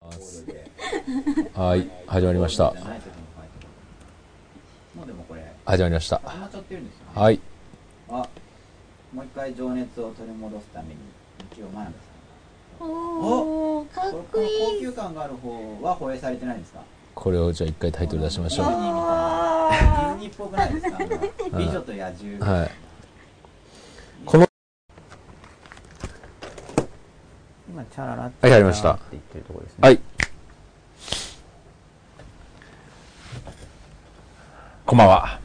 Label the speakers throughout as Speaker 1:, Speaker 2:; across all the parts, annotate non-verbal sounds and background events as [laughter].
Speaker 1: ます。
Speaker 2: はい、始まりました。
Speaker 1: もうでもこれ、
Speaker 2: 始まりました。
Speaker 1: 始まっちゃってるんですよね。
Speaker 2: はい、
Speaker 1: あ、もう一回情熱を取り戻すために、一応真鍋
Speaker 3: おーか
Speaker 1: さん。
Speaker 3: っ
Speaker 1: これ
Speaker 3: こ
Speaker 1: この
Speaker 3: い
Speaker 1: 高
Speaker 3: い
Speaker 1: 級感がある方は放映されてないんですか
Speaker 2: これをじゃあ一回タイトル出しましょう。
Speaker 3: あ
Speaker 1: ディズニーっぽくな
Speaker 2: [laughs]
Speaker 1: いですかあの美女と野獣。
Speaker 2: はい。
Speaker 1: 今、チャララって
Speaker 2: はい入りました
Speaker 1: って言ってるところですね。
Speaker 2: はい。こんばんは。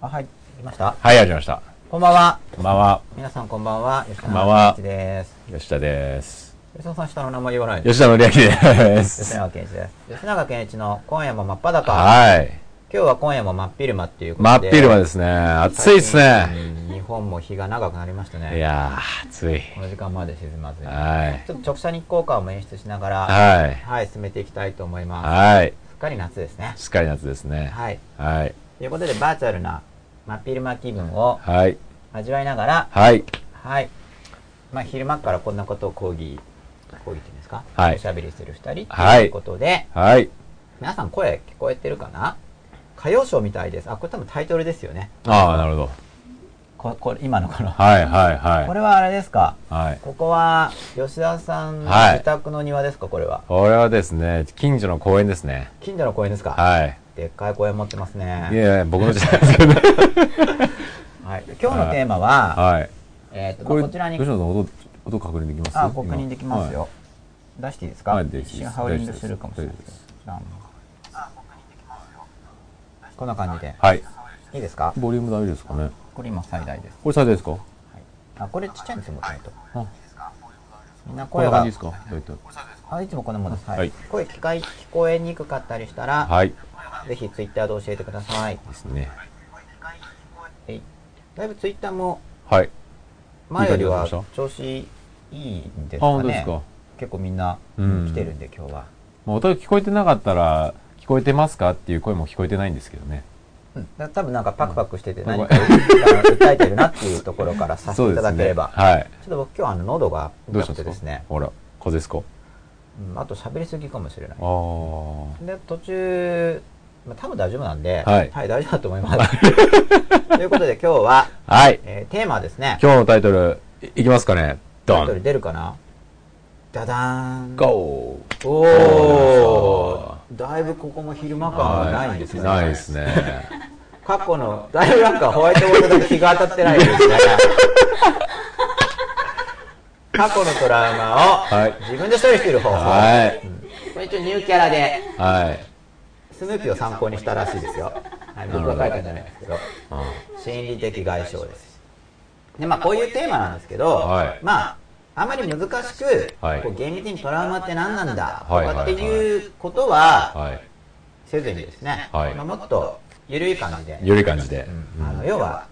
Speaker 1: あ、はい。来ました。
Speaker 2: はい、始まりました。
Speaker 1: こんばんは。
Speaker 2: こんばんは。
Speaker 1: 皆さんこんばんは。吉田
Speaker 2: こんばんは
Speaker 1: 一です。
Speaker 2: 吉田です。
Speaker 1: 吉田さん下の名前言わないです。
Speaker 2: 吉田のりあきで
Speaker 1: 吉
Speaker 2: す。
Speaker 1: 永健一です。吉永健一の今夜も真っ裸。
Speaker 2: はい。
Speaker 1: 今日は今夜も真っ昼間っていうこと
Speaker 2: 真っ
Speaker 1: で。
Speaker 2: 昼間ですね。暑いですね。
Speaker 1: うん日本も日が長くなりました
Speaker 2: い
Speaker 1: ね。
Speaker 2: やー、暑い。
Speaker 1: この時間まで沈まずに。
Speaker 2: はい。
Speaker 1: ちょっと直射日光感を演出しながら、
Speaker 2: はい。
Speaker 1: はい、進めていきたいと思いま
Speaker 2: はい。
Speaker 1: す。すっかり夏ですね。
Speaker 2: すっかり夏ですね。
Speaker 1: はい。
Speaker 2: はい。
Speaker 1: ということで、バーチャルな真っ昼間気分を
Speaker 2: はい。
Speaker 1: 味わいながら、
Speaker 2: はい。
Speaker 1: はい。まあ、昼間からこんなことを講義、講義っていうんですか
Speaker 2: はい
Speaker 1: おしゃべりする二人
Speaker 2: は
Speaker 1: と
Speaker 2: い
Speaker 1: いうことで、
Speaker 2: はい。
Speaker 1: 皆さん声聞こえてるかな歌謡ショーみたいです。あ、これ多分タイトルですよね。
Speaker 2: ああ、なるほど。
Speaker 1: ここれ今のこの。
Speaker 2: はい、はい、はい
Speaker 1: こ。れはあれですか
Speaker 2: はい。
Speaker 1: ここは、吉田さんの
Speaker 2: はい
Speaker 1: 自宅の庭ですか、これは。
Speaker 2: これはですね、近所の公園ですね。
Speaker 1: 近所の公園ですか、
Speaker 2: はい。
Speaker 1: でっかい公園持ってます
Speaker 2: い
Speaker 1: ね。
Speaker 2: やいや、僕の時代です
Speaker 1: [laughs]
Speaker 2: けどね。
Speaker 1: はい、今日のテーマは、
Speaker 2: はい。
Speaker 1: えっ、と、まあこちらに
Speaker 2: 吉、野さん、音、音確認できます
Speaker 1: あ、確認できます。よ。出していいですか、
Speaker 2: はいで
Speaker 1: 一瞬
Speaker 2: です
Speaker 1: ハウリングするかもしれないですけど
Speaker 2: 大丈夫。
Speaker 1: じゃあこんな感じで。
Speaker 2: 今はい。
Speaker 1: いいですか
Speaker 2: ボリューム大丈夫ですかね。
Speaker 1: これ今最大です。
Speaker 2: これ最大ですか
Speaker 1: あ、これちっちゃいんですよ、もともと。
Speaker 2: あ、
Speaker 1: みんな
Speaker 2: こん
Speaker 1: 声
Speaker 2: な感
Speaker 1: が
Speaker 2: じで、すか大体
Speaker 1: あ、いつもこんなもんです。はい。
Speaker 2: はい
Speaker 1: 声聞かい聞こえにくかったりしたら、
Speaker 2: はい。
Speaker 1: ぜひツイッターで教えてください。
Speaker 2: ですね。
Speaker 1: はいだいぶツイッターも
Speaker 2: はい。
Speaker 1: 前より
Speaker 2: い
Speaker 1: はい
Speaker 2: 感じになってま
Speaker 1: 調子いいんです
Speaker 2: あ、本
Speaker 1: か
Speaker 2: 当です
Speaker 1: ね
Speaker 2: か。
Speaker 1: 結構みんな
Speaker 2: うん
Speaker 1: 来てるんで今日は、
Speaker 2: まあ、音が聞こえてなかったら、聞こえてますかっていう声も聞こえてないんですけどね。
Speaker 1: うん、だ多分なんかパクパクしてて
Speaker 2: うん
Speaker 1: 何か訴えてるなっていうところからさせ
Speaker 2: そ
Speaker 1: て
Speaker 2: うで
Speaker 1: いた
Speaker 2: す
Speaker 1: だけ
Speaker 2: ね。
Speaker 1: れば、
Speaker 2: はい。
Speaker 1: ちょっと僕今日あの喉が
Speaker 2: どう
Speaker 1: 痛
Speaker 2: した
Speaker 1: く
Speaker 2: んで
Speaker 1: て
Speaker 2: すか
Speaker 1: ですね
Speaker 2: ほら、風邪ですか
Speaker 1: うん、あと喋りすぎかもしれない
Speaker 2: ああ。
Speaker 1: で途中、まあ、多分大丈夫なんで、
Speaker 2: はい
Speaker 1: 大丈夫だと思います
Speaker 2: [laughs]
Speaker 1: ということで今日は、
Speaker 2: はい。
Speaker 1: えーテーマはですね
Speaker 2: 今日のタイトル、いいきますかね
Speaker 1: タ
Speaker 2: ド
Speaker 1: イトル
Speaker 2: ン。
Speaker 1: 出るかなダダーン
Speaker 2: ゴー
Speaker 1: お
Speaker 2: お
Speaker 1: おだいぶここも昼間感はないんですね、
Speaker 2: ないです
Speaker 1: [laughs]
Speaker 2: ね。
Speaker 1: 過去のだいぶなんかホワイトボードだけ日が当たってないですね過去のトラウマを
Speaker 2: はい。
Speaker 1: 自分で処理している方法、
Speaker 2: はい。
Speaker 1: これ一応ニューキャラで
Speaker 2: はい。
Speaker 1: スヌーピーを参考にしたらしいですよ、はい、僕は書いたんじゃないですけど心理的外傷ですでまあこういうテーマなんですけど、
Speaker 2: はい
Speaker 1: まああまり難しく、
Speaker 2: はい
Speaker 1: こう厳密にトラウマって何なんだと
Speaker 2: はい
Speaker 1: かっていうことは
Speaker 2: はい。
Speaker 1: せずにですね、
Speaker 2: はい
Speaker 1: まあ、もっと緩い感じで、
Speaker 2: ゆるい感じで。
Speaker 1: あの要は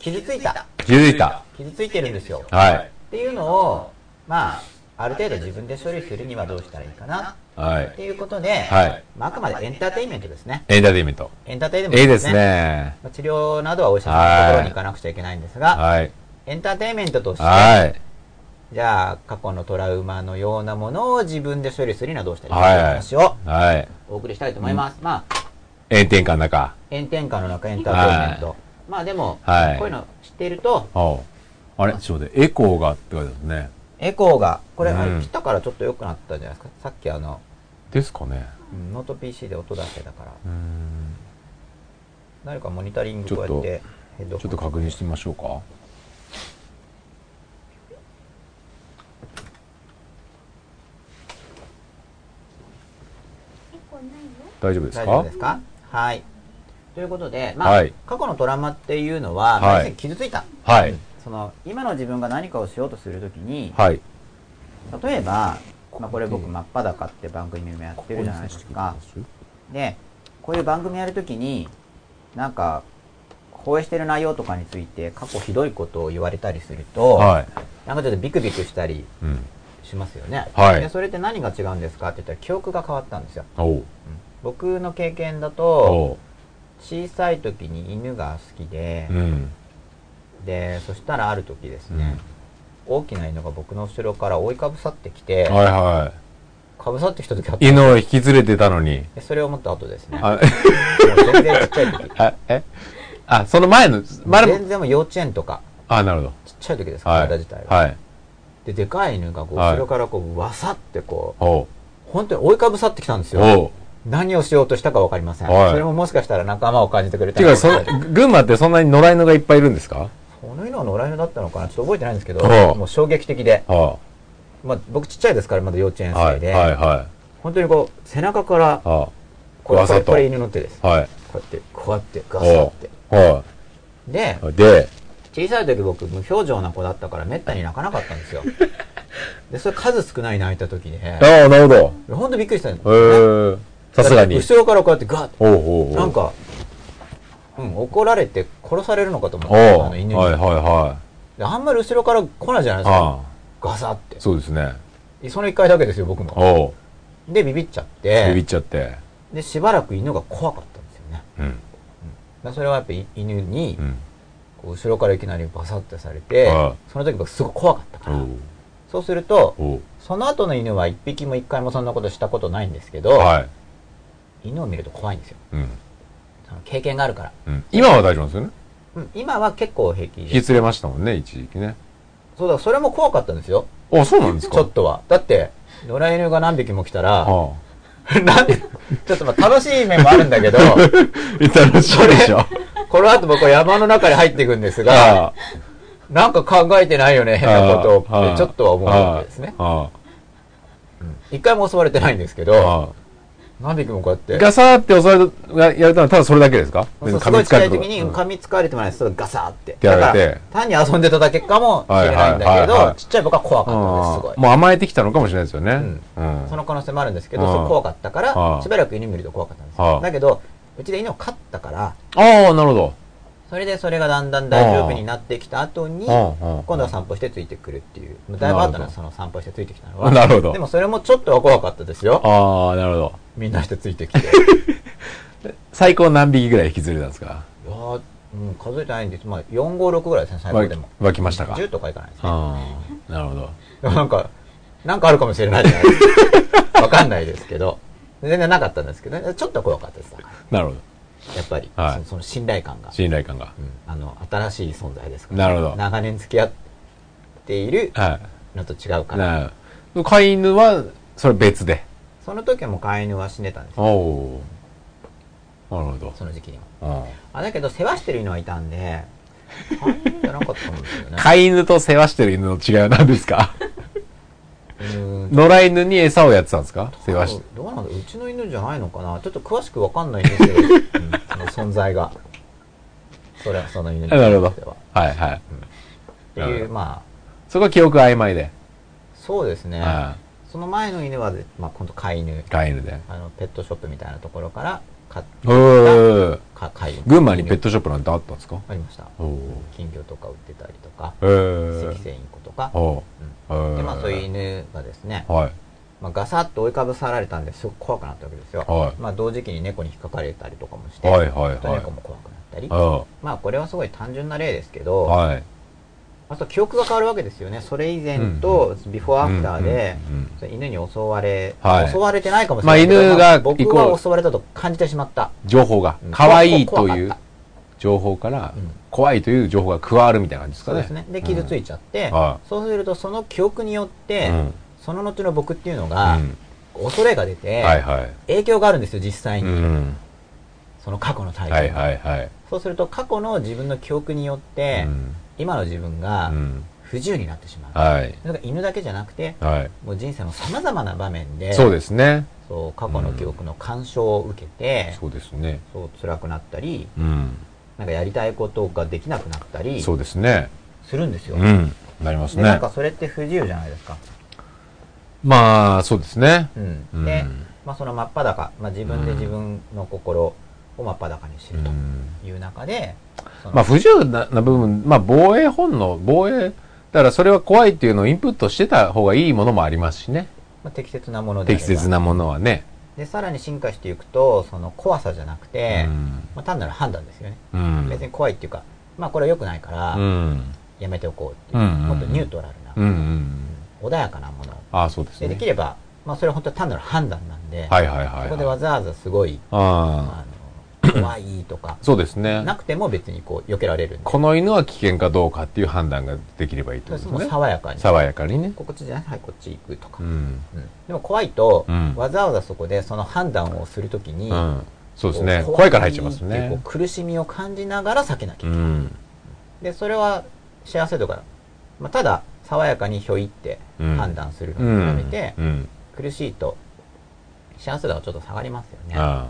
Speaker 1: 傷ついた
Speaker 2: 気づいた。
Speaker 1: 傷ついてるんですよ
Speaker 2: はい。
Speaker 1: っていうのをまあある程度自分で処理するにはどうしたらいいかな
Speaker 2: は
Speaker 1: っ
Speaker 2: い。
Speaker 1: ていうことで、
Speaker 2: はい
Speaker 1: まあ、あくまでエンターテインメントですね
Speaker 2: エンターテインメント。
Speaker 1: エンターテインメント
Speaker 2: いいですね。
Speaker 1: まあ治療などはお医者さんのところに行かなくちゃいけないんですが、
Speaker 2: はい。
Speaker 1: エンターテインメントとして、
Speaker 2: はい。
Speaker 1: じゃあ過去のトラウマのようなものを自分で処理するにはどうしたらいい
Speaker 2: は
Speaker 1: か
Speaker 2: い
Speaker 1: という話を
Speaker 2: はい。
Speaker 1: お送りしたいと思います、まあ
Speaker 2: 炎天下の中。
Speaker 1: 炎天下の中エンターテインメント、まあでも、
Speaker 2: はい
Speaker 1: こういうの知っていると
Speaker 2: おうあれちょっと待ってエコーがって書いてあるね。
Speaker 1: エコーがこれ、あ
Speaker 2: う
Speaker 1: れ
Speaker 2: ん
Speaker 1: 来たからちょっと良くなったんじゃないですかさっきあの
Speaker 2: ですかね。
Speaker 1: うんノート PC で音出してたから
Speaker 2: うーん。
Speaker 1: 誰かモニタリング
Speaker 2: ち
Speaker 1: こ
Speaker 2: ょ
Speaker 1: う
Speaker 2: っ
Speaker 1: や
Speaker 2: と
Speaker 1: ってヘッドホ
Speaker 2: ちょ
Speaker 1: ン
Speaker 2: っと確認してみましょうか。
Speaker 3: 結構ないよ
Speaker 2: 大丈夫です
Speaker 1: 大丈夫
Speaker 2: か
Speaker 1: ですかはいということで、まあ
Speaker 2: はい
Speaker 1: 過去のトラウマっていうのは、まあ
Speaker 2: はい
Speaker 1: 要するに傷ついた
Speaker 2: はい。
Speaker 1: その今の自分が何かをしようとするときに、
Speaker 2: はい。
Speaker 1: 例えば、まあ、これ僕「真っ裸」って番組もやってるじゃないですかでこういう番組やるときになんか放映してる内容とかについて過去ひどいことを言われたりすると、
Speaker 2: は
Speaker 1: なんかちょっとビクビクしたり
Speaker 2: い。うん。
Speaker 1: しますよね、
Speaker 2: はい
Speaker 1: でそれって何が違うんですかって言ったら記憶が変わったんですよ
Speaker 2: おう。
Speaker 1: 僕の経験だ
Speaker 2: お
Speaker 1: と
Speaker 2: う。
Speaker 1: 小さい時に犬が好きで
Speaker 2: う、ん。
Speaker 1: でそしたらある時です
Speaker 2: う
Speaker 1: ね
Speaker 2: ん、
Speaker 1: 大きな犬が僕の後ろから覆いかぶさってきて、
Speaker 2: はいは
Speaker 1: かぶさってきた時あった
Speaker 2: 犬を引き連れてたのに。
Speaker 1: えそれを思った後ですね。もう
Speaker 2: あ、
Speaker 1: 全然ちっち
Speaker 2: [laughs]
Speaker 1: ゃい時。
Speaker 2: あえあ、その前の、前の
Speaker 1: 全然もう幼稚園とか、
Speaker 2: あ、なるほ
Speaker 1: ちっちゃい時です、
Speaker 2: ど。はい。
Speaker 1: 体自体が。
Speaker 2: はい。
Speaker 1: で、でかい犬がこう、
Speaker 2: はい
Speaker 1: 後ろからこう、わさってこ
Speaker 2: ほ
Speaker 1: う、本当に追いかぶさってきたんです
Speaker 2: う。
Speaker 1: よ。
Speaker 2: ほう。
Speaker 1: 何をしようとしたかわかりません。
Speaker 2: はい
Speaker 1: それももしかしたら仲間を感じてくれた
Speaker 2: て
Speaker 1: の
Speaker 2: いう
Speaker 1: か
Speaker 2: か、その、群馬ってそんなに野良犬がいっぱいいるんですか
Speaker 1: この犬は野良犬だったのかなちょっと覚えてないんですけ
Speaker 2: は
Speaker 1: ど、
Speaker 2: い
Speaker 1: もう衝撃的で、
Speaker 2: は
Speaker 1: まあ僕ちっちゃいですからまだ幼稚
Speaker 2: い。
Speaker 1: 園
Speaker 2: は
Speaker 1: 生
Speaker 2: い。
Speaker 1: で、
Speaker 2: はい。は
Speaker 1: 本当にこう、背中から
Speaker 2: い。、は
Speaker 1: これ、
Speaker 2: わ
Speaker 1: こ
Speaker 2: ざ
Speaker 1: れ
Speaker 2: と
Speaker 1: これ犬の手です。
Speaker 2: い。はい。
Speaker 1: こうやって、こうやって、ガサって。
Speaker 2: は
Speaker 1: で、
Speaker 2: い。で、
Speaker 1: 小さい時僕無表情な子だったからめったに泣かなかった
Speaker 2: [laughs]
Speaker 1: んですよ。で、それ数少ない泣いた時で、
Speaker 2: ああ、なるほど。
Speaker 1: ほんとびっくりしたんです
Speaker 2: えー、さすがに。
Speaker 1: 後ろからこうやってガッて、
Speaker 2: おうおうおう
Speaker 1: なん、か、うん、怒られて殺されるのかと思っ
Speaker 2: おう
Speaker 1: たあの犬に、
Speaker 2: はいはいは
Speaker 1: であんまり後ろから来ないじゃない
Speaker 2: い。
Speaker 1: ですか。
Speaker 2: あ
Speaker 1: ガサって
Speaker 2: あ、。そうですね。
Speaker 1: その一回だけですよ、僕も。
Speaker 2: おう、
Speaker 1: で、ビビっちゃっ、
Speaker 2: ビビってちゃって。
Speaker 1: で、しばらく犬が怖かったんですよね。だ
Speaker 2: う
Speaker 1: か
Speaker 2: ん。
Speaker 1: らそれはやっぱり犬に
Speaker 2: う、ん。
Speaker 1: こう後ろからいきなりバサッとされて
Speaker 2: ああ、
Speaker 1: その時僕すごい怖かったか
Speaker 2: お
Speaker 1: ら
Speaker 2: う。
Speaker 1: そうすると、
Speaker 2: おう。
Speaker 1: その後の犬は一匹も一回もそんなことしたことないんですけど、
Speaker 2: は
Speaker 1: 犬を見ると怖いんですよ。
Speaker 2: い。うん。
Speaker 1: その経験があるから。
Speaker 2: うん。今は大丈夫ですよね。
Speaker 1: うん、今は結構平気
Speaker 2: 引き
Speaker 1: で
Speaker 2: 連れましたもんね、一時期ね。
Speaker 1: そうだ、それも怖かったんですよ。
Speaker 2: あ、そうなんですか
Speaker 1: ちょっとは。だって、野良犬が何匹も来たら、
Speaker 2: は
Speaker 1: [laughs] なんで、ちょっとまあ楽しい面もあるんだ
Speaker 2: [laughs]
Speaker 1: けど、
Speaker 2: あ。いたらしいでしょ。
Speaker 1: この後僕は山の中に入っていくんです [laughs] が、
Speaker 2: ああ
Speaker 1: なんか考えてないよね、変なことをってちょっとは思うわけですね。
Speaker 2: あ
Speaker 1: 一回も襲われてないんですけ
Speaker 2: あ。
Speaker 1: ど、
Speaker 2: ああ。
Speaker 1: 何匹もこうやって、
Speaker 2: ガサーって襲われた、ややれたのはただそれだけですか
Speaker 1: そうすごい近い時
Speaker 2: 別に
Speaker 1: に
Speaker 2: 噛みつかれたとか
Speaker 1: 噛みつかれてもないです。ただガサーって。
Speaker 2: てやられて
Speaker 1: だから単に遊んでただけかもしれないん
Speaker 2: はい
Speaker 1: だけ
Speaker 2: はいはいは
Speaker 1: ど、
Speaker 2: い
Speaker 1: ちっちゃい僕は怖かったです、
Speaker 2: あ
Speaker 1: す
Speaker 2: あ
Speaker 1: ごい。
Speaker 2: もう甘えてきたのかもしれないですよね。
Speaker 1: ん
Speaker 2: うん
Speaker 1: その可能性もあるんですけど、
Speaker 2: うん
Speaker 1: それ怖かったか
Speaker 2: は
Speaker 1: ら、
Speaker 2: い
Speaker 1: しばらく犬見ると怖かったんですよ
Speaker 2: はい
Speaker 1: だけど、うちで犬を飼ったから、
Speaker 2: ああ、なるほど。
Speaker 1: それでそれがだんだん大丈夫になってきた後に、今
Speaker 2: うんうん
Speaker 1: 度は散歩してついてくるっていう。だいぶ後
Speaker 2: なるほ
Speaker 1: の
Speaker 2: ど
Speaker 1: その散歩してついてきたの
Speaker 2: あ
Speaker 1: は。
Speaker 2: なるほど
Speaker 1: でもそれもちょっとは怖かったですよ。
Speaker 2: ああ、なるほど。
Speaker 1: みんなしてついてきて。いや
Speaker 2: 最高何匹ぐらい引きずれたんですか
Speaker 1: ーうん、数えてないんです。まあ、4、5、6ぐらいですね、最後でも。
Speaker 2: 湧きましたか
Speaker 1: 10とかいかないですね。
Speaker 2: ああ、なるほど。
Speaker 1: でもなんか、なんかあるかもしれないじゃないです
Speaker 2: [laughs]
Speaker 1: か。わかんないですけど。全然なかったんですけどね。ちょっと怖かったです。だか
Speaker 2: なるほど。
Speaker 1: らやっぱり、
Speaker 2: はい
Speaker 1: そのその信頼感が、
Speaker 2: 信頼感が。
Speaker 1: うんあの、新しい存在ですか
Speaker 2: な
Speaker 1: ら、
Speaker 2: るほど
Speaker 1: 長年付き合っている
Speaker 2: は
Speaker 1: のと違うか
Speaker 2: い。
Speaker 1: ら。
Speaker 2: なるほど。飼い犬は、それ別で。
Speaker 1: その時はもう飼い犬は死んでたんです
Speaker 2: お
Speaker 1: よ
Speaker 2: おー。なるほど。
Speaker 1: その時期には。
Speaker 2: うん
Speaker 1: あ、だけど、世話してる犬はいた
Speaker 2: [laughs]
Speaker 1: んで、飼い犬じゃなかったんですよね。
Speaker 2: 飼い犬と世話してる犬の違いは何です
Speaker 1: [laughs]
Speaker 2: か
Speaker 1: うーん
Speaker 2: 野良犬に餌をやってたんですか世話して。
Speaker 1: どうなんだうちの犬じゃないのかなちょっと詳しくわかんないんです
Speaker 2: [laughs]
Speaker 1: けど、うんその存在が。それはその犬に関
Speaker 2: なるほ
Speaker 1: しては
Speaker 2: ど。。はいはい。
Speaker 1: ってい
Speaker 2: なる
Speaker 1: う、まあ、
Speaker 2: そこは記憶曖昧で。
Speaker 1: そうですね。
Speaker 2: は
Speaker 1: その前の犬は、まあ、今度飼い犬
Speaker 2: い。。飼い犬で。
Speaker 1: あの、ペットショップみたいなところから買っ
Speaker 2: うー。
Speaker 1: か飼い犬。
Speaker 2: 群馬にペット
Speaker 1: シ
Speaker 2: シ
Speaker 1: ョッ
Speaker 2: ョップなんてあったんですか
Speaker 1: プありました。
Speaker 2: おお。
Speaker 1: 金魚とか売ってたりとか、
Speaker 2: えー
Speaker 1: 赤。セイインコとか。
Speaker 2: おお。
Speaker 1: で、まあ、そういう
Speaker 2: う。
Speaker 1: 犬がですね、
Speaker 2: はい。
Speaker 1: まあ、ガサッと追いかぶさられたんですごく怖くなったわけですよ。
Speaker 2: はい
Speaker 1: まあ、同時期に猫に引っかかれたりとかもして、
Speaker 2: はいはいはい
Speaker 1: ちょっと猫も怖くなったり。
Speaker 2: あ
Speaker 1: まあ、これはすごい単純な例ですけ
Speaker 2: あ。
Speaker 1: ど、
Speaker 2: はい。
Speaker 1: あと記憶が変わるわけですよね。それ以前と、ビフォーアフターで
Speaker 2: うんうんうんうん、
Speaker 1: その犬に襲われ、
Speaker 2: はい
Speaker 1: 襲われてないかもしれないけど。
Speaker 2: まあ犬が
Speaker 1: まあ僕
Speaker 2: イコー
Speaker 1: は
Speaker 2: ル
Speaker 1: 襲われたと感じてしまった。
Speaker 2: 情報が
Speaker 1: うん。
Speaker 2: 可愛い
Speaker 1: 怖
Speaker 2: と
Speaker 1: かった
Speaker 2: いう情報から
Speaker 1: うん、
Speaker 2: 怖いという情報が加わるみたいな感じです
Speaker 1: そ
Speaker 2: か
Speaker 1: う
Speaker 2: ね。
Speaker 1: ですね。で、傷ついちゃって、
Speaker 2: うんは
Speaker 1: そうするとその記憶によって、
Speaker 2: うん
Speaker 1: その後の僕っていうの
Speaker 2: う
Speaker 1: が、
Speaker 2: ん
Speaker 1: 恐れが出て、
Speaker 2: はいはい。
Speaker 1: 影響があるんですよ、実際
Speaker 2: う
Speaker 1: に。
Speaker 2: ん。
Speaker 1: その過去の体
Speaker 2: は
Speaker 1: 験
Speaker 2: い
Speaker 1: が、
Speaker 2: はいはい。
Speaker 1: そうすると過去の自分の記憶によって、
Speaker 2: うん
Speaker 1: 今の自分が
Speaker 2: うん
Speaker 1: 不自由になってしまう。
Speaker 2: はい。
Speaker 1: だから犬だけじゃなくて、
Speaker 2: は
Speaker 1: もう人生の様々な場面で、
Speaker 2: い。そうですね。
Speaker 1: そう過去の記憶の干渉を受けて、
Speaker 2: そうですね。
Speaker 1: そう辛くなったり
Speaker 2: うん。
Speaker 1: なんかやりたいことができなくなったり
Speaker 2: そうですね。
Speaker 1: するんですよ、
Speaker 2: うん。なります
Speaker 1: でなん
Speaker 2: ね
Speaker 1: か。それって不自由じゃないですか、
Speaker 2: まあ、そうですね。
Speaker 1: うん
Speaker 2: うん
Speaker 1: で、まあ、その真っ裸、まあ、自分で自分の心を真っ裸にして
Speaker 2: う
Speaker 1: ると
Speaker 2: ん。
Speaker 1: いう中で、その
Speaker 2: まあ、不自由なな部分、まあ、防衛本能、防衛、だからそれは怖いっていうのをインプットしてた方がいいものもありますしね。
Speaker 1: まあ適切なものであれ
Speaker 2: 適
Speaker 1: ば
Speaker 2: 切なものはね。
Speaker 1: でさらに進化していくとその怖さじゃなくて、
Speaker 2: うん
Speaker 1: まあ、単なる判断ですよね、
Speaker 2: うん。
Speaker 1: 別に怖いっていうかまあこれは良くないから、
Speaker 2: うん。
Speaker 1: やめておこうっていう、
Speaker 2: うんうんうん
Speaker 1: もっとニュートラルな、
Speaker 2: うんうん。
Speaker 1: 穏やかなもの
Speaker 2: ああ、そうです
Speaker 1: で
Speaker 2: ね。
Speaker 1: できればまあ、それは本当は単なる判断なんで、
Speaker 2: はいはいはい。
Speaker 1: ここでわざわざすごい、
Speaker 2: ああ
Speaker 1: あの、怖いとか、
Speaker 2: そうですね。
Speaker 1: なくても別にこう、避けられるんで。
Speaker 2: この犬は危険かどうかっていう判断ができればいいって
Speaker 1: そ
Speaker 2: こと
Speaker 1: うです
Speaker 2: です
Speaker 1: もう
Speaker 2: ね。
Speaker 1: 爽やかに。
Speaker 2: 爽やかにね。
Speaker 1: こっちじゃないはい、こっち行くとか
Speaker 2: う。ん。
Speaker 1: うんでも怖いと、
Speaker 2: うん
Speaker 1: わざわざそこでその判断をするときに、
Speaker 2: うん。そうですね。
Speaker 1: こう
Speaker 2: 怖いから入っちゃいます
Speaker 1: っていう
Speaker 2: ね
Speaker 1: こ。う苦しみを感じながら避けなき
Speaker 2: う
Speaker 1: ゃいけない。
Speaker 2: ん。
Speaker 1: で、それは幸せとか、まあ、ただ、爽やかにひょいって
Speaker 2: うん
Speaker 1: 判断する
Speaker 2: う
Speaker 1: の
Speaker 2: ん。
Speaker 1: に比べて、
Speaker 2: うん。
Speaker 1: 苦しいと、幸せ度がちょっと下がりますよね。
Speaker 2: あ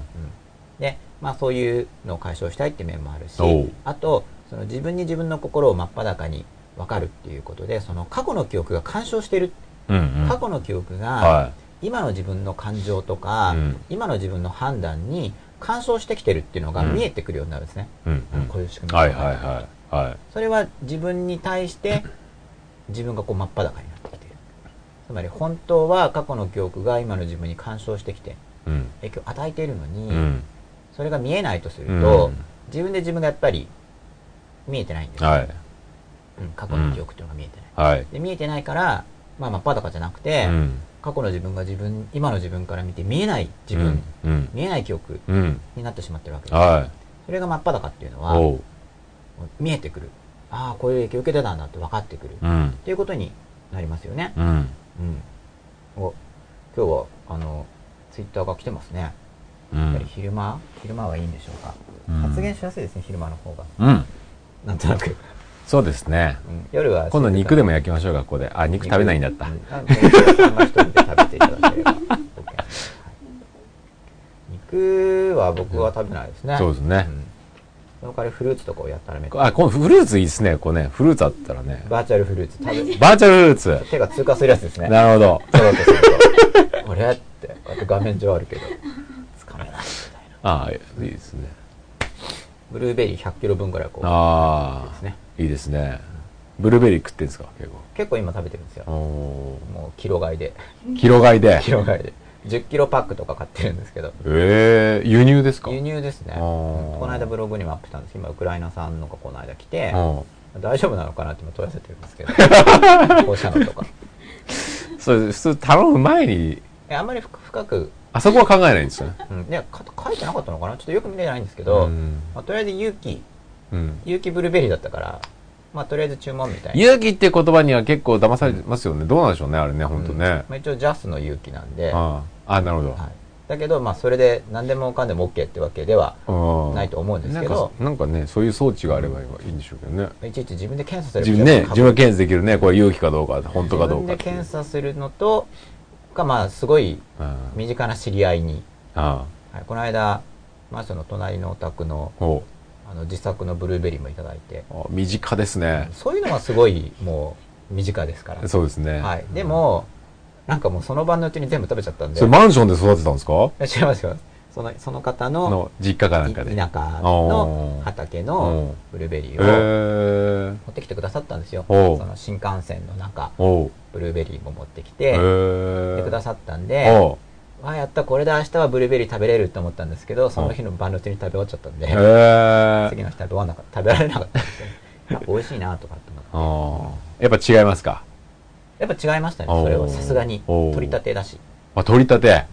Speaker 1: で、まあそういうのを解消したいって面もあるし
Speaker 2: おう、
Speaker 1: あと、その自分に自分の心を真っ裸に分かるっていうことで、その過去の記憶が干渉してる。
Speaker 2: あ。うんうん。
Speaker 1: 過去の記憶が、
Speaker 2: は
Speaker 1: 今の自分の感情とか、
Speaker 2: うん
Speaker 1: 今の自分の判断に干渉してきてるっていうのが
Speaker 2: うん
Speaker 1: 見えてくるようになるんですね。
Speaker 2: い。うんう
Speaker 1: あの
Speaker 2: ん。
Speaker 1: こういう仕組み。
Speaker 2: はいはいはい。はい。
Speaker 1: それは自分に対して、自分がこう真っ裸になってきている。つまり本当は過去の記憶が今の自分に干渉してきて、
Speaker 2: うん。
Speaker 1: 影響を与えているのに、
Speaker 2: うん。
Speaker 1: それが見えないとする
Speaker 2: う
Speaker 1: と、
Speaker 2: ん。
Speaker 1: 自分で自分がやっぱり見えてないんですよ、
Speaker 2: はい。
Speaker 1: うん、過去の記憶っていうのが見えてない、
Speaker 2: はい。
Speaker 1: で見えてないからまあ真っ裸じゃなくて、
Speaker 2: うん。
Speaker 1: 過去の自分が自分今の自分から見て見えない自分、。
Speaker 2: うん。
Speaker 1: 見えない記憶
Speaker 2: うん。
Speaker 1: になってしまってるわけです、
Speaker 2: はい。
Speaker 1: それが真っ裸っていうのは
Speaker 2: おう。
Speaker 1: 見えてくるああこういう影響受けてたんだって分かってくる、
Speaker 2: う
Speaker 1: っ
Speaker 2: ん。
Speaker 1: ていうことになりますよね
Speaker 2: うん。
Speaker 1: うんお今日はあのツイッターが来てますね
Speaker 2: う
Speaker 1: やっぱり
Speaker 2: ん。
Speaker 1: 昼間、昼間はいいんでしょうか、
Speaker 2: うん
Speaker 1: 発言しやすいですね昼間の方が
Speaker 2: うん。
Speaker 1: なんとなく
Speaker 2: そうですね。
Speaker 1: うん夜は
Speaker 2: 今度肉でも焼きましょうか、ここで。あ、肉食べないんだった
Speaker 1: う。あもうさんが一人で食べていただければ [laughs] OK です肉は僕は食べないですね。
Speaker 2: そうですね
Speaker 1: ん。その代わりフルーツとかをやったらめっちゃ
Speaker 2: あ、このフルーツいいですね。こうね、フルーツあったらね。
Speaker 1: バーチャルフルーツ食
Speaker 2: [laughs]
Speaker 1: べ
Speaker 2: バーチャルフルーツ。
Speaker 1: 手が通過するやつですね。
Speaker 2: なるほど。
Speaker 1: 取ろうとすると。あれって、こうやって画面上あるけど、つかめないみたいな。
Speaker 2: ああ、いいですね。
Speaker 1: ブルーベリー100キロ分ぐらいこう、
Speaker 2: あ
Speaker 1: ですね。
Speaker 2: あ、いいですね。ブルーベリー食ってんですか、結
Speaker 1: 結構今食べてるんです
Speaker 2: 構。
Speaker 1: よ。
Speaker 2: お
Speaker 1: もうキロ買いで。
Speaker 2: ー広がいで。
Speaker 1: キロ買いで。10キロパックとか買ってるんですけど。
Speaker 2: ええ、輸入ですか
Speaker 1: 輸入ですね
Speaker 2: あ
Speaker 1: うん
Speaker 2: ー
Speaker 1: この間ブログにもアップしたんですけど今ウクライナ産のがこの間来て
Speaker 2: うん
Speaker 1: 大丈夫なのかなって今問い合わせてるんです
Speaker 2: [laughs]
Speaker 1: けど放射能とか
Speaker 2: それ、普通頼む前に、
Speaker 1: えあんまり深深く、
Speaker 2: あそこは考えないんですよね。
Speaker 1: うん、いやか書いてなかったのかなちょっとよく見れてないんですけど、
Speaker 2: うん
Speaker 1: まあ、とりあえず勇気
Speaker 2: うん。
Speaker 1: 勇気ブルーベリーだったからまあとりあえず注文みたいな
Speaker 2: 勇気って言葉には結構騙されてますよね。どうなんでしょうね、あれね、ほんと
Speaker 1: うん
Speaker 2: ね。
Speaker 1: まあ、一応ジャスの勇気なんで、は
Speaker 2: ああ、なるほど
Speaker 1: い。、だけどまあそれで何でもかんでも OK ってわけでは
Speaker 2: うん
Speaker 1: ないと思うんですけど
Speaker 2: なんかなんかねそういう装置があればいいんでしょうけどね
Speaker 1: いちいち自分で検査する
Speaker 2: 自分ね
Speaker 1: 確
Speaker 2: 自分が検査できるねこれ勇気かどうか本当かどうか
Speaker 1: 自
Speaker 2: っ
Speaker 1: 分で
Speaker 2: ていう
Speaker 1: 検査するのとかまあすごい
Speaker 2: うんあ
Speaker 1: 身近な知り合いに、
Speaker 2: あ
Speaker 1: はい、この間マンションの隣のお宅の
Speaker 2: お
Speaker 1: あの自作のブルーベリーもいただいて
Speaker 2: あ身近ですね
Speaker 1: そういうのはすごいもう身近ですから、
Speaker 2: そうですね
Speaker 1: はい、でもなんかもうその晩のうちに全部食べちゃったんで
Speaker 2: それマンションで育てたんですか
Speaker 1: いや [laughs] 違いますよそのその方の
Speaker 2: の実家かないん
Speaker 1: 田
Speaker 2: かで
Speaker 1: 舎の畑のブルーベリ
Speaker 2: へ
Speaker 1: ー
Speaker 2: え
Speaker 1: を持ってきてくださったんですよ
Speaker 2: おう
Speaker 1: その新幹線の中
Speaker 2: おう
Speaker 1: ブルーベリーも持ってき
Speaker 2: へ
Speaker 1: て
Speaker 2: え
Speaker 1: でくださったん
Speaker 2: て
Speaker 1: で
Speaker 2: おう
Speaker 1: ああやったこれで明日はブルーベリー食べれると思ったんですけどその日の晩のうちに食べ終わっちゃったんで
Speaker 2: へえ
Speaker 1: 次の日食べわなか食べられなかったんですけどやっぱ美味しいなとかって思って
Speaker 2: ああやっぱ違いますか
Speaker 1: やっぱ違いましたねそれは
Speaker 2: おー
Speaker 1: さすがに
Speaker 2: おー
Speaker 1: 取り立てだし
Speaker 2: まあ取り立て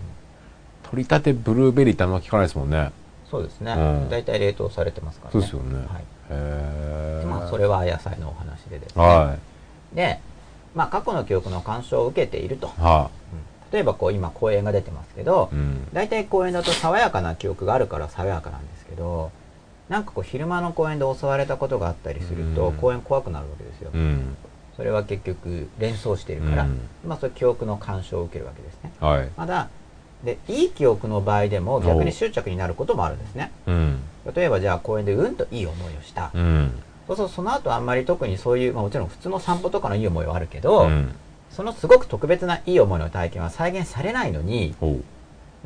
Speaker 2: 取り立てブルーベリーってあんま聞かないですもんね
Speaker 1: そうですね
Speaker 2: うん
Speaker 1: 大体冷凍されてますからね
Speaker 2: そうですよね
Speaker 1: はい
Speaker 2: へえ
Speaker 1: でまあそれは野菜のお話でですね
Speaker 2: はい
Speaker 1: でまあ過去の記憶の干渉を受けていると、
Speaker 2: は
Speaker 1: うん例えばこう今公園が出てますけど
Speaker 2: い、うん
Speaker 1: 大体公園だと爽やかな記憶があるから爽やかなんですけどなんかこう昼間の公園で襲われたことがあったりする
Speaker 2: う
Speaker 1: と
Speaker 2: ん
Speaker 1: 公園怖くなるわけですよ、
Speaker 2: うん
Speaker 1: それは結局連想してるから、
Speaker 2: うん
Speaker 1: まあそういう記憶の干渉を受けるわけですね
Speaker 2: はい
Speaker 1: ただでいい記憶の場合でも逆に執着になることもあるんですね
Speaker 2: うん
Speaker 1: 例えばじゃあ公園でうんといい思いをした、
Speaker 2: うん
Speaker 1: そうするとその後あんまり特にそういう、まあ、もちろん普通の散歩とかのいい思いはあるけ
Speaker 2: う
Speaker 1: ど、
Speaker 2: ん
Speaker 1: そのすごく特別ないい思いの体験は再現されないのに
Speaker 2: おう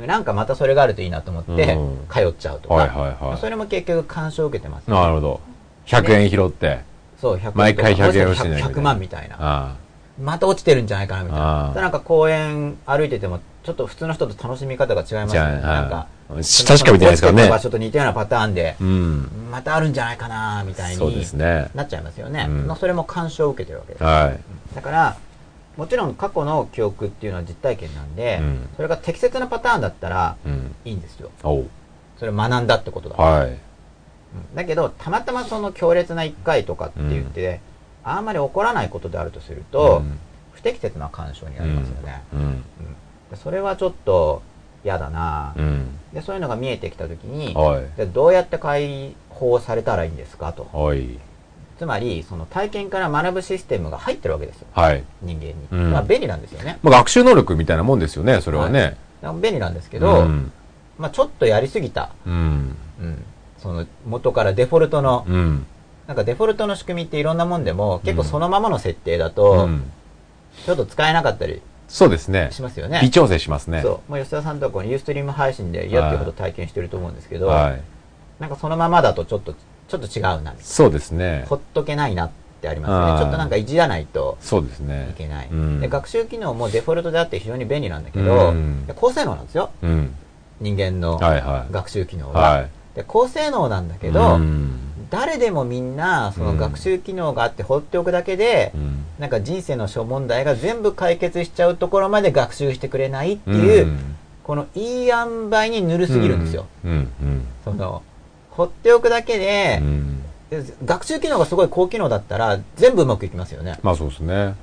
Speaker 1: なんかまたそれがあるといいなと思って
Speaker 2: うん
Speaker 1: 通っちゃうとか、
Speaker 2: はいはいは
Speaker 1: それも結局干渉を受けてます
Speaker 2: いなるほど100円拾って
Speaker 1: そう100
Speaker 2: 毎回100円をしてないみたいな
Speaker 1: 100万みたいな
Speaker 2: あ
Speaker 1: また落ちてるんじゃないかなみたい
Speaker 2: あ
Speaker 1: な
Speaker 2: ー
Speaker 1: でなんか公園歩いててもちょっと普通の人と楽しみ方が違い
Speaker 2: あ
Speaker 1: ます
Speaker 2: じ
Speaker 1: よ
Speaker 2: ゃ
Speaker 1: ねなんか
Speaker 2: あはい確か見てないですから
Speaker 1: 落ちてる
Speaker 2: ね
Speaker 1: 場所と似たようなパターンで
Speaker 2: うん
Speaker 1: またあるんじゃないかなみたい
Speaker 2: そうで
Speaker 1: に
Speaker 2: すね
Speaker 1: なっちゃいますよね、
Speaker 2: うん
Speaker 1: まあそれも干渉を受けてるわけです
Speaker 2: は
Speaker 1: だからもちろん過去の記憶っていうのは実体験なんで、
Speaker 2: うん
Speaker 1: それが適切なパターンだったら
Speaker 2: うん。
Speaker 1: いいんですよ。
Speaker 2: おう
Speaker 1: それを学んだってことだ。
Speaker 2: はい。
Speaker 1: うんだけど、たまたまその強烈な一回とかって言って、あんまり起こらないことであるとすると、不適切な干渉になりますよね。
Speaker 2: うん。うん。
Speaker 1: でそれはちょっと嫌だな、
Speaker 2: うん。
Speaker 1: で、そういうのが見えてきたときに、
Speaker 2: はい。
Speaker 1: でどうやって解放されたらいいんですかと。
Speaker 2: はい。
Speaker 1: つまり、その体験から学ぶシステムが入ってるわけですよ。
Speaker 2: はい。
Speaker 1: 人間に。
Speaker 2: うん
Speaker 1: まあ便利なんですよね。
Speaker 2: まあ、学習能力みたいなもんですよね、それはね。
Speaker 1: だから便利なんですけ
Speaker 2: け
Speaker 1: ど、
Speaker 2: うん。
Speaker 1: まあちょっとやりすぎた。
Speaker 2: うん。
Speaker 1: うん。その元からデフォルトの、
Speaker 2: うん。
Speaker 1: なんかデフォルトの仕組みっていろんなもんでも、結構
Speaker 2: うん
Speaker 1: そのままの設定だと、
Speaker 2: うん
Speaker 1: ちょっと使えなかったり
Speaker 2: そうですね。
Speaker 1: しますよ
Speaker 2: 微
Speaker 1: ね。
Speaker 2: 調整しますね。
Speaker 1: そう。もう吉田さんとこのユーストリーム配信で嫌っていうほど体験してると思うんですけど、
Speaker 2: はい。
Speaker 1: なんかそのままだとちょっと、ちょっと違うな。
Speaker 2: そうですね
Speaker 1: ほ。っとけないなってありますよ
Speaker 2: あー
Speaker 1: ね。ちょっとなんかいじらないと
Speaker 2: そうです
Speaker 1: い
Speaker 2: ね。
Speaker 1: けない。
Speaker 2: うん
Speaker 1: で学習機能もデフォルトであって非常に便利なんだけど、
Speaker 2: うん
Speaker 1: で高性能なんですよ。
Speaker 2: うん。
Speaker 1: 人間の
Speaker 2: はいはい。
Speaker 1: 学習機能は。
Speaker 2: はい。
Speaker 1: で高性能なんだけど、
Speaker 2: うん
Speaker 1: 誰でもみんな、その
Speaker 2: うん
Speaker 1: 学習機能があって放っておくだけで、
Speaker 2: うん
Speaker 1: なんか人生の諸問題が全部解決しちゃうところまで学習してくれないっていう、
Speaker 2: ん
Speaker 1: このいい塩梅にぬるすぎるんですよ。。
Speaker 2: うん。うん。
Speaker 1: その、放っておくだけで
Speaker 2: う、ん
Speaker 1: で学習機能がすごい高機能だったら、全部うまくいきますよね。
Speaker 2: まあ、そうですね。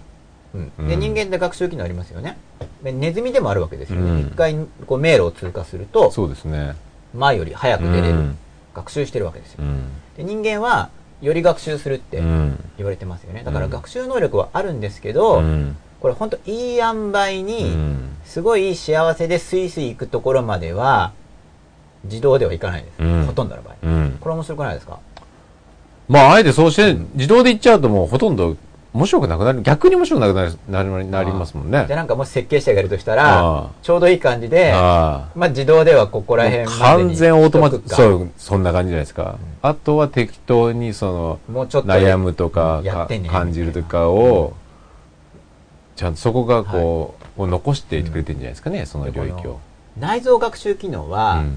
Speaker 1: うん。
Speaker 2: う
Speaker 1: で、
Speaker 2: ん
Speaker 1: 人間って学習機能ありますよね。でネズミでもあるわけですよね。
Speaker 2: うん
Speaker 1: 一回、こう、迷路を通過すると、
Speaker 2: そうですね。
Speaker 1: 前より早く
Speaker 2: う
Speaker 1: 出れる。
Speaker 2: ん。
Speaker 1: 学習してるわけです
Speaker 2: う
Speaker 1: よ。
Speaker 2: ん。
Speaker 1: で、人間は、より学習するって
Speaker 2: うん
Speaker 1: 言われてますよね。だから
Speaker 2: うん
Speaker 1: 学習能力はあるんですけ
Speaker 2: う
Speaker 1: ど、
Speaker 2: ん
Speaker 1: これほんといい塩梅
Speaker 2: う
Speaker 1: に、
Speaker 2: ん
Speaker 1: すごい幸せでスイスイ行くところまでは、自動ではいかないです。
Speaker 2: うん
Speaker 1: ほとんどの場合。
Speaker 2: うん
Speaker 1: これ面白くないですか
Speaker 2: まあ、あえてそうして、自動で行っちゃうともうほとんど面白くなくなる、逆に面白くなくなるなりなりますもんね。
Speaker 1: で、なんかもし設計者がいるとしたら、
Speaker 2: あ
Speaker 1: ちょうどいい感じ
Speaker 2: あ
Speaker 1: で、
Speaker 2: あ
Speaker 1: まあ自動ではここら辺
Speaker 2: あ。
Speaker 1: までに
Speaker 2: 完全オートマ
Speaker 1: しと
Speaker 2: チ
Speaker 1: くか
Speaker 2: そう、そんな感じじゃないですか。あとは適当にその、
Speaker 1: もうちょっと
Speaker 2: 悩むとか
Speaker 1: やってね
Speaker 2: か感じるとかを、ちゃんとそこがこう、を残していてくれてるんじゃないですかね、その領域を。
Speaker 1: 内臓学習機能
Speaker 2: う
Speaker 1: は、
Speaker 2: ん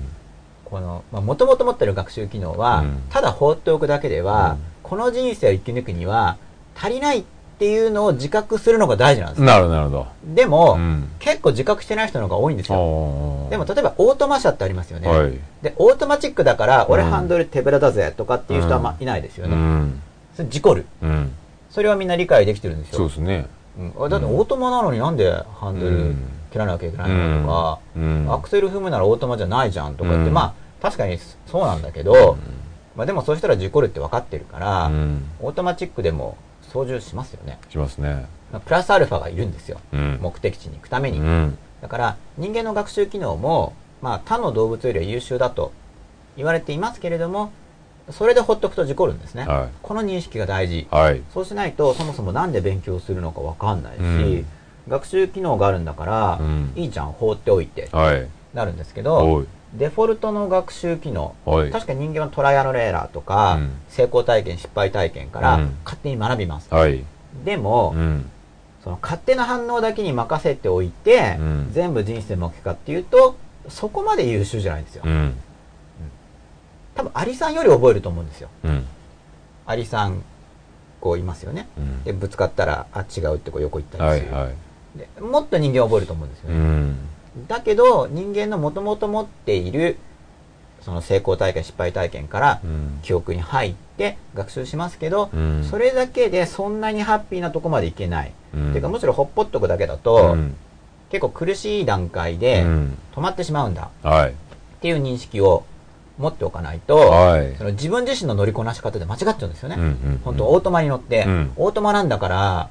Speaker 1: この、まあ、もともと持ってる学習機能は、
Speaker 2: うん
Speaker 1: ただ放っておくだけでは、
Speaker 2: うん
Speaker 1: この人生を生き抜くには、足りないっていうのを自覚するのが大事なんですよ。
Speaker 2: なるほど、なるほど。
Speaker 1: でも、
Speaker 2: うん
Speaker 1: 結構自覚してない人の方が多いんですよ。
Speaker 2: おー
Speaker 1: でも、例えば、オートマ車ってありますよね。
Speaker 2: はい。
Speaker 1: で、オートマチックだから、俺
Speaker 2: うん
Speaker 1: ハンドル手ぶらだぜ、とかっていう人はまあ
Speaker 2: うん
Speaker 1: いないですよ
Speaker 2: う
Speaker 1: ね。
Speaker 2: ん。
Speaker 1: それ事故る。
Speaker 2: うん。
Speaker 1: それはみんな理解できてるんですよ。
Speaker 2: そうですね。
Speaker 1: うんあだってオートマなのになんでハンド
Speaker 2: う
Speaker 1: ル
Speaker 2: ん
Speaker 1: 切らなきゃいけないのとか、
Speaker 2: うん。
Speaker 1: アクセル踏むならオートマじゃないじゃんとか言って、
Speaker 2: うん
Speaker 1: まあ確かにそうなんだけど、まあでもそうしたら事故るって分かってるから、
Speaker 2: うん。
Speaker 1: オートマチックでも操縦しますよね。
Speaker 2: しますね。
Speaker 1: まあプラスアルファがいるんですよ。
Speaker 2: うん。
Speaker 1: 目的地に行くため
Speaker 2: う
Speaker 1: に。
Speaker 2: ん。
Speaker 1: だから人間の学習機能も、まあ他の動物よりは優秀だと言われていますけれども、それでほっとくと事故るんですね。
Speaker 2: は
Speaker 1: この認識が大事
Speaker 2: い。。はい。
Speaker 1: そうしないと、そもそもなんで勉強するのかわかんないし、
Speaker 2: うん
Speaker 1: 学習機能があるんだから、
Speaker 2: うん
Speaker 1: いいじゃん、放っておいて、
Speaker 2: はい。
Speaker 1: なるんですけ
Speaker 2: お
Speaker 1: ど、
Speaker 2: い。
Speaker 1: デフォルトの学習機能、
Speaker 2: はい。
Speaker 1: 確かに人間はトライアルエラーとか、
Speaker 2: うん
Speaker 1: 成功体験、失敗体験から
Speaker 2: うん
Speaker 1: 勝手に学びます。
Speaker 2: はい。
Speaker 1: でも、
Speaker 2: うん。
Speaker 1: その勝手な反応だけに任せておいて、
Speaker 2: うん
Speaker 1: 全部人生の目かっていうと、そこまで優秀じゃないんですよ
Speaker 2: う。ん。
Speaker 1: 多分、アリさんより覚えると思うんですよ。
Speaker 2: うん。
Speaker 1: アリさん、こういますよね。
Speaker 2: うん
Speaker 1: で、ぶつかったら、あ、違うってこう横行った
Speaker 2: は
Speaker 1: りす
Speaker 2: い。
Speaker 1: る。
Speaker 2: はい。
Speaker 1: でもっと人間は覚えると思うんですよ
Speaker 2: う
Speaker 1: ね。
Speaker 2: ん。
Speaker 1: だけど、人間のもともと持っている、その成功体験、失敗体験から
Speaker 2: う、ん。
Speaker 1: 記憶に入って学習しますけど、
Speaker 2: うん
Speaker 1: それだけでそんなにハッピーなとこまでいけない。
Speaker 2: うん
Speaker 1: てか、むしろほっぽっとくだけだと、
Speaker 2: うん
Speaker 1: 結構苦しい段階で
Speaker 2: うん
Speaker 1: 止まってしまうんだ
Speaker 2: はい。
Speaker 1: っていう認識を持っておかないと、
Speaker 2: はい
Speaker 1: そ。の自分自身の乗りこなし方で間違っちゃうんですよね。
Speaker 2: ん
Speaker 1: 本当オートマに乗って、
Speaker 2: うん
Speaker 1: オートマなんだから、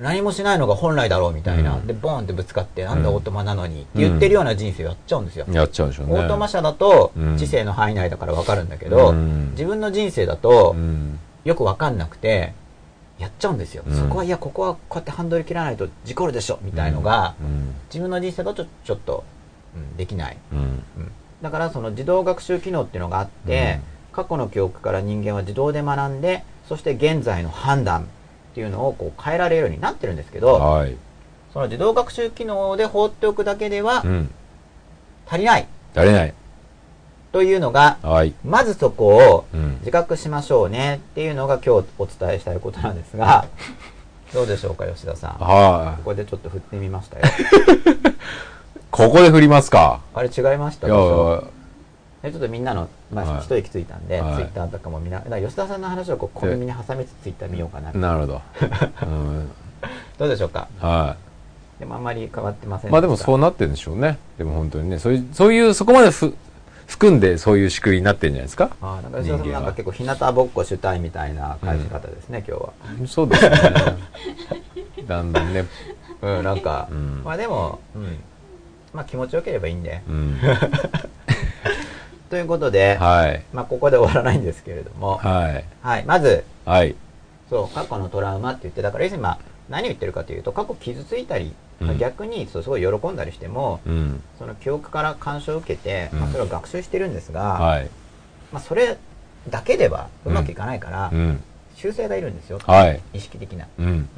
Speaker 1: 何もしないのが本来だろうみたいな。
Speaker 2: うん
Speaker 1: で、ボーンってぶつかって、なんだ
Speaker 2: うん
Speaker 1: オートマなのにって言ってるような人生やっちゃうんですよ。
Speaker 2: やっちゃうでしょうね。
Speaker 1: オートマ車だと
Speaker 2: うん
Speaker 1: 知性の範囲内だからわかるんだけど、
Speaker 2: うん
Speaker 1: 自分の人生だと
Speaker 2: うん
Speaker 1: よくわかんなくて、やっちゃうんですよ。
Speaker 2: うん
Speaker 1: そこは、いや、ここはこうやってハンドル切らないと事故るでしょみたいのが、
Speaker 2: うん
Speaker 1: 自分の人生だとちょっと、うんできない。
Speaker 2: うん
Speaker 1: だからその自動学習機能っていうのがあって、過去の記憶から人間は自動で学んで、そして現在の判断っていうのをこう変えられるようになってるんですけど、
Speaker 2: はい。
Speaker 1: その自動学習機能で放っておくだけでは
Speaker 2: うん。
Speaker 1: 足りない
Speaker 2: やれない。
Speaker 1: というのが、
Speaker 2: はい。
Speaker 1: まずそこを
Speaker 2: うん [laughs]
Speaker 1: 自覚しましょうねっていうのが今日お伝えしたいことなんですが、どうでしょうか、吉田さん。こ
Speaker 2: はい。
Speaker 1: こでちょっと振ってみました
Speaker 2: [laughs]
Speaker 1: よ。
Speaker 2: ここで振りますか。
Speaker 1: あれ違いました
Speaker 2: い
Speaker 1: で
Speaker 2: や
Speaker 1: し
Speaker 2: い
Speaker 1: ょ
Speaker 2: や
Speaker 1: でちょっとみんなの、ま
Speaker 2: は
Speaker 1: あ、
Speaker 2: い
Speaker 1: 一息ついたんで、
Speaker 2: はい
Speaker 1: ツイッターとかもみんな、だから吉田さんの話をこう小耳に挟みつつツイッター見ようかな。
Speaker 2: なるほど。うん、
Speaker 1: どうでしょうか
Speaker 2: は
Speaker 1: でもあんまり変わってませ
Speaker 2: い。 [laughs]
Speaker 1: ん
Speaker 2: まあでもそう
Speaker 1: う。
Speaker 2: なってるんでしょうね。でも本当にね、そういう、そういう、そこまでふ含んでそういう仕組みになってるんじゃないですか。
Speaker 1: ああ、だから吉田さんなんか結構日向ぼっこ主体みたいな感じ方ですね、今日は。
Speaker 2: そうですよね。だんだんね。
Speaker 1: うん、なんか、
Speaker 2: うん
Speaker 1: まあでも、うん、まあ気持ちよければいいんで。
Speaker 2: うん。
Speaker 1: ということで、
Speaker 2: はい。
Speaker 1: まあここで終わらないんですけれども、はい、
Speaker 2: はい。
Speaker 1: まず、
Speaker 2: はい。
Speaker 1: そう、過去のトラウマって言って、だから要するにまあ何を言ってるかというと、過去傷ついたり、
Speaker 2: うん
Speaker 1: 逆にそうすごい喜んだりしても、
Speaker 2: うん。
Speaker 1: その記憶から干渉を受けて、まあ
Speaker 2: うん
Speaker 1: それを学習してるんですが、
Speaker 2: はい。
Speaker 1: まあそれだけではうまくいかないから、
Speaker 2: うん。
Speaker 1: 修正がいるんですよ。
Speaker 2: はい。
Speaker 1: 意識的な。
Speaker 2: うん。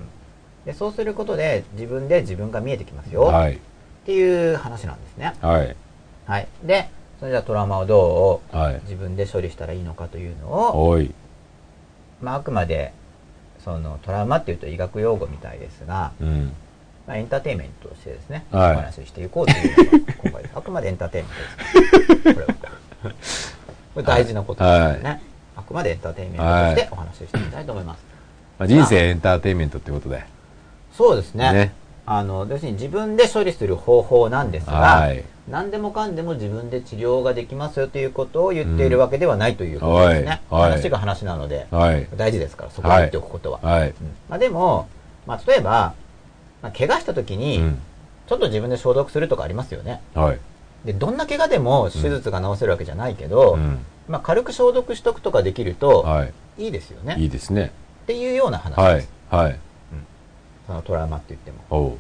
Speaker 1: で、そうすることで自分で自分が見えてきますよ。
Speaker 2: はい。
Speaker 1: っていう話なんですね。
Speaker 2: はい。
Speaker 1: はい。で、それじゃあトラウマをどう
Speaker 2: はい。
Speaker 1: 自分で処理したらいいのかというのを、
Speaker 2: おい。
Speaker 1: まあ、あくまで、そのトラウマっていうと医学用語みたいですが、
Speaker 2: うん。
Speaker 1: まあ、エンターテインメントとしてですね、
Speaker 2: はい
Speaker 1: お話ししていこうというのが今
Speaker 2: [laughs]
Speaker 1: 回です。あくまでエンターテインメントです。これは。これ大事なことですよね。あくまでエンターテインメントとしてお話ししていきたいと思います。
Speaker 2: まあ、人生エンターテインメントってことで。
Speaker 1: そうですね。
Speaker 2: ね。
Speaker 1: あの、要するに自分で処理する方法なんですが、
Speaker 2: はい。
Speaker 1: 何でもかんでも自分で治療ができますよということを言っているわけではないということですね。
Speaker 2: うんはいはい
Speaker 1: 話が話なので、
Speaker 2: はい。
Speaker 1: 大事ですから、そこに言っておくことは。
Speaker 2: はい。
Speaker 1: うんまあ、でも、まあ、例えば、まあ、怪我した時
Speaker 2: う
Speaker 1: に、
Speaker 2: ん。
Speaker 1: ちょっと自分で消毒するとかありますよね。
Speaker 2: はい。
Speaker 1: で、どんな怪我でも手術が治せるわけじゃないけど、
Speaker 2: うん。
Speaker 1: まあ、軽く消毒しとくとかできると、
Speaker 2: はい
Speaker 1: いですよね。
Speaker 2: い。いいですね。
Speaker 1: っていうような話
Speaker 2: は
Speaker 1: で
Speaker 2: い
Speaker 1: す。。
Speaker 2: はい。
Speaker 1: そのトラウマって言っても。
Speaker 2: おう。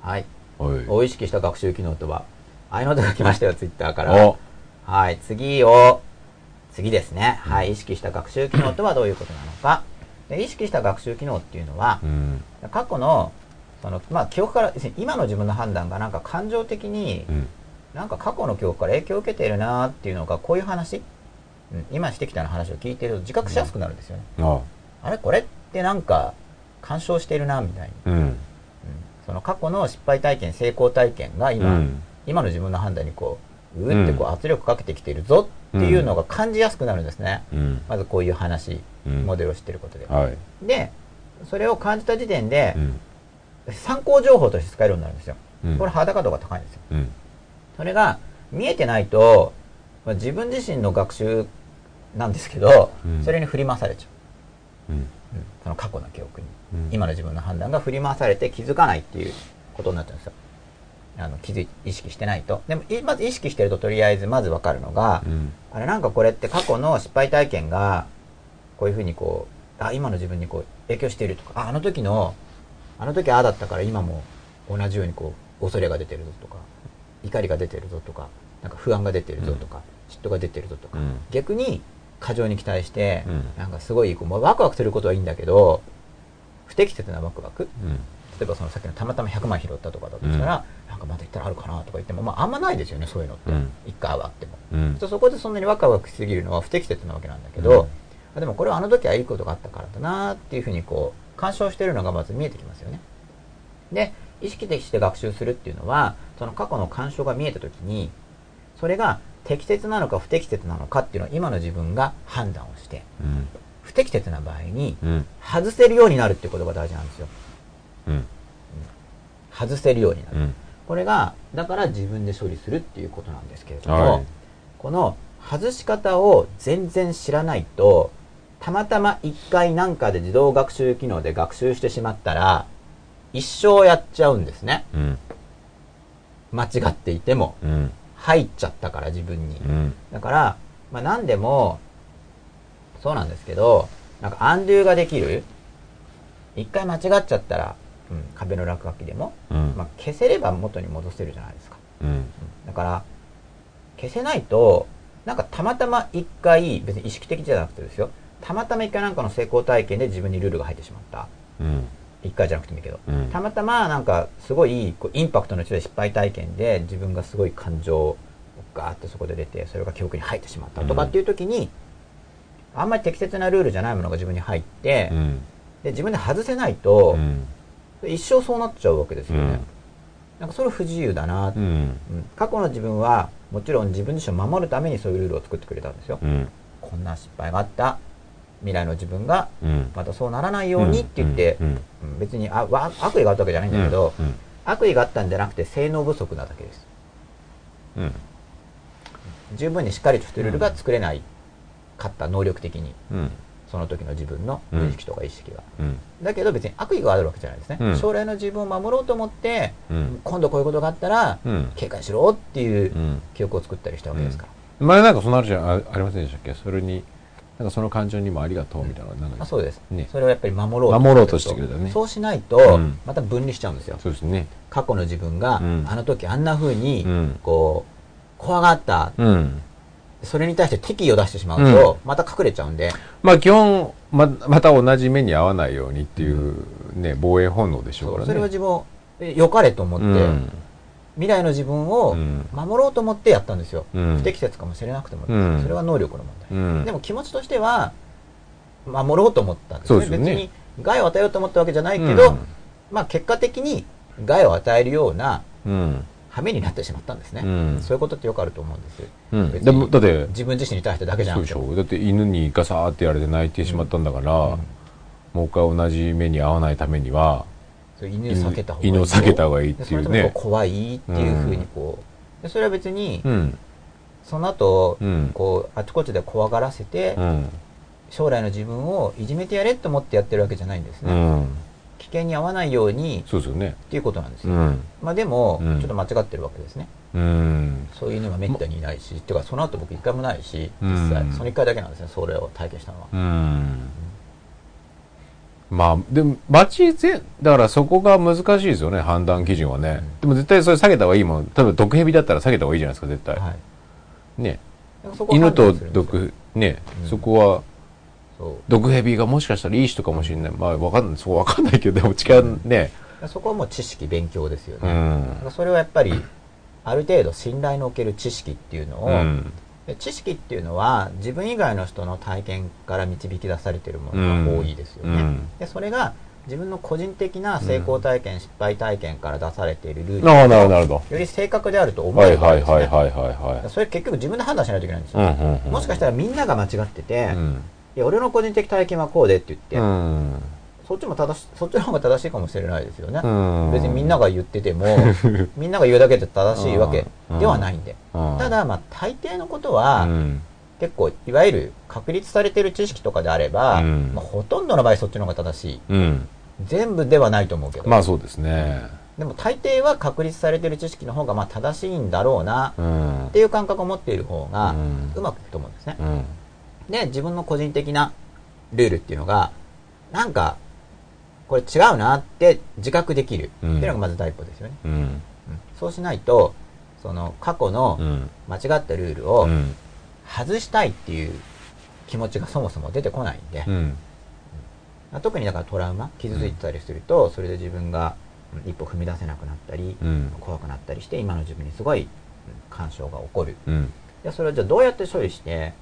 Speaker 1: はい。
Speaker 2: おい。
Speaker 1: を意識した学習機能とは、あいのとが来ましたよ、ツイッターから。
Speaker 2: お。
Speaker 1: はい、次を、次ですね。はい、意識した学習機能とはどういうことなのか。で意識した学習機能っていうのは
Speaker 2: う、ん。
Speaker 1: 過去の、その、まあ、記憶から、要するに今の自分の判断がなんか感情的に
Speaker 2: う、ん。
Speaker 1: なんか過去の記憶から影響を受けているなーっていうのが、こういう話、うん、今してきたような話を聞いてると自覚しやすくなるんですよね。
Speaker 2: あ。
Speaker 1: あれこれってなんか、干渉してるな、みたいに。
Speaker 2: うん。
Speaker 1: うんその過去の失敗体験、成功体験が
Speaker 2: う
Speaker 1: 今、
Speaker 2: ん。
Speaker 1: 今の自分の判断にこう、うーってこう圧力かけてきているぞっていうのが感じやすくなるんですね。
Speaker 2: うん。
Speaker 1: まずこういう話、
Speaker 2: うん。
Speaker 1: モデルを知ってることで。
Speaker 2: はい。
Speaker 1: で、それを感じた時点で
Speaker 2: う、ん。
Speaker 1: 参考情報として使えるようになるんですよ。
Speaker 2: うん。
Speaker 1: これ裸度が高いんですよ。
Speaker 2: うん。
Speaker 1: それが見えてないと、まあ自分自身の学習なんですけど
Speaker 2: うん、
Speaker 1: それに振り回されちゃ
Speaker 2: うん。
Speaker 1: う。うんその過去の記憶に。
Speaker 2: うん
Speaker 1: 今の自分の判断が振り回されて気づかないっていうことになっちゃうんですよ。あの気づい意識してないと。でも、いまず意識してるととりあえずまずわかるのが、
Speaker 2: うん。
Speaker 1: あれなんかこれって過去の失敗体験が、こういうふうにこう、あ、今の自分にこう影響しているとか、あ、あの時の、あの時ああだったから今も同じようにこう、恐れが出てるぞとか、怒りが出てるぞとか、なんか不安が出てるぞとか、嫉妬が出てるぞとか、
Speaker 2: うん
Speaker 1: 逆に過剰に期待して、
Speaker 2: うん
Speaker 1: なんかすごいこう、まあワクワクすることはいいんだけど、不適切なワクワク
Speaker 2: うん。
Speaker 1: 例えばそのさっきのたまたま100万拾ったとかだとしたら、なんかまた行ったらあるかなとか言っても、まああんまないですよね、そういうのって
Speaker 2: うん。
Speaker 1: 一回はあっても。
Speaker 2: うん
Speaker 1: ちょっ。とそこでそんなにワクワクしすぎるのは不適切なわけなんだけど、
Speaker 2: うん
Speaker 1: あでもこれはあの時はいいことがあったからだなっていうふうにこう、干渉してるのがまず見えてきますよね。で、意識的して学習するっていうのは、その過去の干渉が見えた時に、それが適切なのか不適切なのかっていうのを今の自分が判断をして、
Speaker 2: うん。
Speaker 1: 不適切な場合に
Speaker 2: うん。
Speaker 1: 外せるようになるっていうことが大事なんですよ。
Speaker 2: うん。
Speaker 1: 外せるようになる。
Speaker 2: うん。
Speaker 1: これが、だから自分で処理するっていうことなんですけれども、
Speaker 2: はい。
Speaker 1: この外し方を全然知らないと、たまたま一回なんかで自動学習機能で学習してしまったら、一生やっちゃうんですね。
Speaker 2: うん。
Speaker 1: 間違っていても、
Speaker 2: うん。
Speaker 1: 入っちゃったから自分に
Speaker 2: う。ん。
Speaker 1: だから、まあ何でも、そうなんですけど、なんかアンドゥができる。一回間違っちゃったら、うん、壁の落書きでも、
Speaker 2: うん。
Speaker 1: まあ、消せれば元に戻せるじゃないですか。
Speaker 2: うん。
Speaker 1: だから、消せないと、なんかたまたま一回、別に意識的じゃなくてですよ、たまたま一回なんかの成功体験で自分にルールが入ってしまった。
Speaker 2: うん。
Speaker 1: 一回じゃなくてもいいけど。
Speaker 2: うん。
Speaker 1: たまたまなんかすごいこうインパクトの強い失敗体験で自分がすごい感情をガーッとそこで出て、それが記憶に入ってしまったとかっていう時に、あんまり適切なルールじゃないものが自分に入って、
Speaker 2: うん。
Speaker 1: で自分で外せない
Speaker 2: う、
Speaker 1: と
Speaker 2: ん
Speaker 1: 一生そうなっちゃうわけです
Speaker 2: う
Speaker 1: よね、
Speaker 2: ん
Speaker 1: なんかそれ不自由だな、
Speaker 2: う
Speaker 1: うん
Speaker 2: ん
Speaker 1: 過去の自分はもちろん自分自身を守るためにそういうルールを作ってくれたんですよ、
Speaker 2: うん
Speaker 1: こんな失敗があった未来の自分が
Speaker 2: うん
Speaker 1: またそうならないようにって言って、
Speaker 2: うん
Speaker 1: うん別にあわ悪意があったわけじゃないんだけど、悪意があったんじゃなくて性能不足なだけです
Speaker 2: うんうん
Speaker 1: 十分にしっかりとしたルールが作れないかった能力的に
Speaker 2: うん
Speaker 1: その時の自分の無意識とか意識が、
Speaker 2: うん
Speaker 1: だけど別に悪意があるわけじゃないですね、
Speaker 2: うん
Speaker 1: 将来の自分を守ろうと思って、
Speaker 2: うん
Speaker 1: 今度こういうことがあったら
Speaker 2: うん
Speaker 1: 警戒しろっていう
Speaker 2: うん
Speaker 1: 記憶を作ったりしたわけですから、
Speaker 2: 前なんかそのあるじゃんあありませんでしたっけそれになんかその感情にもありがとうみたいなのなん
Speaker 1: あ
Speaker 2: か
Speaker 1: そうです、
Speaker 2: ね
Speaker 1: それをやっぱり守ろうと
Speaker 2: 守ろうとしてくれたね
Speaker 1: そうしないと
Speaker 2: うん
Speaker 1: また分離しちゃうんですよ、
Speaker 2: そうですね
Speaker 1: 過去の自分が、
Speaker 2: うん
Speaker 1: あの時あんな風に、
Speaker 2: うん
Speaker 1: こう怖がった
Speaker 2: うん
Speaker 1: それに対して敵意を出してしまうと、また隠れちゃうんで
Speaker 2: まあ基本ままた同じ目に遭わないようにっていうね防衛本能でしょうか
Speaker 1: そう
Speaker 2: らね
Speaker 1: それは自分をえ良かれと思って、
Speaker 2: うん
Speaker 1: 未来の自分を
Speaker 2: うん
Speaker 1: 守ろうと思ってやったんですよ、
Speaker 2: うん
Speaker 1: 不適切かもしれなくても、
Speaker 2: うん
Speaker 1: それは能力の問題、
Speaker 2: うん
Speaker 1: でも気持ちとしては守ろうと思ったんです
Speaker 2: そう
Speaker 1: ね
Speaker 2: ですよね
Speaker 1: 別に害を与えようと思ったわけじゃないけど、
Speaker 2: うん
Speaker 1: まあ結果的に害を与えるような
Speaker 2: うん
Speaker 1: 羽目になってしまったんですね、
Speaker 2: うん
Speaker 1: そういうことってよくあると思うんです
Speaker 2: うん
Speaker 1: 別に
Speaker 2: でもだって
Speaker 1: 自分自身に対してだけじゃ
Speaker 2: そ
Speaker 1: な
Speaker 2: う
Speaker 1: く
Speaker 2: で
Speaker 1: て
Speaker 2: しょだって犬にガサーってやられて泣いてしまったんだから、もう一回同じ目に遭わないためには
Speaker 1: そう犬を避けた方がいい
Speaker 2: 犬を避けた方がいいっていうね
Speaker 1: でそれともこう怖いっていうふうにこうでそれは別に、
Speaker 2: うん
Speaker 1: その後、
Speaker 2: うん
Speaker 1: こうあちこちで怖がらせて、
Speaker 2: うん
Speaker 1: 将来の自分をいじめてやれと思ってやってるわけじゃないんです
Speaker 2: う
Speaker 1: ね、
Speaker 2: ん
Speaker 1: 危険に遭わないように
Speaker 2: そうですよね
Speaker 1: っていうことなんです
Speaker 2: う
Speaker 1: よ、
Speaker 2: ん
Speaker 1: まあでも、
Speaker 2: うん
Speaker 1: ちょっと間違ってるわけですね
Speaker 2: うん
Speaker 1: そういう犬がめったにいないし、っていうかその後僕一回もないし
Speaker 2: うん
Speaker 1: 実際、その一回だけなんですねそれを体験したのは、
Speaker 2: うんまあでも街全だからそこが難しいですよね判断基準はね、
Speaker 1: うん
Speaker 2: でも絶対それ下げた方がいいもん例えば毒蛇だったら下げた方がいいじゃないですか絶対、
Speaker 1: はい
Speaker 2: ね
Speaker 1: だからそこは
Speaker 2: 犬
Speaker 1: 判断
Speaker 2: と
Speaker 1: するんですよ
Speaker 2: 毒ね、
Speaker 1: うん
Speaker 2: そこは
Speaker 1: そう
Speaker 2: 毒蛇がもしかしたらいい人かもしれないまあわかんないそこわかんないけどでも違うね
Speaker 1: そこはもう知識勉強ですよ
Speaker 2: う
Speaker 1: ね、
Speaker 2: ん
Speaker 1: だからそれはやっぱりある程度信頼のおける知識っていうのを、
Speaker 2: うん
Speaker 1: で知識っていうのは自分以外の人の体験から導き出されているものが多いですよね、
Speaker 2: うん
Speaker 1: でそれが自分の個人的な成功体験、失敗体験から出されているルール
Speaker 2: ああなるほどなるほ
Speaker 1: より正確であると
Speaker 2: ど
Speaker 1: 思
Speaker 2: はい
Speaker 1: えるわ
Speaker 2: は
Speaker 1: け
Speaker 2: い
Speaker 1: ですね
Speaker 2: はいはいはい
Speaker 1: だか
Speaker 2: は
Speaker 1: らそれ結局自分で判断しないといけないんです
Speaker 2: いうん
Speaker 1: よ、
Speaker 2: うんうん
Speaker 1: もしかしたらみんなが間違ってて、
Speaker 2: う
Speaker 1: い
Speaker 2: ん
Speaker 1: や俺の個人的体験はこうでって言って、
Speaker 2: うん
Speaker 1: そっちも正しそっちの方が正しいかもしれないですよね、
Speaker 2: うん
Speaker 1: 別にみんなが言って
Speaker 2: [laughs]
Speaker 1: てもみんなが言うだけで正しいわけではないんで、
Speaker 2: うん
Speaker 1: ただまあ大抵のこと
Speaker 2: う
Speaker 1: は、
Speaker 2: ん
Speaker 1: 結構いわゆる確立されてる知識とかであれば、
Speaker 2: うん
Speaker 1: まあ、ほとんどの場合そっちの方が正しい
Speaker 2: うん
Speaker 1: 全部ではないと思うけど、
Speaker 2: まあそうですね
Speaker 1: でも大抵は確立されてる知識の方がまあ正しいんだろうな
Speaker 2: うん
Speaker 1: っていう感覚を持っている方が
Speaker 2: うん
Speaker 1: うまくいくと思うんですね
Speaker 2: う、ん
Speaker 1: で自分の個人的なルールっていうのがなんかこれ違うなって自覚できるっていうのがまず第一歩ですよね、
Speaker 2: うん
Speaker 1: うんそうしないとその過去の
Speaker 2: うん
Speaker 1: 間違ったルール
Speaker 2: う
Speaker 1: を
Speaker 2: ん
Speaker 1: 外したいっていう気持ちがそもそも出てこないんで、
Speaker 2: うん
Speaker 1: 特にだからトラウマ傷ついてたりすると、それで自分がうん一歩踏み出せなくなったり、
Speaker 2: うん
Speaker 1: 怖くなったりして今の自分にすごいうん干渉が起こる
Speaker 2: うん
Speaker 1: でそれをじゃあどうやって処理して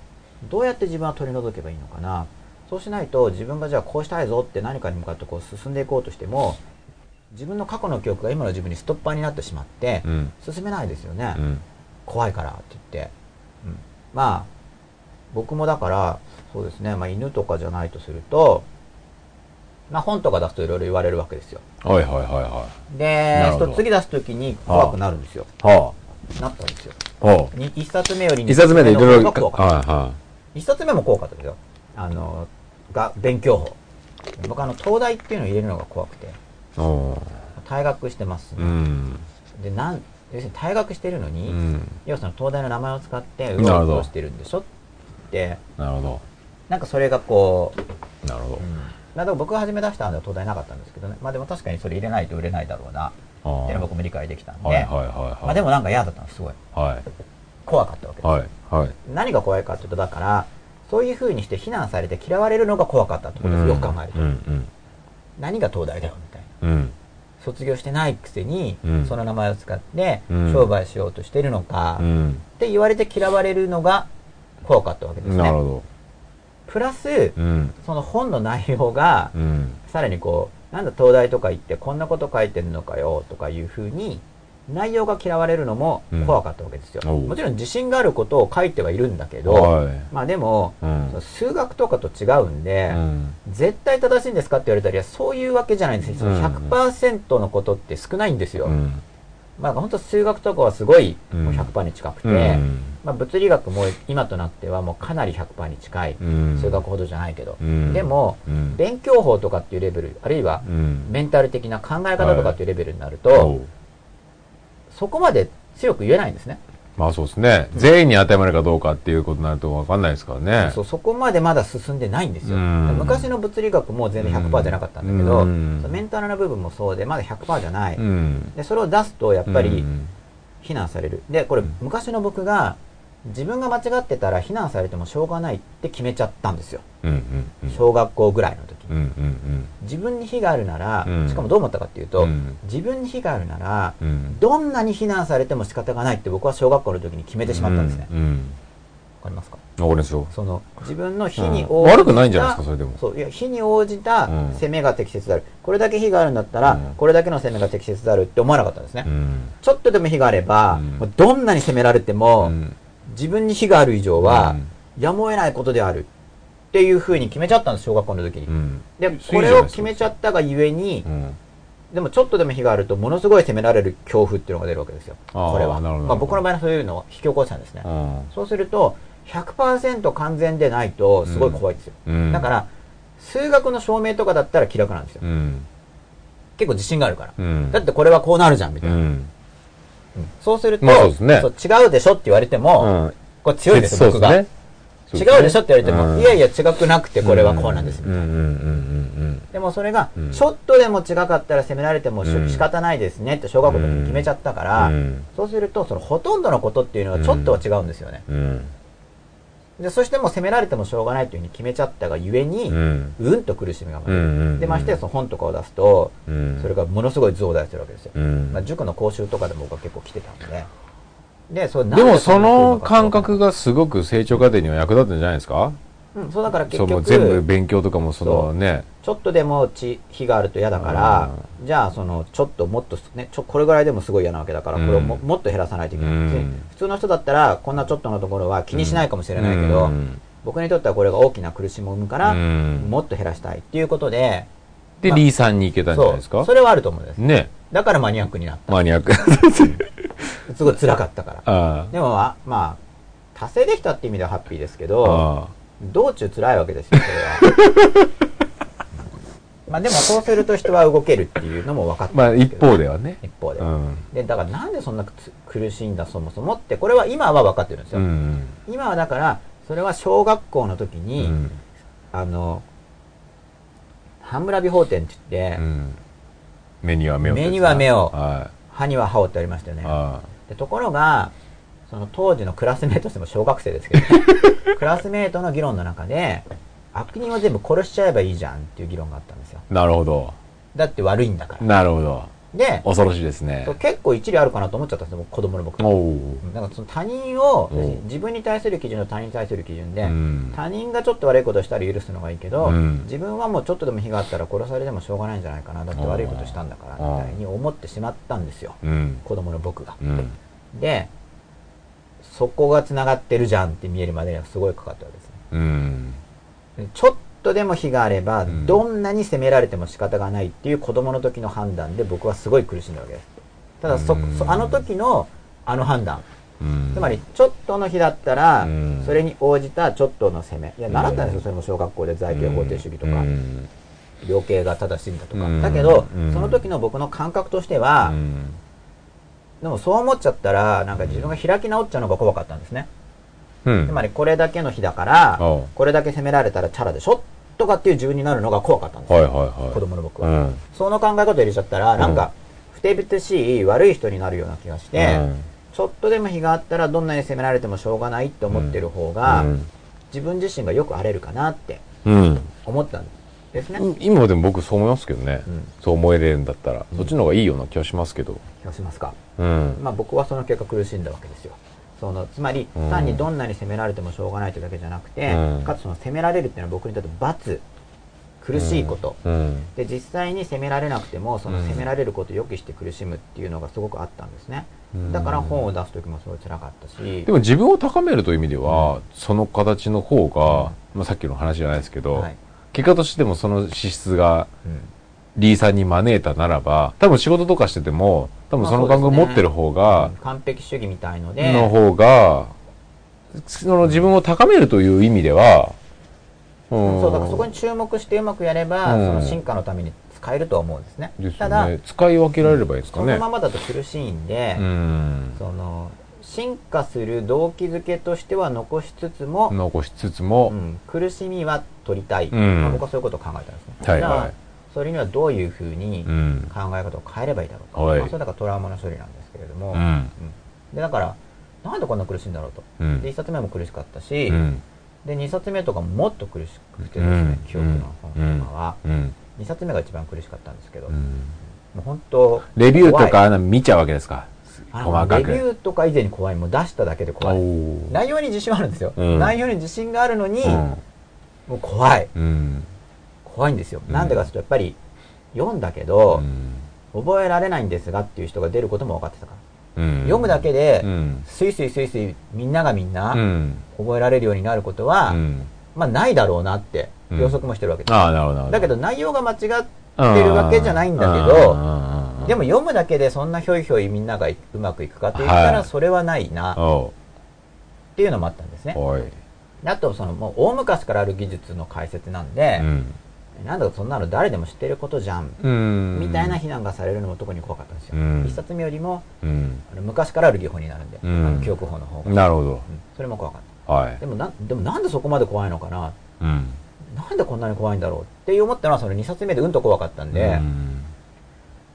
Speaker 1: どうやって自分は取り除けばいいのかなそうしないと自分がじゃあこうしたいぞって何かに向かってこう進んでいこうとしても自分の過去の記憶が今の自分にストッパーになってしまって
Speaker 2: う、ん
Speaker 1: 進めないですよね、
Speaker 2: うん
Speaker 1: 怖いからって言って、うんまあ僕もだからそうですね、まあ、犬とかじゃないとすると、まあ、本とか出すといろいろ言われるわけですよ
Speaker 2: はいはいはいはな
Speaker 1: で
Speaker 2: るほど
Speaker 1: そう次出す時に怖くなるんですよ
Speaker 2: いは
Speaker 1: なったんですよ
Speaker 2: あはあ
Speaker 1: に一冊目より
Speaker 2: 一冊目でいろいろ
Speaker 1: 一冊目の方が怖かっ
Speaker 2: はいは
Speaker 1: た一冊目も怖かったですよあのが勉強法僕あの東大っていうのを入れるのが怖くて
Speaker 2: いおー
Speaker 1: 退学してます、
Speaker 2: うん
Speaker 1: でなん要するに退学してるの
Speaker 2: う
Speaker 1: に、
Speaker 2: ん
Speaker 1: 要はその東大の名前を使って
Speaker 2: る
Speaker 1: う
Speaker 2: ほ
Speaker 1: ろ
Speaker 2: ど
Speaker 1: うろしてるんでしょって
Speaker 2: なるほ
Speaker 1: なんかそれがこう、
Speaker 2: どなるほ
Speaker 1: まあでも僕が初め出したのは東大なかったんですけどねまあでも確かにそれ入れないと売れないだろうな
Speaker 2: どあ
Speaker 1: って
Speaker 2: あ
Speaker 1: いうのは僕も理解できたんで、
Speaker 2: はいはいはいはい
Speaker 1: まあでもなんか嫌だったのすごい
Speaker 2: は
Speaker 1: 怖かったわけ
Speaker 2: い
Speaker 1: です、
Speaker 2: はいはい
Speaker 1: 何が怖いかっていうとだからそういうふうにして非難されて嫌われるのが怖かったってことです、よく考えると、
Speaker 2: うんうん
Speaker 1: 何が東大だよみたいな
Speaker 2: うん
Speaker 1: 卒業してないくせに、
Speaker 2: うん
Speaker 1: その名前を使って
Speaker 2: うん
Speaker 1: 商売しようとしてるのか、
Speaker 2: うん
Speaker 1: って言われて嫌われるのが怖かったわけですね
Speaker 2: なるほ
Speaker 1: プラス
Speaker 2: うん
Speaker 1: その本の内容が
Speaker 2: うん
Speaker 1: さらにこうなんだ東大とか行ってこんなこと書いてるのかよとかいうふうに内容が嫌われるのも怖かったわけですよ、
Speaker 2: うんおう
Speaker 1: もちろん自信があることを書いてはいるんだけど、
Speaker 2: はい
Speaker 1: まあでも
Speaker 2: うん
Speaker 1: その数学とかと違うんで、
Speaker 2: うん
Speaker 1: 絶対正しいんですかって言われたりはそういうわけじゃないんですよその
Speaker 2: うん
Speaker 1: 100%のことって少ないんですよ、
Speaker 2: うん
Speaker 1: まあ本当数学とかはすごいもう
Speaker 2: うん
Speaker 1: 100%に近くて、
Speaker 2: うん
Speaker 1: まあ、物理学も今となってはもうかなり100%に近い
Speaker 2: うん
Speaker 1: 数学ほどじゃないけど、
Speaker 2: うん
Speaker 1: でも
Speaker 2: うん
Speaker 1: 勉強法とかっていうレベルあるいは
Speaker 2: うん
Speaker 1: メンタル的な考え方とかっていうレベルになると、
Speaker 2: おう
Speaker 1: そこまで強く言えないんですね、
Speaker 2: まあそうですね全員に当てはまるかどうかっていうことになると分かんないですからね
Speaker 1: そうそこまでまだ進んでないんですよ、
Speaker 2: うん
Speaker 1: 昔の物理学も全然100%じゃなかったんだけ
Speaker 2: う
Speaker 1: ど、
Speaker 2: ん
Speaker 1: そのメンタルな部分もそうでまだ100%じゃない、
Speaker 2: うん
Speaker 1: でそれを出すとやっぱ
Speaker 2: う
Speaker 1: り
Speaker 2: ん
Speaker 1: 非難されるでこれ
Speaker 2: うん
Speaker 1: 昔の僕が自分が間違ってたら非難されてもしょうがないって決めちゃったんですよ
Speaker 2: うんうんうん
Speaker 1: 小学校ぐらいの時に
Speaker 2: うんうん
Speaker 1: 自分に非があるなら、
Speaker 2: うん
Speaker 1: しかもどう思ったかっていうと、
Speaker 2: うん
Speaker 1: 自分に非があるなら、
Speaker 2: うん
Speaker 1: どんなに非難されても仕方がないって僕は小学校の時に決めてしまったんですね。わ、
Speaker 2: うんうん
Speaker 1: かりますか
Speaker 2: わかりますよ
Speaker 1: その自分の非
Speaker 2: うん
Speaker 1: に応じた、
Speaker 2: 悪くないんじゃないですかそれでも
Speaker 1: そういや非に応じた
Speaker 2: うん
Speaker 1: 攻めが適切である、これだけ非があるんだったら、
Speaker 2: うん
Speaker 1: これだけの攻めが適切であるって思わなかったんですね、
Speaker 2: うん
Speaker 1: ちょっとでも非があれば、
Speaker 2: うん
Speaker 1: もうどんなに責められて
Speaker 2: う
Speaker 1: も、
Speaker 2: ん
Speaker 1: 自分に非がある以上は、
Speaker 2: う
Speaker 1: やむを得ないことであるっていうふうに決めちゃったんです小学校の時に、
Speaker 2: ん
Speaker 1: で
Speaker 2: いいじゃない
Speaker 1: こ
Speaker 2: ですか
Speaker 1: れを決めちゃったがゆえに、
Speaker 2: うん
Speaker 1: でもちょっとでも火があるとものすごい責められる恐怖っていうのが出るわけですよ。
Speaker 2: あー
Speaker 1: これは。
Speaker 2: なるほど
Speaker 1: まあ、僕の場合はそういうのを引き起こしたんですね
Speaker 2: う。ん
Speaker 1: そうすると100%完全でないとすごい怖いですよ。
Speaker 2: うん
Speaker 1: だから数学の証明とかだったら気楽なんですよ。
Speaker 2: うん
Speaker 1: 結構自信があるから。
Speaker 2: うん
Speaker 1: だってこれはこうなるじゃんみた
Speaker 2: う
Speaker 1: いな。
Speaker 2: ん
Speaker 1: そうすると、
Speaker 2: まあそうですね
Speaker 1: そう違うでしょって言われても、
Speaker 2: うん
Speaker 1: これ強いです
Speaker 2: そうで
Speaker 1: よ、
Speaker 2: す
Speaker 1: 僕
Speaker 2: ねそう
Speaker 1: が。
Speaker 2: ですね
Speaker 1: 違うでしょって言われても、
Speaker 2: うん
Speaker 1: いやいや違くなくてこれはこうなんです
Speaker 2: う
Speaker 1: みた
Speaker 2: ん
Speaker 1: いな
Speaker 2: うんうん
Speaker 1: でもそれが
Speaker 2: うん、
Speaker 1: ちょっとでも違かったら責められてもし
Speaker 2: うん
Speaker 1: 仕方ないですねって小学校の時に決めちゃったから、
Speaker 2: うん
Speaker 1: そうすると、そのほとんどのことっていうのはちょっとは違うんですよね。
Speaker 2: うんうん
Speaker 1: で、そしてもう責められてもしょうがないというふうに決めちゃったがゆえに、
Speaker 2: う
Speaker 1: うん
Speaker 2: ん
Speaker 1: と苦しみが生ま
Speaker 2: う
Speaker 1: れる。
Speaker 2: んうん
Speaker 1: で、ましてやその本とかを出すと、
Speaker 2: うん
Speaker 1: それがものすごい増大するわけですよ。
Speaker 2: うん
Speaker 1: まあ、塾の講習とかでも僕は結構来てたんで。で、それなん
Speaker 2: でもその
Speaker 1: んな来る
Speaker 2: 感
Speaker 1: かって
Speaker 2: 覚がすごく成長過程には役立ったんじゃないですか
Speaker 1: うん、そうだから結
Speaker 2: そうもう
Speaker 1: 局、
Speaker 2: 全部勉強とかもそのね
Speaker 1: ちょっとでもち火があると嫌だから、じゃあ、その、ちょっともっと、ね、ちょ、これぐらいでもすごい嫌なわけだから、これをも,、
Speaker 2: うん
Speaker 1: もっと減らさないといけない、
Speaker 2: うん
Speaker 1: 普通の人だったら、こんなちょっとのところは気にしないかもしれないけど、
Speaker 2: うん
Speaker 1: 僕にとってはこれが大きな苦しみを生むから、
Speaker 2: うん
Speaker 1: もっと減らしたいっていうことで、
Speaker 2: で
Speaker 1: まあ
Speaker 2: リーさんに行けたんじゃないです
Speaker 1: そ
Speaker 2: か
Speaker 1: う、それはあると思うんです。
Speaker 2: ね
Speaker 1: だからマニアックになっ
Speaker 2: マニアック
Speaker 1: た。すごい辛かったから。
Speaker 2: あ
Speaker 1: でも、あまあ、達成できたって意味ではハッピーですけ
Speaker 2: あ
Speaker 1: ど、
Speaker 2: ああ
Speaker 1: 道中辛いわけですよ、それは。
Speaker 2: [laughs]
Speaker 1: まあでも、そうすると人は動けるっていうのも分かって
Speaker 2: まあ
Speaker 1: るんです
Speaker 2: 一
Speaker 1: けど
Speaker 2: 方ではね
Speaker 1: 一方で
Speaker 2: う。ん
Speaker 1: で、だからなんでそんなつ苦しいんだそもそもって、これは今は分かってるんです
Speaker 2: う
Speaker 1: よ。
Speaker 2: ん
Speaker 1: 今はだから、それは小学校の時
Speaker 2: う
Speaker 1: に、
Speaker 2: ん
Speaker 1: あの、半村美法展って言って、
Speaker 2: うん目には目を
Speaker 1: 目には目を
Speaker 2: は
Speaker 1: 歯には歯をってありましたよ
Speaker 2: い
Speaker 1: ね。
Speaker 2: あ
Speaker 1: でところが、その当時のクラスメートしても小学生ですけど、
Speaker 2: [laughs]
Speaker 1: クラスメートの議論の中で、悪人を全部殺しちゃえばいいじゃんっていう議論があったんですよ。
Speaker 2: あなるほど
Speaker 1: だって悪いんだから。
Speaker 2: なるほど
Speaker 1: で、
Speaker 2: 恐ろしいですね
Speaker 1: そう結構一理あるかなと思っちゃったんですよ、子供の僕。
Speaker 2: おお
Speaker 1: なんかその他人を
Speaker 2: おう、
Speaker 1: 自分に対する基準と他人に対する基準で、
Speaker 2: うん
Speaker 1: 他人がちょっと悪いことしたら許すのがいいけど、
Speaker 2: うん
Speaker 1: 自分はもうちょっとでも火があったら殺されてもしょうがないんじゃないかなだって悪いことしたんだからみたいに思ってしまったんですよ
Speaker 2: うん
Speaker 1: 子供の僕が、
Speaker 2: うん
Speaker 1: でそこが繋がってるじゃんって見えるまでにはすごいかかったわけです
Speaker 2: うん
Speaker 1: ねちょっとでも火があれば、
Speaker 2: うん
Speaker 1: どんなに責められても仕方がないっていう子供の時の判断で僕はすごい苦しんだわけですただそ,、
Speaker 2: うん
Speaker 1: そあの時のあの判断
Speaker 2: うん
Speaker 1: つまりちょっとの日だったら、
Speaker 2: うん
Speaker 1: それに応じたちょっとの攻めいや習ったんで
Speaker 2: う
Speaker 1: すよ
Speaker 2: ん
Speaker 1: それも小学校で財形方程主義とか、
Speaker 2: うん
Speaker 1: 量刑が正しいんだとか、
Speaker 2: うん
Speaker 1: だけど、
Speaker 2: うん
Speaker 1: その時の僕の感覚としては、
Speaker 2: うん
Speaker 1: でもそう思っちゃったらなんか自分が開き直っちゃうのが怖かったんですね、
Speaker 2: うん
Speaker 1: つまりこれだけの日だから
Speaker 2: おう
Speaker 1: これだけ責められたらチャラでしょとかっていう自分になるのが怖かったんですよ、
Speaker 2: はいはいはい
Speaker 1: 子供の僕
Speaker 2: う
Speaker 1: は、
Speaker 2: ん
Speaker 1: その考え方入れちゃったらなんか不てぶてしい悪い人になるような気がして、
Speaker 2: うん
Speaker 1: ちょっとでも日があったらどんなに責められてもしょうがないって思ってる方が、
Speaker 2: うん
Speaker 1: 自分自身がよく荒れるかなって
Speaker 2: うん
Speaker 1: 思ったんですね、
Speaker 2: うん今でも僕そう思いますけどね、
Speaker 1: うん
Speaker 2: そう思えれるんだったら、
Speaker 1: うん
Speaker 2: そっちの方がいいような気がしますけど
Speaker 1: 気がしますか
Speaker 2: うん
Speaker 1: まあ僕はその結果苦しんだわけですよ。そのつまり
Speaker 2: うん
Speaker 1: 単にどんなに責められてもしょうがないというだけじゃなくて、
Speaker 2: うん
Speaker 1: かつその責められるっていうのは僕にとって罰苦しいこと、
Speaker 2: うん
Speaker 1: で実際に責められなくてもその
Speaker 2: うん
Speaker 1: 責められることを予期して苦しむっていうのがすごくあったんですね、
Speaker 2: うん
Speaker 1: だから本を出す時もすごい辛かったし
Speaker 2: でも自分を高めるという意味では、その形の方が、まあ、さっきの話じゃないですけど、
Speaker 1: はい
Speaker 2: 結果としてもその資質が
Speaker 1: うん
Speaker 2: リーさんに招いたならば多分仕事とかしてても多分その感覚を
Speaker 1: まあそうですね
Speaker 2: 持ってる方が、
Speaker 1: 完璧主義みたいので
Speaker 2: の方がその自分を高めるという意味では、う
Speaker 1: そうだからそこに注目してうまくやれば、
Speaker 2: うん
Speaker 1: その進化のために使えるとは思うんですね
Speaker 2: です
Speaker 1: た
Speaker 2: よ
Speaker 1: だ
Speaker 2: ね使い分けられればいいですか
Speaker 1: そ
Speaker 2: ね
Speaker 1: のままだと苦しいんで、
Speaker 2: うん
Speaker 1: その進化する動機づけとしては残しつつも、
Speaker 2: 残しつつ
Speaker 1: う
Speaker 2: も、
Speaker 1: ん苦しみは取りたい、
Speaker 2: うん
Speaker 1: まあ、僕はそういうことを考えたんですね、
Speaker 2: はい
Speaker 1: じゃ
Speaker 2: は
Speaker 1: あそれにはどういうふうに
Speaker 2: いうん
Speaker 1: 考え方を変えればいいだろうか、
Speaker 2: はい
Speaker 1: まあ、それだからトラウマの処理なんですけれども、
Speaker 2: う
Speaker 1: うん
Speaker 2: ん
Speaker 1: でだからなんでこんな苦しいんだろうと
Speaker 2: う
Speaker 1: で1
Speaker 2: ん
Speaker 1: 冊目も苦しかったし、
Speaker 2: うん
Speaker 1: で2冊目とかもっと苦しくてですね、
Speaker 2: うん
Speaker 1: 記憶の本とかは、
Speaker 2: うん
Speaker 1: 2冊目が一番苦しかったんですけど、
Speaker 2: う
Speaker 1: も
Speaker 2: ん
Speaker 1: う本当
Speaker 2: レビューと
Speaker 1: 怖い
Speaker 2: かあの見ちゃうわけですか
Speaker 1: あ
Speaker 2: 細
Speaker 1: の
Speaker 2: か
Speaker 1: レビュ
Speaker 2: く
Speaker 1: ーとか以前に怖いもう出しただけで
Speaker 2: お
Speaker 1: 怖い
Speaker 2: ー
Speaker 1: 内容に自信はあるんですよ、
Speaker 2: うん
Speaker 1: 内容に自信があるのに、
Speaker 2: うん
Speaker 1: もう怖い
Speaker 2: うん
Speaker 1: 怖いんですよ、
Speaker 2: うん
Speaker 1: なんでかというとやっぱり読んだけど、
Speaker 2: う
Speaker 1: 覚えられないんですがっていう人が出ることも分かってたから、
Speaker 2: ん
Speaker 1: 読むだけで、
Speaker 2: うん
Speaker 1: スイスイスイスイみんながみん
Speaker 2: う
Speaker 1: なん覚えられるようになることは、
Speaker 2: うん
Speaker 1: まあないだろうなって
Speaker 2: うん
Speaker 1: 予測もしてるわけです、
Speaker 2: ああなるほどなるほ
Speaker 1: だけど内容が間違ってるわけじゃないんだけ
Speaker 2: うん
Speaker 1: ど
Speaker 2: うんうん
Speaker 1: でも読むだけでそんなひょいひょいみんながうまくいくかって言った
Speaker 2: は
Speaker 1: ら
Speaker 2: い
Speaker 1: それはないなっ
Speaker 2: お
Speaker 1: ていうのもあったんですね
Speaker 2: う、おい
Speaker 1: あとそのもう大昔からある技術の解説なんで、なんだかそんなの誰でも知ってることじゃん、
Speaker 2: うん
Speaker 1: みたいな非難がされるのも特に怖かったんですよ、
Speaker 2: うん
Speaker 1: 一冊目よりも
Speaker 2: うん
Speaker 1: あの昔からある技法になるんで、
Speaker 2: うん
Speaker 1: あの記憶法の方が、
Speaker 2: なるほど
Speaker 1: うんそれも怖かった
Speaker 2: はい
Speaker 1: でもなでもなんでそこまで怖いのかな
Speaker 2: うん
Speaker 1: なんでこんなに怖いんだろうって思ったのはその2冊目でうんと怖かったんで,、
Speaker 2: うん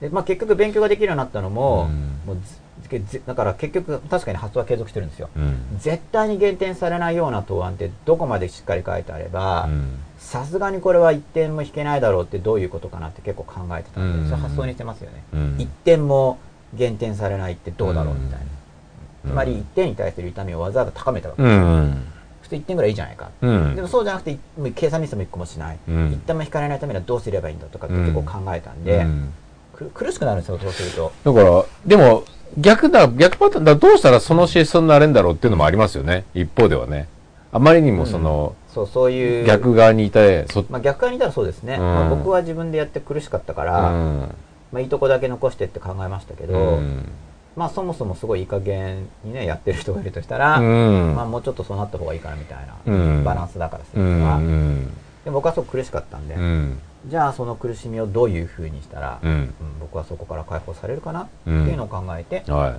Speaker 1: でまあ、結局勉強ができるようになったのも,、
Speaker 2: う
Speaker 1: もうずずずだから結局確かに発想は継続してるんですよ
Speaker 2: うん
Speaker 1: 絶対に減点されないような答案ってどこまでしっかり書いてあれば、
Speaker 2: うん
Speaker 1: さすがにこれは1点も引けないだろうってどういうことかなって結構考えてたんで、
Speaker 2: うん
Speaker 1: それ発想にしてますよね、
Speaker 2: うん
Speaker 1: 1点も減点されないってどうだろうみたいな、
Speaker 2: うん
Speaker 1: つまり1点に対する痛みをわざわざ高めたわけ、
Speaker 2: うん
Speaker 1: 普通1点ぐらいいいじゃないか、
Speaker 2: うん
Speaker 1: でもそうじゃなくてもう計算ミスも1個もしない、
Speaker 2: うん
Speaker 1: 1点も引かれないためにはどうすればいいんだとかって結構考えたんで、
Speaker 2: うん
Speaker 1: く苦しくなるんですよそうすると
Speaker 2: だからでも逆だ逆パターンだどうしたらそのシステムになれんだろうっていうのもありますよね一方ではねあまりにもその
Speaker 1: そうそういう
Speaker 2: 逆側にいてそっ
Speaker 1: まあ、逆側にいたらそうですね、
Speaker 2: うん
Speaker 1: まあ、僕は自分でやって苦しかったから、
Speaker 2: うん
Speaker 1: まあ、いいとこだけ残してって考えましたけ
Speaker 2: う
Speaker 1: ど、
Speaker 2: ん
Speaker 1: まあそもそもすごいいい加減にねやってる人がいるとしたら、
Speaker 2: うん
Speaker 1: まあ、もうちょっとそうなった方がいいかなみたいな、
Speaker 2: うん
Speaker 1: バランスだからす
Speaker 2: う
Speaker 1: るのは、
Speaker 2: ん
Speaker 1: で僕はすごく苦しかったんで、
Speaker 2: うん
Speaker 1: じゃあその苦しみをどういうふうにしたら、
Speaker 2: う
Speaker 1: うん
Speaker 2: ん
Speaker 1: 僕はそこから解放されるかなって
Speaker 2: うん
Speaker 1: いうのを考えて、
Speaker 2: は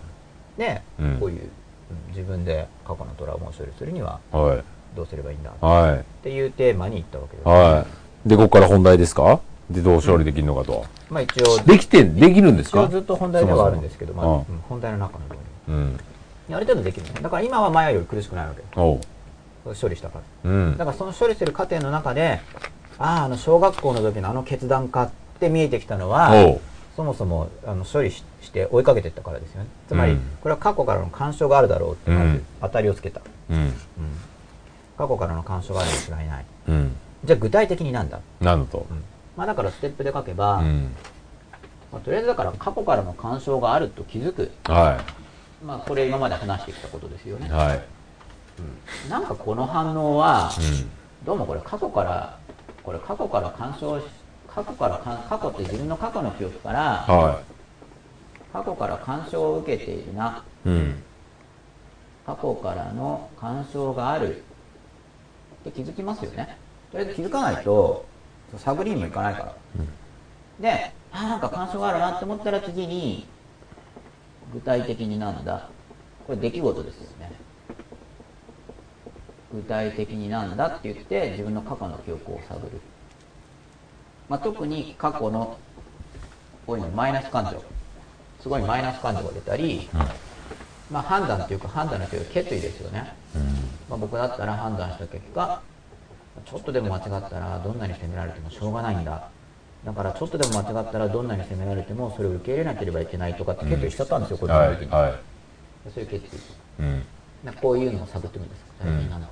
Speaker 1: で、
Speaker 2: うん
Speaker 1: こういううん自分で過去のトラウマを処理するにはい
Speaker 2: はい
Speaker 1: どうすればいいんだっ
Speaker 2: はい
Speaker 1: ていうテーマに行ったわけです、
Speaker 2: はい。で、ここから本題ですかで、どう勝利できるのかと。
Speaker 1: まあ、一応
Speaker 2: できて、できるんです
Speaker 1: 一応
Speaker 2: か
Speaker 1: ずっと本題ではあるんですけど、
Speaker 2: そ
Speaker 1: ま
Speaker 2: も
Speaker 1: あ
Speaker 2: そも
Speaker 1: うん本題の中の部分
Speaker 2: うん。
Speaker 1: ある程度できるねだから今は前より苦しくないわけ
Speaker 2: おう。
Speaker 1: 処理したから
Speaker 2: うん
Speaker 1: だ。からその処理する過程の中で、ああ、あの小学校の時のあの決断かって見えてきたのは、
Speaker 2: おう。
Speaker 1: そもそもあの処理しして追いかけてったからですよね。つまり、
Speaker 2: うん
Speaker 1: これは過去からの干渉があるだろうって、ま
Speaker 2: う
Speaker 1: ず
Speaker 2: ん
Speaker 1: 当たりをつけた、
Speaker 2: うん。
Speaker 1: うん過去からの干渉があるに違いない。
Speaker 2: うん。
Speaker 1: じゃあ具体的になんだ、
Speaker 2: なんだと。
Speaker 1: まあ、だからステップで書け
Speaker 2: う
Speaker 1: ば、
Speaker 2: ん。
Speaker 1: まあ、とりあえずだから過去からの干渉があると気づく。
Speaker 2: は
Speaker 1: まあ、これ今まで話してきたことですよ
Speaker 2: い。
Speaker 1: ね。
Speaker 2: はい。
Speaker 1: なんかこの反応は、
Speaker 2: うん。
Speaker 1: どうもこれ過去から、これ過去から干渉し、過去からかん、過去って自分の過去の記憶から、
Speaker 2: は
Speaker 1: 過去から干渉を受けているな。
Speaker 2: い。うん。
Speaker 1: 過去からの干渉がある。って気づきますよね。とりあえず気づかないと、探りにもいかないから。で、あ、なんか干渉があるなって思ったら次に、具体的になんだ。これ出来事ですよね。具体的になんだって言って自分の過去の記憶を探る。まあ、特に過去の、こういうのマイナス感情。すごいマイナス感情が出たり、まあ判断というか判断のというか決意ですよね。まあ、僕だったら判断した結果、ちょっとでも間違ったらどんなに責められてもしょうがないんだ。だからちょっとでも間違ったらどんなに責められてもそれを受け入れなければいけないとかって決意しちゃったんですよ、子供の
Speaker 2: は
Speaker 1: 時
Speaker 2: い。
Speaker 1: に。
Speaker 2: は
Speaker 1: そういう決意。
Speaker 2: い。うん。
Speaker 4: なんかこういうのを探っていくんですか、
Speaker 2: うん
Speaker 4: みんなの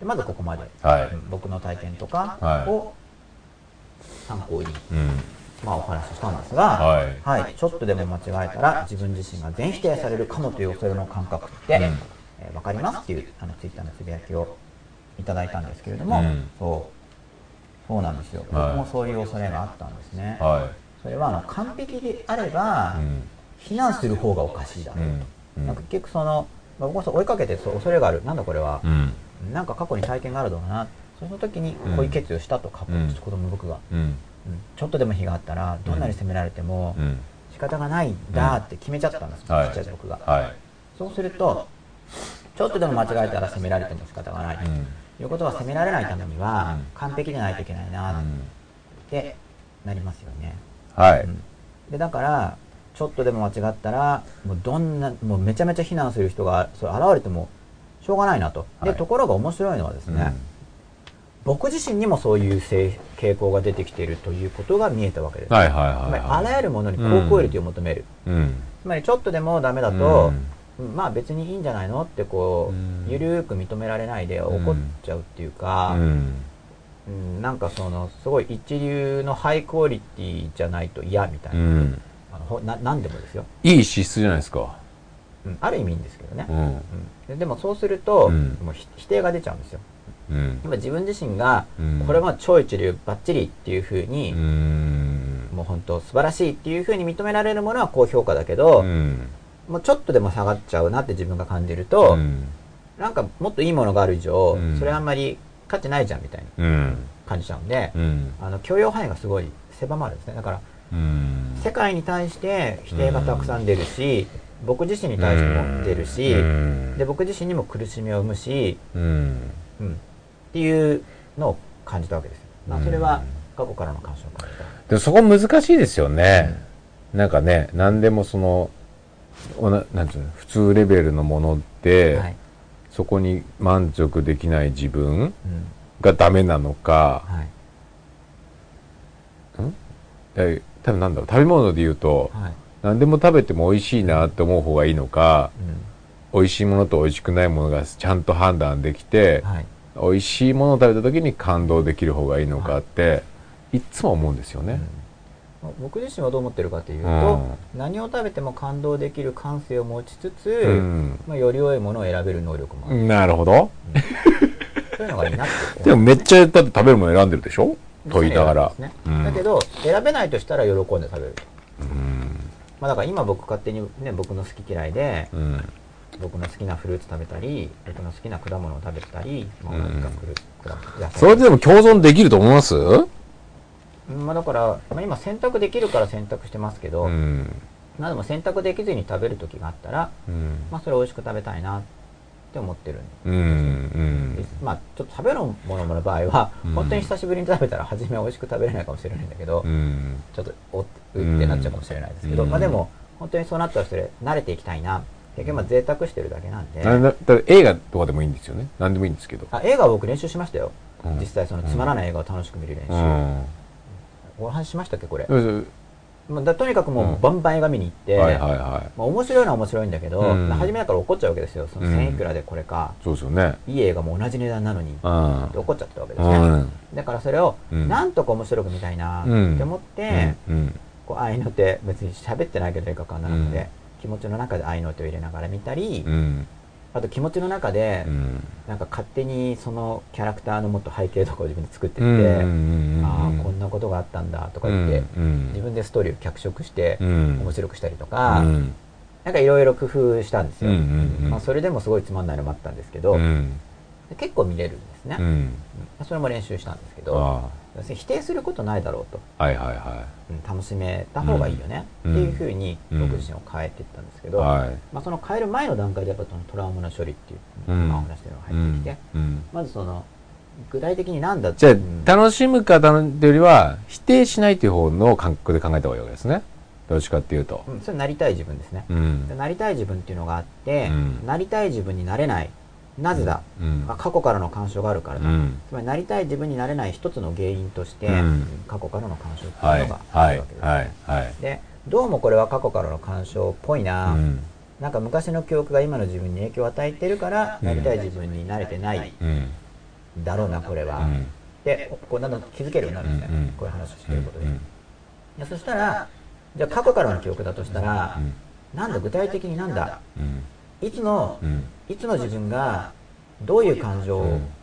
Speaker 4: でまずここまで
Speaker 2: はい。
Speaker 1: 僕の体験とか
Speaker 2: はい
Speaker 1: を
Speaker 4: 参考に、
Speaker 2: うん。
Speaker 1: まあお話ししたんですが、
Speaker 2: はい
Speaker 1: はい、ちょっとでも間違えたら自分自身が全否定されるかもという恐れの感覚って、
Speaker 2: うん
Speaker 1: えーわかりますっていうあのツイッターのつぶやきをいただいたんですけれども、
Speaker 2: うん
Speaker 1: そうそうなんですよ、
Speaker 2: はい
Speaker 1: 僕もそういう恐れがあったんですね、
Speaker 2: は
Speaker 1: それはあの完璧であれば
Speaker 2: い。うん。
Speaker 1: 非難する方がおかしいだろ
Speaker 2: う
Speaker 1: うと、
Speaker 2: ん。うん
Speaker 1: なんか結局その、まあ、僕もそう追いかけてそう恐れがあるなんだこれは
Speaker 2: う、ん。
Speaker 1: なんか過去に体験があるだろうなその時にこういう決意をしたと過去、
Speaker 2: うん
Speaker 1: 子供の僕が、
Speaker 2: うん。
Speaker 1: うんちょっとでも日があったらどんなに責められても、
Speaker 2: うん。
Speaker 1: 仕方がないんだって決めちゃったんです、
Speaker 2: うんはい
Speaker 1: ちっちゃい僕が、
Speaker 2: はい。
Speaker 1: そうするとちょっとでも間違えたら責められても仕方がない、
Speaker 2: う
Speaker 1: と
Speaker 2: ん。
Speaker 1: いうことは責められないためには
Speaker 2: うん
Speaker 1: 完璧でないといけないうなっ
Speaker 2: ん
Speaker 1: てなりますよね、
Speaker 2: は
Speaker 1: う
Speaker 2: い。
Speaker 1: んでだからちょっとでも間違ったらもうどんなもうめちゃめちゃ非難する人がそれ現れてもしょうがないなと、
Speaker 2: はい
Speaker 1: でところが面白いのはです
Speaker 2: う
Speaker 1: ね、
Speaker 2: ん。
Speaker 1: 僕自身にもそういう性傾向が出てきているということが見えたわけです、
Speaker 2: はいはいは
Speaker 1: つ
Speaker 2: い
Speaker 1: ま
Speaker 2: はい。
Speaker 1: りあらゆるものに高クオリティを求める、
Speaker 2: うん。
Speaker 1: つまりちょっとでもダメだと、うんまあ別にいいんじゃないのってこ
Speaker 2: うん
Speaker 1: う、ゆるーく認められないで
Speaker 2: うん
Speaker 1: 怒っちゃうっていう
Speaker 2: う
Speaker 1: か、
Speaker 2: ん。
Speaker 1: うんなんかその、すごい一流のハイクオリティじゃないと嫌みたいうな。
Speaker 2: ん。
Speaker 1: あのほな何でもですよ、
Speaker 2: いい資質じゃないですか。
Speaker 1: うんある意味いいんですけどね
Speaker 2: う。ん。
Speaker 1: うんででもそうすると、
Speaker 2: うん
Speaker 1: もうひ否定が出ちゃうんですよ。
Speaker 2: うん。
Speaker 1: 今自分自身が、
Speaker 2: うん
Speaker 1: これは超一流、バッチリっていう風
Speaker 2: う
Speaker 1: に、
Speaker 2: ん。
Speaker 1: もう本当素晴らしいっていう風に認められるものは高評価だけど、
Speaker 2: うん。
Speaker 1: もうちょっとでも下がっちゃうなって自分が感じると、
Speaker 2: うん。
Speaker 1: なんかもっといいものがある以上、
Speaker 2: うん
Speaker 1: それあんまり価値ないじゃんみたいな
Speaker 2: うん。
Speaker 1: 感じちゃうんで
Speaker 2: う、ん。
Speaker 1: あの許容範囲がすごい狭まるんですねだから
Speaker 2: うん。
Speaker 1: 世界に対して否定がたくさん出るし、僕自身に対しても出るし、
Speaker 2: うん
Speaker 1: で僕自身にも苦しみを生むし、
Speaker 2: うん。
Speaker 1: うん、っていうのを感じたわけですよ、まあ、それは過去からの干渉から
Speaker 2: でもそこ難しいですよね。なんかね、何でもその、おななんていうの、普通レベルのものって、
Speaker 1: はい、
Speaker 2: そこに満足できない自分
Speaker 1: うん
Speaker 2: がダメなのか、
Speaker 1: はい
Speaker 2: え多分なんだろう、食べ物で言うと、
Speaker 1: はい
Speaker 2: 何でも食べても美味しいなって思う方がいいのか、美味しいものと美味しくないものがちゃんと判断できて
Speaker 1: うん、はい、
Speaker 2: 美味しいものを食べた時に感動できる方がいいのかって、いっつも思うんですよね。
Speaker 1: うん僕自身はどう思ってるかというと、何を食べても感動できる感性を持ちつつ、
Speaker 2: うん。
Speaker 1: まあ、より良いものを選べる能力もある、
Speaker 2: なるほど。
Speaker 1: そういうのがいいなって思う
Speaker 2: でもめっちゃだって食べるもの選んでるでしょ問いながら
Speaker 1: そうなんです
Speaker 2: う
Speaker 1: ね
Speaker 2: ん
Speaker 1: だけど選べないとしたら喜んで食べると、
Speaker 2: うん
Speaker 1: まあ、だから今僕勝手にね僕の好き嫌いで
Speaker 2: うん
Speaker 1: 僕の好きなフルーツ食べたり僕の好きな果物を食べたり、まあ、
Speaker 2: うん
Speaker 1: 同じかフルーツ果物野菜
Speaker 2: それででも共存できると思いますう
Speaker 1: うんまあ、だから、まあ、今選択できるから選択してますけど、
Speaker 2: ん
Speaker 1: まあでも選択できずに食べる時があったら、
Speaker 2: うん
Speaker 1: まあ、それ美味しく食べたいなって思ってるんで
Speaker 2: うんうん
Speaker 1: まあ、ちょっと食べるものの場合は、
Speaker 2: うん
Speaker 1: 本当に久しぶりに食べたら初めは美味しく食べれないかもしれないんだけど、
Speaker 2: うん
Speaker 1: ちょっとおっうってなっちゃうかもしれないですけど、
Speaker 2: うん
Speaker 1: まあでも本当にそうなったらそれ慣れていきたいな結局まあ贅沢してるだけなんで、
Speaker 2: なんだだから映画とかでもいいんですよね何でもいいんですけど
Speaker 1: あ映画は僕練習しましたよ、
Speaker 2: うん
Speaker 1: 実際そのつまらない映画を楽しく見る練習、
Speaker 2: うん
Speaker 1: お話ししましたっけこれ、
Speaker 2: うん
Speaker 1: まあ、だとにかくも
Speaker 2: うん
Speaker 1: うバンバン映画見に行って、
Speaker 2: はいはいはい
Speaker 1: まあ、面白いのは面白いんだけど、
Speaker 2: うん
Speaker 1: 初めだから怒っちゃうわけですよその
Speaker 2: うん
Speaker 1: 1000いくらでこれか、
Speaker 2: そうですよね
Speaker 1: いい映画も同じ値段なのに、
Speaker 2: うん
Speaker 1: って怒っちゃったわけで
Speaker 2: う
Speaker 1: すね、
Speaker 2: ん
Speaker 1: だからそれを
Speaker 2: うん
Speaker 1: なんとか面白く見たいな
Speaker 2: うん
Speaker 1: って思って、
Speaker 2: うん
Speaker 1: こう合いの手別に喋ってないけど映画館なので、
Speaker 2: うん
Speaker 1: 気持ちの中で合いの手を入れながら見たり、
Speaker 2: うん
Speaker 1: あと気持ちの中で、
Speaker 2: うん
Speaker 1: なんか勝手にそのキャラクターのもっと背景とかを自分で作ってって、
Speaker 2: うんうん
Speaker 1: ああこんなことがあったんだとか言って、
Speaker 2: うん
Speaker 1: 自分でストーリーを脚色して
Speaker 2: うん
Speaker 1: 面白くしたりとか、
Speaker 2: うん
Speaker 1: なんかいろいろ工夫したんですよ、
Speaker 2: うんうんうん
Speaker 1: まあ、それでもすごいつまんないのもあったんですけど、
Speaker 2: うん
Speaker 1: 結構見れるんですね、
Speaker 2: う
Speaker 1: ま
Speaker 2: ん
Speaker 1: あそれも練習したんですけど
Speaker 2: あ
Speaker 1: 要するに否定することないだろうと
Speaker 2: あはいはいは
Speaker 1: うん楽しめた方がいいよね、
Speaker 2: うん
Speaker 1: っていうふうに
Speaker 2: うん
Speaker 1: 僕自身を変えていったんですけ
Speaker 2: い
Speaker 1: ど、
Speaker 2: はい
Speaker 1: まあ、その変える前の段階でやっぱそのトラウマの処理っていう、
Speaker 2: うん
Speaker 1: まあお話してるのが
Speaker 2: う
Speaker 1: 入って
Speaker 2: ん
Speaker 1: きて、
Speaker 2: うん
Speaker 1: まずその具体的になんだ
Speaker 2: じゃあ、
Speaker 1: うん
Speaker 2: 楽しむか楽んでよりは、否定しないという方の感覚で考えた方がいいわけですね。どっちかっていうと。
Speaker 1: うんそれなりたい自分ですね、
Speaker 2: うん
Speaker 1: で。なりたい自分っていうのがあって、
Speaker 2: うん
Speaker 1: なりたい自分になれないなぜだ、
Speaker 2: うん
Speaker 1: まあ、過去からの干渉があるから
Speaker 2: う
Speaker 1: だ、
Speaker 2: ん。
Speaker 1: つまりなりたい自分になれない一つの原因として、
Speaker 2: うん
Speaker 1: 過去からの干渉って
Speaker 2: はいいう
Speaker 1: のが。あ
Speaker 2: は
Speaker 1: る
Speaker 2: い
Speaker 1: わけです、。
Speaker 2: はい。はい。
Speaker 1: でどうもこれは過去からの干渉っぽいうな、
Speaker 2: ん。
Speaker 1: なんか昔の記憶が今の自分に影響を与えてるから、
Speaker 2: うん
Speaker 1: なりたい自分になれてない
Speaker 2: うん
Speaker 1: だろうな、これは。
Speaker 2: うん
Speaker 1: で、こうだんだん気づけるようになるんですよ、
Speaker 2: うんうん
Speaker 1: こういう話をし
Speaker 2: う
Speaker 1: て
Speaker 2: ん
Speaker 1: ることで。でそしたら、じゃあ過去からの記憶だとしたら、なんだ、具体的になんだ、
Speaker 2: うん
Speaker 1: いつの、
Speaker 2: うん
Speaker 1: いつの自分がどういう感情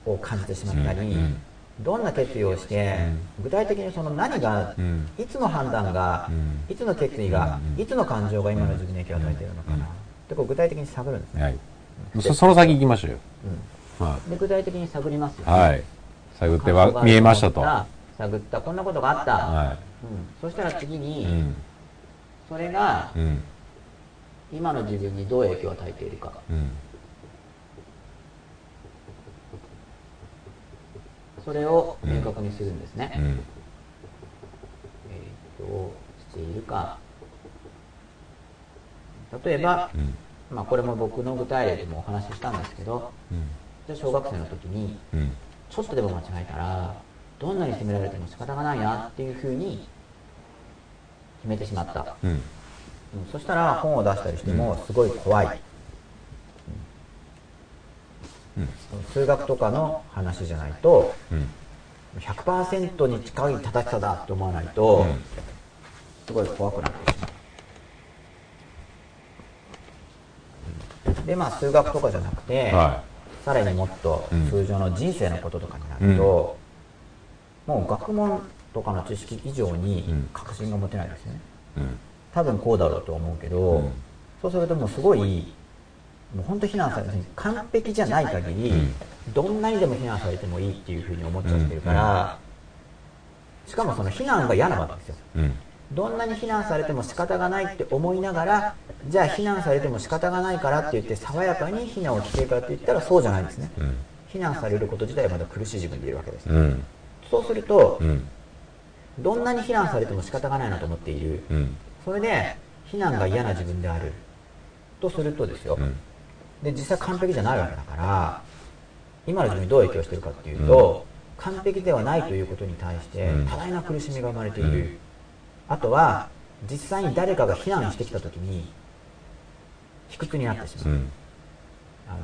Speaker 1: を感じてしまったり、
Speaker 2: うん
Speaker 1: どんな決意をして、具体的にその何が、
Speaker 2: うん
Speaker 1: いつの判断が、
Speaker 2: うん
Speaker 1: いつの決意が、
Speaker 2: うん
Speaker 1: いつの感情が今の自分に影響を与えているのかな、
Speaker 2: うん
Speaker 1: でこう具体的に探るんですね、
Speaker 2: はいそその先行きましょうよは
Speaker 4: で具体的に探りますよ
Speaker 2: い
Speaker 4: ね、
Speaker 2: はい探っては見えましたとは
Speaker 4: 探ったこんなことがあった、うん、そしたら次
Speaker 2: い
Speaker 4: に、
Speaker 2: うん
Speaker 4: それが
Speaker 2: うん
Speaker 4: 今の自分にどう影響を与えているか
Speaker 2: うん
Speaker 4: それを明確にするんですね、
Speaker 2: うん
Speaker 4: 影響しているか例えば、
Speaker 2: うん
Speaker 4: まあ、これも僕の具体例でもお話ししたんですけど
Speaker 2: うん
Speaker 4: じゃあ小学生の時に
Speaker 2: うん
Speaker 4: ちょっとでも間違えたらどんなに責められても仕方がないなっていうふうに決めてしまった、
Speaker 2: うん
Speaker 1: うんそしたら本を出したりしてもすごい怖い、
Speaker 2: うん
Speaker 1: 数学とかの話じゃないと
Speaker 2: うん
Speaker 1: 100%に近い正しさだと思わないと、すごい怖くなってしまうでまあ数学とかじゃなくて、
Speaker 2: は
Speaker 1: さらにもっと
Speaker 2: うん
Speaker 1: 通常の人生のこととかになると、もう学問とかの知識以上に
Speaker 2: うん
Speaker 1: 確信が持てないですね
Speaker 2: いうん
Speaker 1: 多分こうだろうと思うけど、
Speaker 2: うん
Speaker 1: そうするともうすごいもう本当非難されて完璧じゃない限り、どんなにでも非難されてもいいっていうふうに思っちゃってるから、しかもその非難が嫌なわけですよ
Speaker 2: うん
Speaker 1: どんなに非難されても仕方がないって思いながらじゃあ非難されても仕方がないからって言って爽やかに非難を聞けるかって言ったらそうじゃないんですね
Speaker 2: うん
Speaker 1: 非難されること自体まだ苦しい自分でいるわけです、
Speaker 2: うん
Speaker 1: そうすると
Speaker 2: う、ん
Speaker 1: どんなに非難されても仕方がないなと思っている
Speaker 2: うん
Speaker 1: それで非難が嫌な自分であるとするとですよ、
Speaker 2: うん
Speaker 1: で実際完璧じゃないわけだから今の自分にどう影響してるかっていうと、完璧ではないということに対して
Speaker 2: うん
Speaker 1: 多大な苦しみが生まれている、
Speaker 2: うん
Speaker 1: あとは実際に誰かが非難してきた時に卑屈になってしまう、
Speaker 2: うん
Speaker 1: あの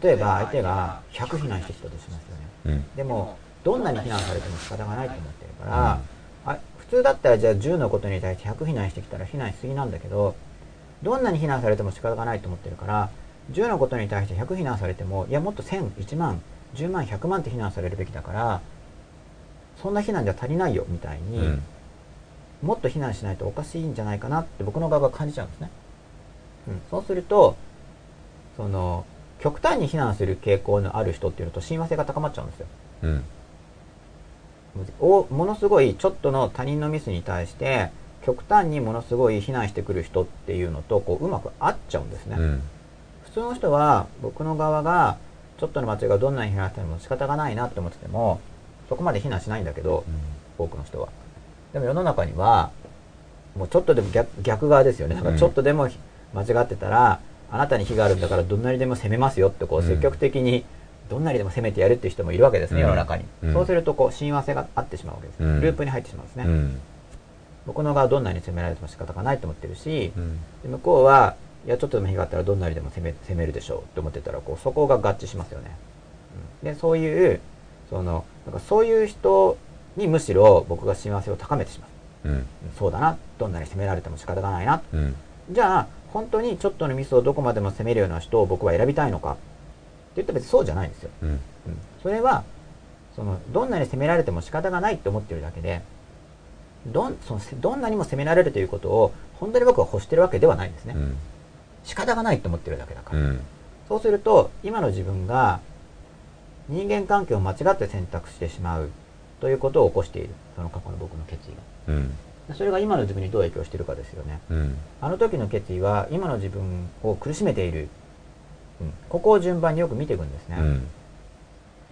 Speaker 1: 例えば相手が100非難してきたとしますよね、
Speaker 2: うん
Speaker 1: でもどんなに非難されても仕方がないと思ってるから、あ普通だったらじゃあ10のことに対して100非難してきたら非難しすぎなんだけどどんなに非難されても仕方がないと思ってるから10のことに対して100非難されてもいやもっと1000、1万、10万、100万って非難されるべきだからそんな非難じゃ足りないよみたいに、
Speaker 2: うん
Speaker 1: もっと非難しないとおかしいんじゃないかなって僕の側が感じちゃうんですね。うん、そうするとその極端に非難する傾向のある人っていうのと親和性が高まっちゃうんですよ。
Speaker 2: うん
Speaker 1: おものすごいちょっとの他人のミスに対して極端にものすごい非難してくる人っていうのとこううまく合っちゃうんですね、
Speaker 2: うん
Speaker 1: 普通の人は僕の側がちょっとの間違いがどんなに非難しても仕方がないなって思っててもそこまで非難しないんだけど多くの人はでも世の中にはもうちょっとでも逆逆側ですよねだからちょっとでもひ間違ってたら、あなたに非があるんだからどんなにでも責めますよってこう
Speaker 2: うん
Speaker 1: 積極的にどんなにでも責めてやるっていう人もいるわけですね、
Speaker 2: うん
Speaker 1: 世の中に、
Speaker 2: うん
Speaker 1: そうするとこう親和性が合ってしまうわけです、
Speaker 2: うん
Speaker 1: ループに入ってしまうんですね、
Speaker 2: うん
Speaker 1: 僕の側はどんなに責められても仕方がないと思ってるし、
Speaker 2: うん
Speaker 1: で向こうはいやちょっとでも非があったらどんなにでも責め責めるでしょうって思ってたらこうそこが合致しますよね、うんでそういうそのなんかそういう人にむしろ僕が親和性を高めてしまう
Speaker 2: うん
Speaker 1: そうだな、どんなに責められても仕方がないな。
Speaker 2: うん
Speaker 1: じゃあ、本当にちょっとのミスをどこまでも責めるような人を僕は選びたいのかって言ったら別にそうじゃないんですよ。
Speaker 2: うん
Speaker 1: それは、その、どんなに責められても仕方がないって思ってるだけで、どん、その、せどんなにも責められるということを、本当に僕は欲してるわけではないんですね。
Speaker 2: うん
Speaker 1: 仕方がないって思ってるだけだか
Speaker 2: う
Speaker 1: ら。
Speaker 2: ん
Speaker 1: そうすると、今の自分が、人間関係を間違って選択してしまうということを起こしている。その過去の僕の決意が。
Speaker 2: うん
Speaker 1: でそれが今の自分にどう影響してるかですよね。
Speaker 2: うん
Speaker 1: あの時の決意は今の自分を苦しめている、うんここを順番によく見ていくんですね、
Speaker 2: うん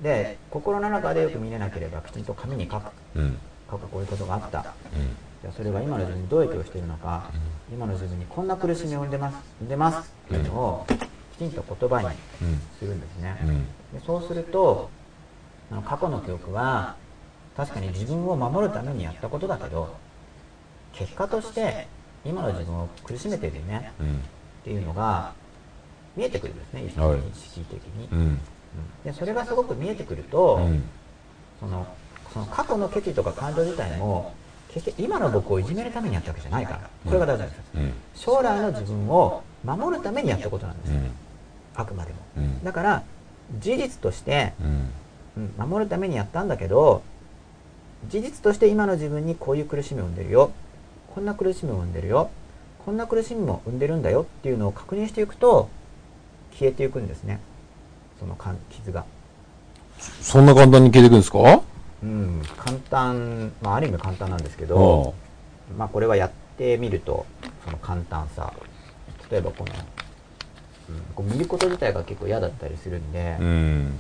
Speaker 1: で心の中でよく見れなければきちんと紙に書く
Speaker 2: うん
Speaker 1: 過去こういうことがあった
Speaker 2: うん
Speaker 1: じゃあそれが今の自分にどう影響しているのか、今の自分にこんな苦しみを生んでます生んでますっていうのをきちんと言葉に
Speaker 2: うん
Speaker 1: するんですね、
Speaker 2: うん
Speaker 1: でそうするとあの過去の記憶は確かに自分を守るためにやったことだけど結果として今の自分を苦しめているよね
Speaker 2: うん
Speaker 1: ってっていうのが見えてくるんですね、意識
Speaker 2: はい
Speaker 1: 的に
Speaker 2: う。ん。
Speaker 1: でそれがすごく見えてくると、
Speaker 2: うん。
Speaker 1: そのその過去の決意とか感情自体も決して今の僕をいじめるためにやったわけじゃないからこれが大事なんですよ、
Speaker 2: うん。
Speaker 1: 将来の自分を守るためにやったことなんです
Speaker 2: う
Speaker 1: よ、
Speaker 2: ん。
Speaker 1: あくまでも
Speaker 2: うん。
Speaker 1: だから事実として、
Speaker 2: うん。
Speaker 1: うん、守るためにやったんだけど事実として今の自分にこういう苦しみを生んでるよこんな苦しみを生んでるよこんな苦しみも生んでるんだよっていうのを確認していくと消えていくんですねその感傷が
Speaker 2: そんな簡単に消えていくんですかあ
Speaker 1: うん簡単まあある意味簡単なんですけ
Speaker 2: あ。
Speaker 1: どまあこれはやってみるとその簡単さ例えばこの、うん、こう見ること自体が結構嫌だったりするんで、
Speaker 2: うん。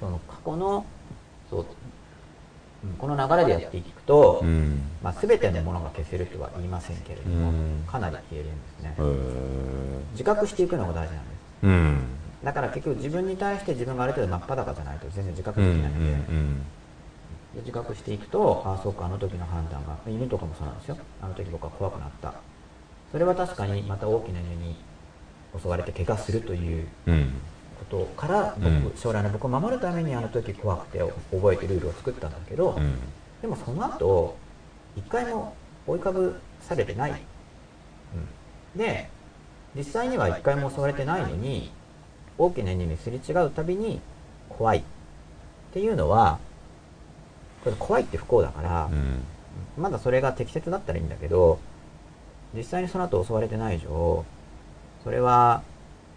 Speaker 1: その過去のそう、うんこの流れでやっていくと、
Speaker 2: うん。
Speaker 1: まあ、全てのものが消せるとは言いませんけれども、
Speaker 2: うん
Speaker 1: かなり消えるんですね
Speaker 2: へえ。
Speaker 1: 自覚していくのが大事なんです
Speaker 2: うん。
Speaker 1: だから結局自分に対して自分がある程度真っ裸じゃないと全然自覚
Speaker 2: うん。う
Speaker 1: で
Speaker 2: ん
Speaker 1: きないので,、
Speaker 2: うん。
Speaker 1: で自覚していくとああそうかあの時の判断が犬とかもそうなんですよあの時僕は怖くなったそれは確かにまた大きな犬に襲われて怪我するという
Speaker 2: うん。
Speaker 1: ことから僕、
Speaker 2: うん
Speaker 1: 将来の僕を守るためにあの時怖くて覚えてルールを作ったんだけど、
Speaker 2: うん。
Speaker 1: でもその後一回も追いかぶされてない、うん、で実際には一回も襲われてないのに大きな犬にすれ違うたびに怖いっていうのはこれ怖いって不幸だから、
Speaker 2: うん。
Speaker 1: まだそれが適切だったらいいんだけど実際にその後襲われてない以上それは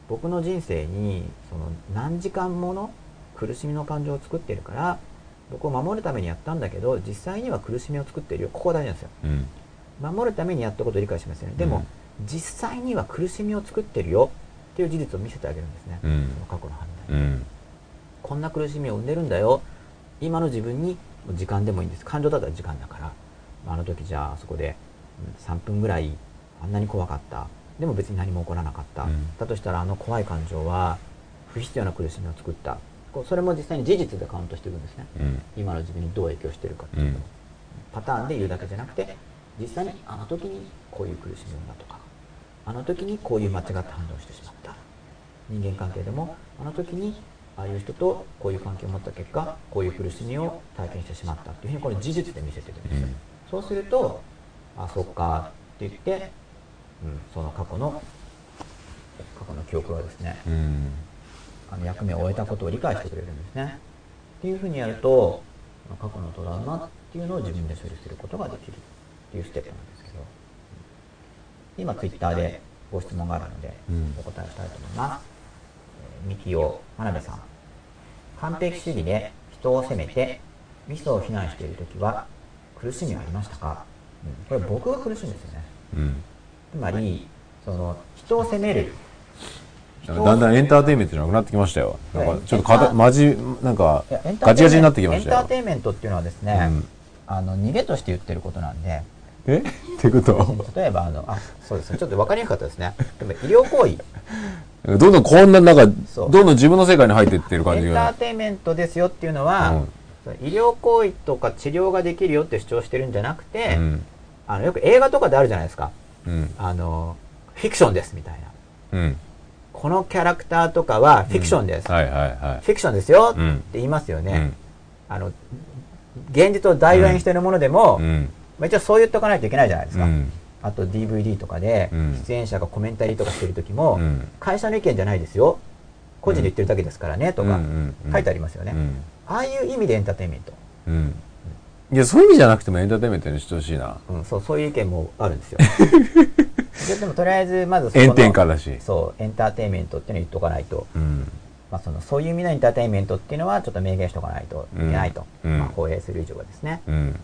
Speaker 1: 僕の人生にその何時間もの苦しみの感情を作ってるから僕を守るためにやったんだけど実際には苦しみを作ってるよここが大事なんですよ
Speaker 2: うん。
Speaker 1: 守るためにやったことを理解しますよねでも、実際には苦しみを作ってるよっていう事実を見せてあげるんですね、
Speaker 2: うん
Speaker 1: その過去の判断
Speaker 2: うん。
Speaker 1: こんな苦しみを生んでるんだよ今の自分に時間でもいいんです感情だったら時間だからあの時じゃああそこでうん3分ぐらいあんなに怖かったでも別に何も起こらなかった、
Speaker 2: うん
Speaker 1: だとしたらあの怖い感情は不必要な苦しみを作ったこうそれも実際に事実でカウントしていくんですね
Speaker 2: うん。
Speaker 1: 今の自分にどう影響してるかって
Speaker 2: う
Speaker 1: いう、
Speaker 2: ん。
Speaker 1: パターンで言うだけじゃなくて実際にあの時にこういう苦しみを生んだとかあの時にこういう間違った判断をしてしまった人間関係でもあの時にああいう人とこういう関係を持った結果こういう苦しみを体験してしまったっていうふうにこれ事実で見せてるんですよ、
Speaker 2: うん
Speaker 1: そうするとあそっかって言って、うん、その過去の過去の記憶はですね
Speaker 2: うん。
Speaker 1: あの役目を終えたことを理解してくれるんですね。っていうふうにやると、過去のトラウマっていうのを自分で処理することができるっていうステップなんですけど、今ツイッターでご質問があるので
Speaker 2: うん、
Speaker 1: お答えしたいと思います。えーミキオ、真鍋さん。完璧主義で人を責めて、ミスを非難しているときは、苦しみはありましたか、うん、これ僕が苦しいんですよね。
Speaker 2: うん。
Speaker 1: つまり、その、人を責める。
Speaker 2: なんかだんだんエンターテインメントじゃなくなってきましたよ。なんかちょっとかた、まじ、なんか
Speaker 1: いやエン、ター
Speaker 2: ガ
Speaker 1: テ
Speaker 2: チ
Speaker 1: インメ
Speaker 2: ガチに
Speaker 1: ン
Speaker 2: なってきました
Speaker 1: エンター
Speaker 2: よ。
Speaker 1: テインメントっていうのはですね、
Speaker 2: うん
Speaker 1: あの逃げとして言ってることなん
Speaker 2: [laughs]
Speaker 1: で
Speaker 2: えってこと
Speaker 1: 例えばあのあそうですねちょっと分かりにくかったですねでも医療行為
Speaker 2: どんどんこんな、なんか、
Speaker 1: そ
Speaker 2: ど
Speaker 1: うん
Speaker 2: どん自分の世界に入ってってる
Speaker 1: エ
Speaker 2: 感じ
Speaker 1: ンター
Speaker 2: が。
Speaker 1: テインメントですよっていうのは、
Speaker 2: うん
Speaker 1: その医療行為とか治療ができるよって主張してるんじゃなくて、
Speaker 2: うん。
Speaker 1: あのよく映画とかであるじゃないですか
Speaker 2: うん。
Speaker 1: あのフィクションですみたいな
Speaker 2: うん。
Speaker 1: このキャラクターとかはフィクションです、
Speaker 2: はいはいは
Speaker 1: フィクションですよっ
Speaker 2: うん
Speaker 1: て言いますよ
Speaker 2: い。
Speaker 1: ね、あの現実を題材にしてるものでも、
Speaker 2: うん。うん。
Speaker 1: まあ、一応そう言っとかないといけないじゃないです
Speaker 2: う
Speaker 1: か、
Speaker 2: ん。
Speaker 1: あと DVD とかで
Speaker 2: うん
Speaker 1: 出演者がコメンタリーとかしてる時も、
Speaker 2: うん
Speaker 1: 会社の意見じゃないですよ個人で言ってるだけですからねとか
Speaker 2: うんうんうん
Speaker 1: 書いてありますよね、
Speaker 2: うん。
Speaker 1: ああいう意味でエンターテインメント、
Speaker 2: うん。いや、そういう意味じゃなくてもエンターテインメントにしてほしいな。
Speaker 1: うん、そうそういう意見もあるん
Speaker 2: [laughs]
Speaker 1: ですよででもとりあえずまずそこの
Speaker 2: 炎天下だし。
Speaker 1: そうエンターテインメントっていうのを言っとかないと、
Speaker 2: うん。
Speaker 1: まあ、そのそういう意味のエンターテインメントっていうのはちょっと明言しておかないといけないと、
Speaker 2: うん
Speaker 1: まあ、放映する以上はですね、
Speaker 2: うん。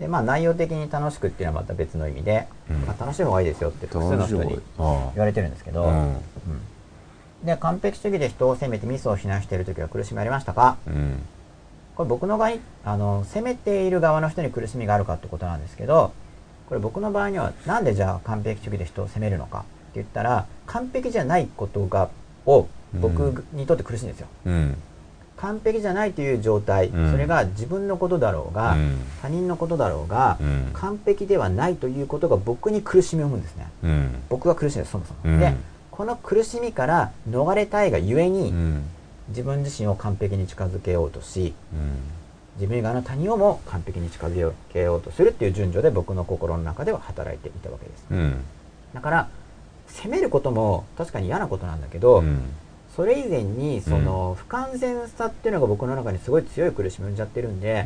Speaker 1: でまあ、内容的に楽しくっていうのはまた別の意味で、
Speaker 2: うん
Speaker 1: まあ、楽しい方がいいですよって複数の人に
Speaker 2: あ
Speaker 1: 言われてるんですけど、
Speaker 2: あ。うん。
Speaker 1: で完璧主義で人を責めてミスを非難している時は苦しみありましたか
Speaker 2: うん。
Speaker 1: これ僕の場合あの責めている側の人に苦しみがあるかってことなんですけどこれ僕の場合にはなんでじゃあ完璧主義で人を責めるのかって言ったら完璧じゃないことがを僕にとって苦しいんですよ、
Speaker 2: うん。
Speaker 1: 完璧じゃないという状態、
Speaker 2: うん
Speaker 1: それが自分のことだろうが、
Speaker 2: うん
Speaker 1: 他人のことだろうが、
Speaker 2: うん
Speaker 1: 完璧ではないということが僕に苦しみを生むんですね
Speaker 2: うん。
Speaker 1: 僕が苦しいですそもそも、
Speaker 2: うん
Speaker 1: でこの苦しみから逃れたいがゆえに、
Speaker 2: うん
Speaker 1: 自分自身を完璧に近づけようとし
Speaker 2: うん
Speaker 1: 自分以外の他人をも完璧に近づけようとするっていう順序で僕の心の中では働いていたわけです
Speaker 2: うん
Speaker 1: だから責めることも確かに嫌なことなんだけ
Speaker 2: う
Speaker 1: ど、
Speaker 2: ん
Speaker 1: それ以前にその不完全さっていうのが僕の中にすごい強い苦しみを生んじゃってるんで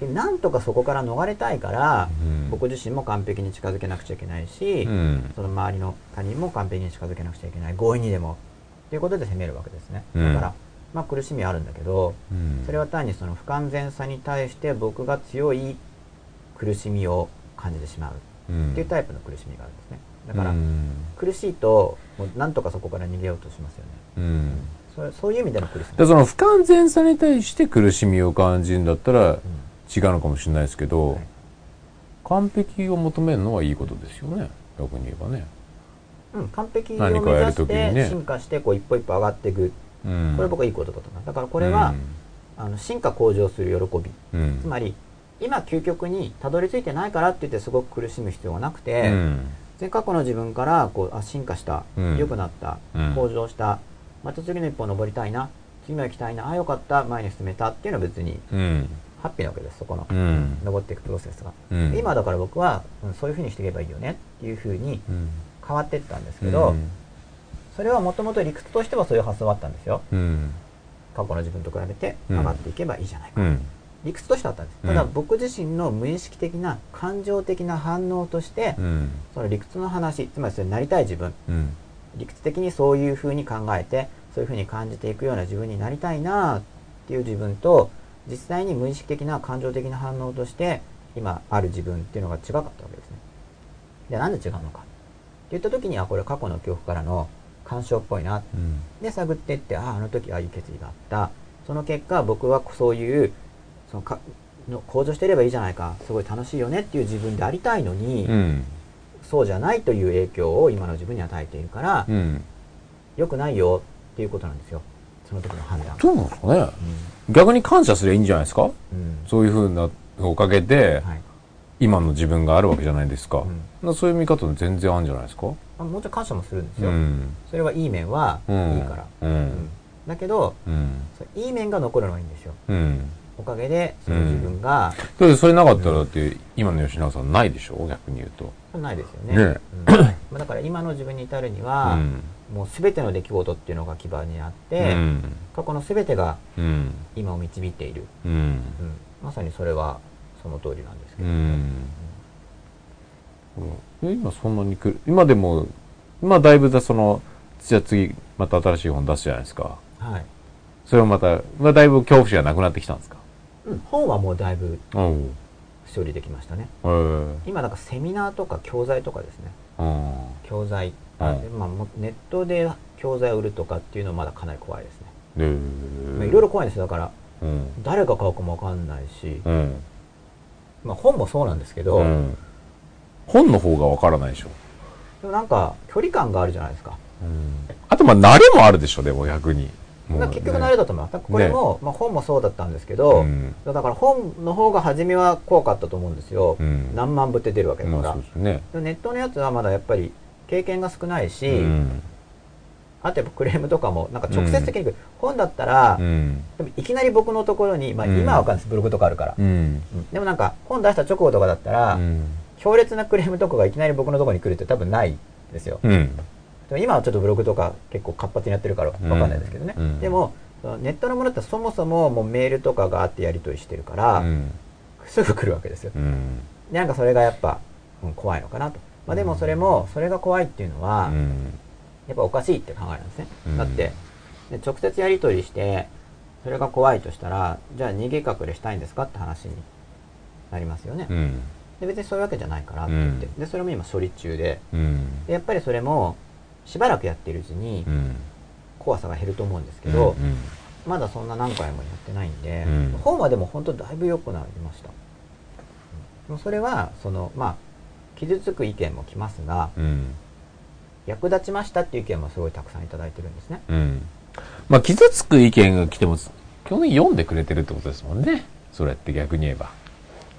Speaker 2: う、ん
Speaker 1: なんとかそこから逃れたいから、
Speaker 2: うん
Speaker 1: 僕自身も完璧に近づけなくちゃいけないし、
Speaker 2: うん
Speaker 1: その周りの他人も完璧に近づけなくちゃいけない強引にでもっていうことで責めるわけですね、
Speaker 2: うん
Speaker 1: だからまあ苦しみはあるんだけど
Speaker 2: うん
Speaker 1: それは単にその不完全さに対して僕が強い苦しみを感じてしまう
Speaker 2: うん
Speaker 1: っていうタイプの苦しみがあるんですねだから、
Speaker 2: うん
Speaker 1: 苦しいともうなんとかそこから逃げようとしますよね
Speaker 2: うん
Speaker 1: それそういう意味での苦しみ
Speaker 2: でその不完全さに対して苦しみを感じるんだったら違うのかもしれないですけど、
Speaker 1: はい
Speaker 2: 完璧を求めるのはいいことですよね逆に言えばね、
Speaker 1: うん、完璧を目
Speaker 2: 何かや
Speaker 1: 指
Speaker 2: ると
Speaker 1: し
Speaker 2: きにね
Speaker 1: て進化してこう一歩一歩上がっていく
Speaker 2: うん、
Speaker 1: これ僕はいいことだと思うだからこれは、あの進化向上する喜び
Speaker 2: うん、うん
Speaker 1: つまり今究極にたどり着いてないからって言ってすごく苦しむ必要はなくて、
Speaker 2: うん
Speaker 1: で過去の自分からこうあ進化した
Speaker 2: うん
Speaker 1: 良くなった、
Speaker 2: うん
Speaker 1: 向上したまた次の一歩登りたいな次も行きたいなあよかった前に進めたっていうのは別に
Speaker 2: うん
Speaker 1: ハッピーなわけですそこの、
Speaker 2: うん
Speaker 1: 登っていくプロセスが、
Speaker 2: うん
Speaker 1: 今だから僕は、うんそういう風にしていけばいいよねっていう風に
Speaker 2: うん
Speaker 1: 変わっていったんですけど、それはもともと理屈としてはそういう発想はあったんですよ
Speaker 2: うん
Speaker 1: 過去の自分と比べて
Speaker 2: うん
Speaker 1: 上がっていけばいいじゃないか、
Speaker 2: うん
Speaker 1: 理屈としてはあったんです
Speaker 2: うん
Speaker 1: ただ僕自身の無意識的な感情的な反応として、
Speaker 2: うん
Speaker 1: その理屈の話つまりそれなりたい自分
Speaker 2: うん
Speaker 1: 理屈的にそういうふうに考えてそういうふうに感じていくような自分になりたいなっていう自分と実際に無意識的な感情的な反応として今ある自分っていうのが違かったわけですね。でなんで違うのかって言った時にはこれ過去の恐怖からの干渉っぽいな
Speaker 2: うん
Speaker 1: で探ってってあああの時ああいう決意があったその結果僕はそういうそのかの向上していればいいじゃないかすごい楽しいよねっていう自分でありたいのに、
Speaker 2: うん
Speaker 1: そうじゃないという影響を今の自分に与えているから、
Speaker 2: うん
Speaker 1: 良くないよっていうことなんですよその時の判断、
Speaker 2: どうなんですかね逆に感謝すればいいんじゃないですか
Speaker 1: うんうん
Speaker 2: そういうふうなおかげで
Speaker 1: はい
Speaker 2: 今の自分があるわけじゃないですか、
Speaker 1: うん
Speaker 2: なそういう見方全然あるんじゃないですか
Speaker 1: あ、もちろん感謝もするんです
Speaker 2: う
Speaker 1: よ、
Speaker 2: ん
Speaker 1: それはいい面は
Speaker 2: う
Speaker 1: い
Speaker 2: ん
Speaker 1: いから、
Speaker 2: う
Speaker 1: うん
Speaker 2: ん
Speaker 1: だけど
Speaker 2: うん
Speaker 1: そのいい面が残るのはいいんですよ
Speaker 2: うん
Speaker 1: おかげでその自分が、
Speaker 2: だってそれなかったらだって今の吉永さんないでしょ逆に言うと
Speaker 1: ないですよね
Speaker 2: ね
Speaker 1: うんまあ、だから今の自分に至るには、
Speaker 2: うん
Speaker 1: もう全ての出来事っていうのが基盤にあって、
Speaker 2: うん
Speaker 1: 過去の全てが
Speaker 2: うん
Speaker 1: 今を導いている、
Speaker 2: うん
Speaker 1: うんまさにそれはその通りなんですけ
Speaker 2: う
Speaker 1: ど、
Speaker 2: んえ今そんなにくる今でも今だいぶだそのじゃあ次また新しい本出すじゃないですか
Speaker 1: はい
Speaker 2: それもまた、まあ、だいぶ恐怖心がなくなってきたんですか
Speaker 1: うん、本はもうだいぶ
Speaker 2: おう
Speaker 1: 処理できましたね
Speaker 2: へえ
Speaker 1: 今なんかセミナーとか教材とかですね
Speaker 2: うん
Speaker 1: 教
Speaker 2: は
Speaker 1: 材、
Speaker 2: い
Speaker 1: あでまあ、もネットで教材を売るとかっていうのはまだかなり怖いですね、
Speaker 2: で
Speaker 1: まあいろいろ怖いんですよだから
Speaker 2: うん
Speaker 1: 誰が買うかもわかんないし、
Speaker 2: うん
Speaker 1: まあ、本もそうなんですけど、
Speaker 2: うん本の方がわからないでしょ
Speaker 1: でもなんか距離感があるじゃないですか
Speaker 2: あとまあ慣れもあるでしょでも逆にもう
Speaker 1: まあ
Speaker 2: ね
Speaker 1: 結局慣れだと思いますだからこれも、まあ、本もそうだったんですけど、
Speaker 2: うん
Speaker 1: だから本の方が初めは怖かったと思うんですよ、
Speaker 2: うん
Speaker 1: 何万部って出るわけだから、
Speaker 2: まあそうですね
Speaker 1: でもネットのやつはまだやっぱり経験が少ないし、
Speaker 2: うん
Speaker 1: あとやっぱクレームとかもなんか直接的に来る、本だったら、
Speaker 2: うん
Speaker 1: でもいきなり僕のところに、まあ、
Speaker 2: うん
Speaker 1: 今はわかんないです、ブログとかあるから、
Speaker 2: うん
Speaker 1: でもなんか本出した直後とかだったら、
Speaker 2: うん
Speaker 1: 強烈なクレームとかがいきなり僕のところに来るって多分ないですよ、
Speaker 2: うん
Speaker 1: でも今はちょっとブログとか結構活発にやってるからわかんないですけどね、
Speaker 2: うんうん
Speaker 1: でもそのネットのものってそもそももうメールとかがあってやり取りしてるから、
Speaker 2: うん
Speaker 1: すぐ来るわけですよ
Speaker 2: うん
Speaker 1: でなんかそれがやっぱ、うん怖いのかなと、まあ、でもそれもそれが怖いっていうのは、
Speaker 2: うん
Speaker 1: やっぱおかしいって考えなんですね、
Speaker 2: うん
Speaker 1: だってで直接やり取りしてそれが怖いとしたらじゃあ逃げ隠れしたいんですかって話になりますよね、
Speaker 2: うん
Speaker 1: で別にそういうわけじゃないからって言って、でそれも今処理中で
Speaker 2: うん
Speaker 1: でやっぱりそれもしばらくやってるうちに
Speaker 2: うん
Speaker 1: 怖さが減ると思うんですけど、
Speaker 2: うん
Speaker 1: まだそんな何回もやってないんで、
Speaker 2: うん
Speaker 1: 本はでも本当だいぶ良くなりました、うん、それはそのまあ傷つく意見も来ますが
Speaker 2: うん
Speaker 1: 役立ちましたっていう意見もすごいたくさんいただいてるんですね
Speaker 2: うんまあ傷つく意見が来ても基本的に読んでくれてるってことですもんねそれって逆に言えば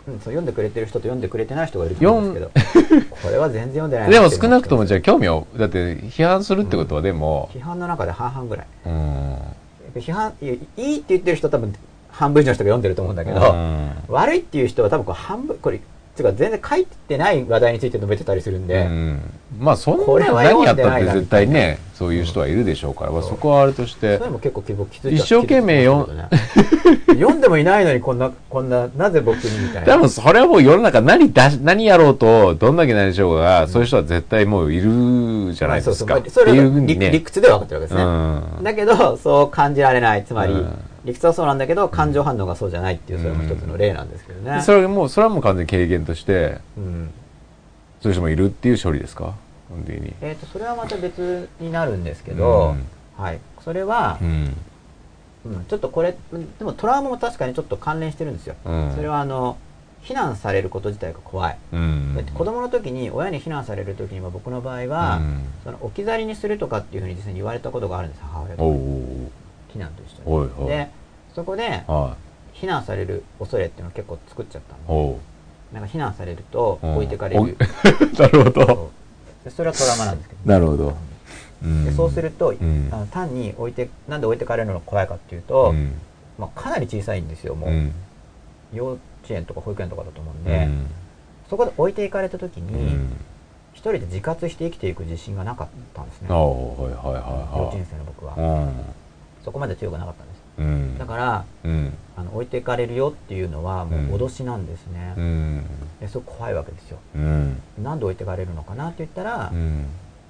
Speaker 1: うん、そう読んでくれてる人と読んでくれてない人がいると思うんですけどこれは全然読んでないな
Speaker 2: で
Speaker 1: っ
Speaker 2: も
Speaker 1: て
Speaker 2: 少なくともじゃあ興味を、だって批判するってことはでも、
Speaker 1: 批判の中で半々ぐらい
Speaker 2: うん。うん
Speaker 1: 批判いやいいって言ってる人多分半分以上の人が読んでると思うんだけど、悪いっていう人は多分これ半分これつうか全然書いてない話題について述べてたりするん
Speaker 2: う
Speaker 1: で、
Speaker 2: んまあそん
Speaker 1: こ
Speaker 2: な
Speaker 1: れ
Speaker 2: の
Speaker 1: は
Speaker 2: 何
Speaker 1: 読
Speaker 2: やっ
Speaker 1: んで
Speaker 2: たっ
Speaker 1: ない
Speaker 2: て
Speaker 1: な
Speaker 2: 絶対ね、そういう人はいるでしょうから、まあそこはあれとし
Speaker 1: そ
Speaker 2: て
Speaker 1: れ、も結構僕気づいた
Speaker 2: 一生懸命読ん
Speaker 1: 気づいたんです
Speaker 2: [laughs]
Speaker 1: けどね読んでもいないのにこんなこんななぜ僕にみたい
Speaker 2: 多
Speaker 1: な
Speaker 2: 分それはもう世の中何だし、何やろうと、どんだけ何しようが、そういう人は絶対もういるじゃないですか。
Speaker 1: ま
Speaker 2: っ
Speaker 1: あ
Speaker 2: て
Speaker 1: そうそうまあそ
Speaker 2: い
Speaker 1: れ
Speaker 2: う
Speaker 1: は
Speaker 2: ふうに
Speaker 1: 理
Speaker 2: ね。
Speaker 1: 理屈では分かってるわけですね、
Speaker 2: うん
Speaker 1: だけど、そう感じられない。つまり、
Speaker 2: うん
Speaker 1: 理屈はそうなんだけど、感情反応がそうじゃないっていう、それも一つの例なんですけどね。
Speaker 2: それはもう、それはもう完全に軽減として、
Speaker 1: うん。
Speaker 2: そういう人もいるっていう処理ですか本当に。
Speaker 1: えっ、と、それはまた別になるんですけど、はい。それは
Speaker 2: う、ん。
Speaker 1: うん、ちょっとこれ、うんでもトラウマも確かにちょっと関連してるんですよ。
Speaker 2: うん。
Speaker 1: それは、あの、非難されること自体が怖い。
Speaker 2: うん、
Speaker 1: だって子供の時に、親に非難される時には、僕の場合
Speaker 2: う
Speaker 1: は、
Speaker 2: ん、
Speaker 1: その置き去りにするとかっていうふうに実際に言われたことがあるんです、母親
Speaker 2: おうお
Speaker 1: と
Speaker 2: う
Speaker 1: 非難と一
Speaker 2: おうお
Speaker 1: 緒
Speaker 2: い
Speaker 1: に。
Speaker 2: おい
Speaker 1: で、そこで、
Speaker 2: は
Speaker 1: 非難される恐れっていうのを結構作っちゃった
Speaker 2: い
Speaker 1: んで
Speaker 2: おう [laughs]
Speaker 1: なんか避難されると
Speaker 2: うん
Speaker 1: 置いてかれる、
Speaker 2: おなるほど
Speaker 1: そうでそれはトラウマなんですけど、
Speaker 2: なるほど、うん
Speaker 1: でそうすると、
Speaker 2: ん
Speaker 1: あの単に置いてなんで置いてかれるのが怖いかっていう
Speaker 2: う
Speaker 1: と、
Speaker 2: ん
Speaker 1: まあ、かなり小さいんですよもう、
Speaker 2: うん
Speaker 1: 幼稚園とか保育園とかだと思う
Speaker 2: う
Speaker 1: んで、
Speaker 2: ん
Speaker 1: そこで置いていかれた時
Speaker 2: う
Speaker 1: に、
Speaker 2: ん
Speaker 1: 一人で自活して生きていく自信がなかったんですね
Speaker 2: ああ
Speaker 1: 幼
Speaker 2: はいはい
Speaker 1: 稚
Speaker 2: は
Speaker 1: 園生の僕は、
Speaker 2: いは
Speaker 1: そこまで強くなかったんです
Speaker 2: いうんうん
Speaker 1: だから
Speaker 2: うん
Speaker 1: あの置いていかれるよっていうのはもう脅しなんですね、
Speaker 2: うん
Speaker 1: ですごく怖いわけですよ
Speaker 2: うん
Speaker 1: なんで置いてかれるのかなって言ったら、
Speaker 2: うん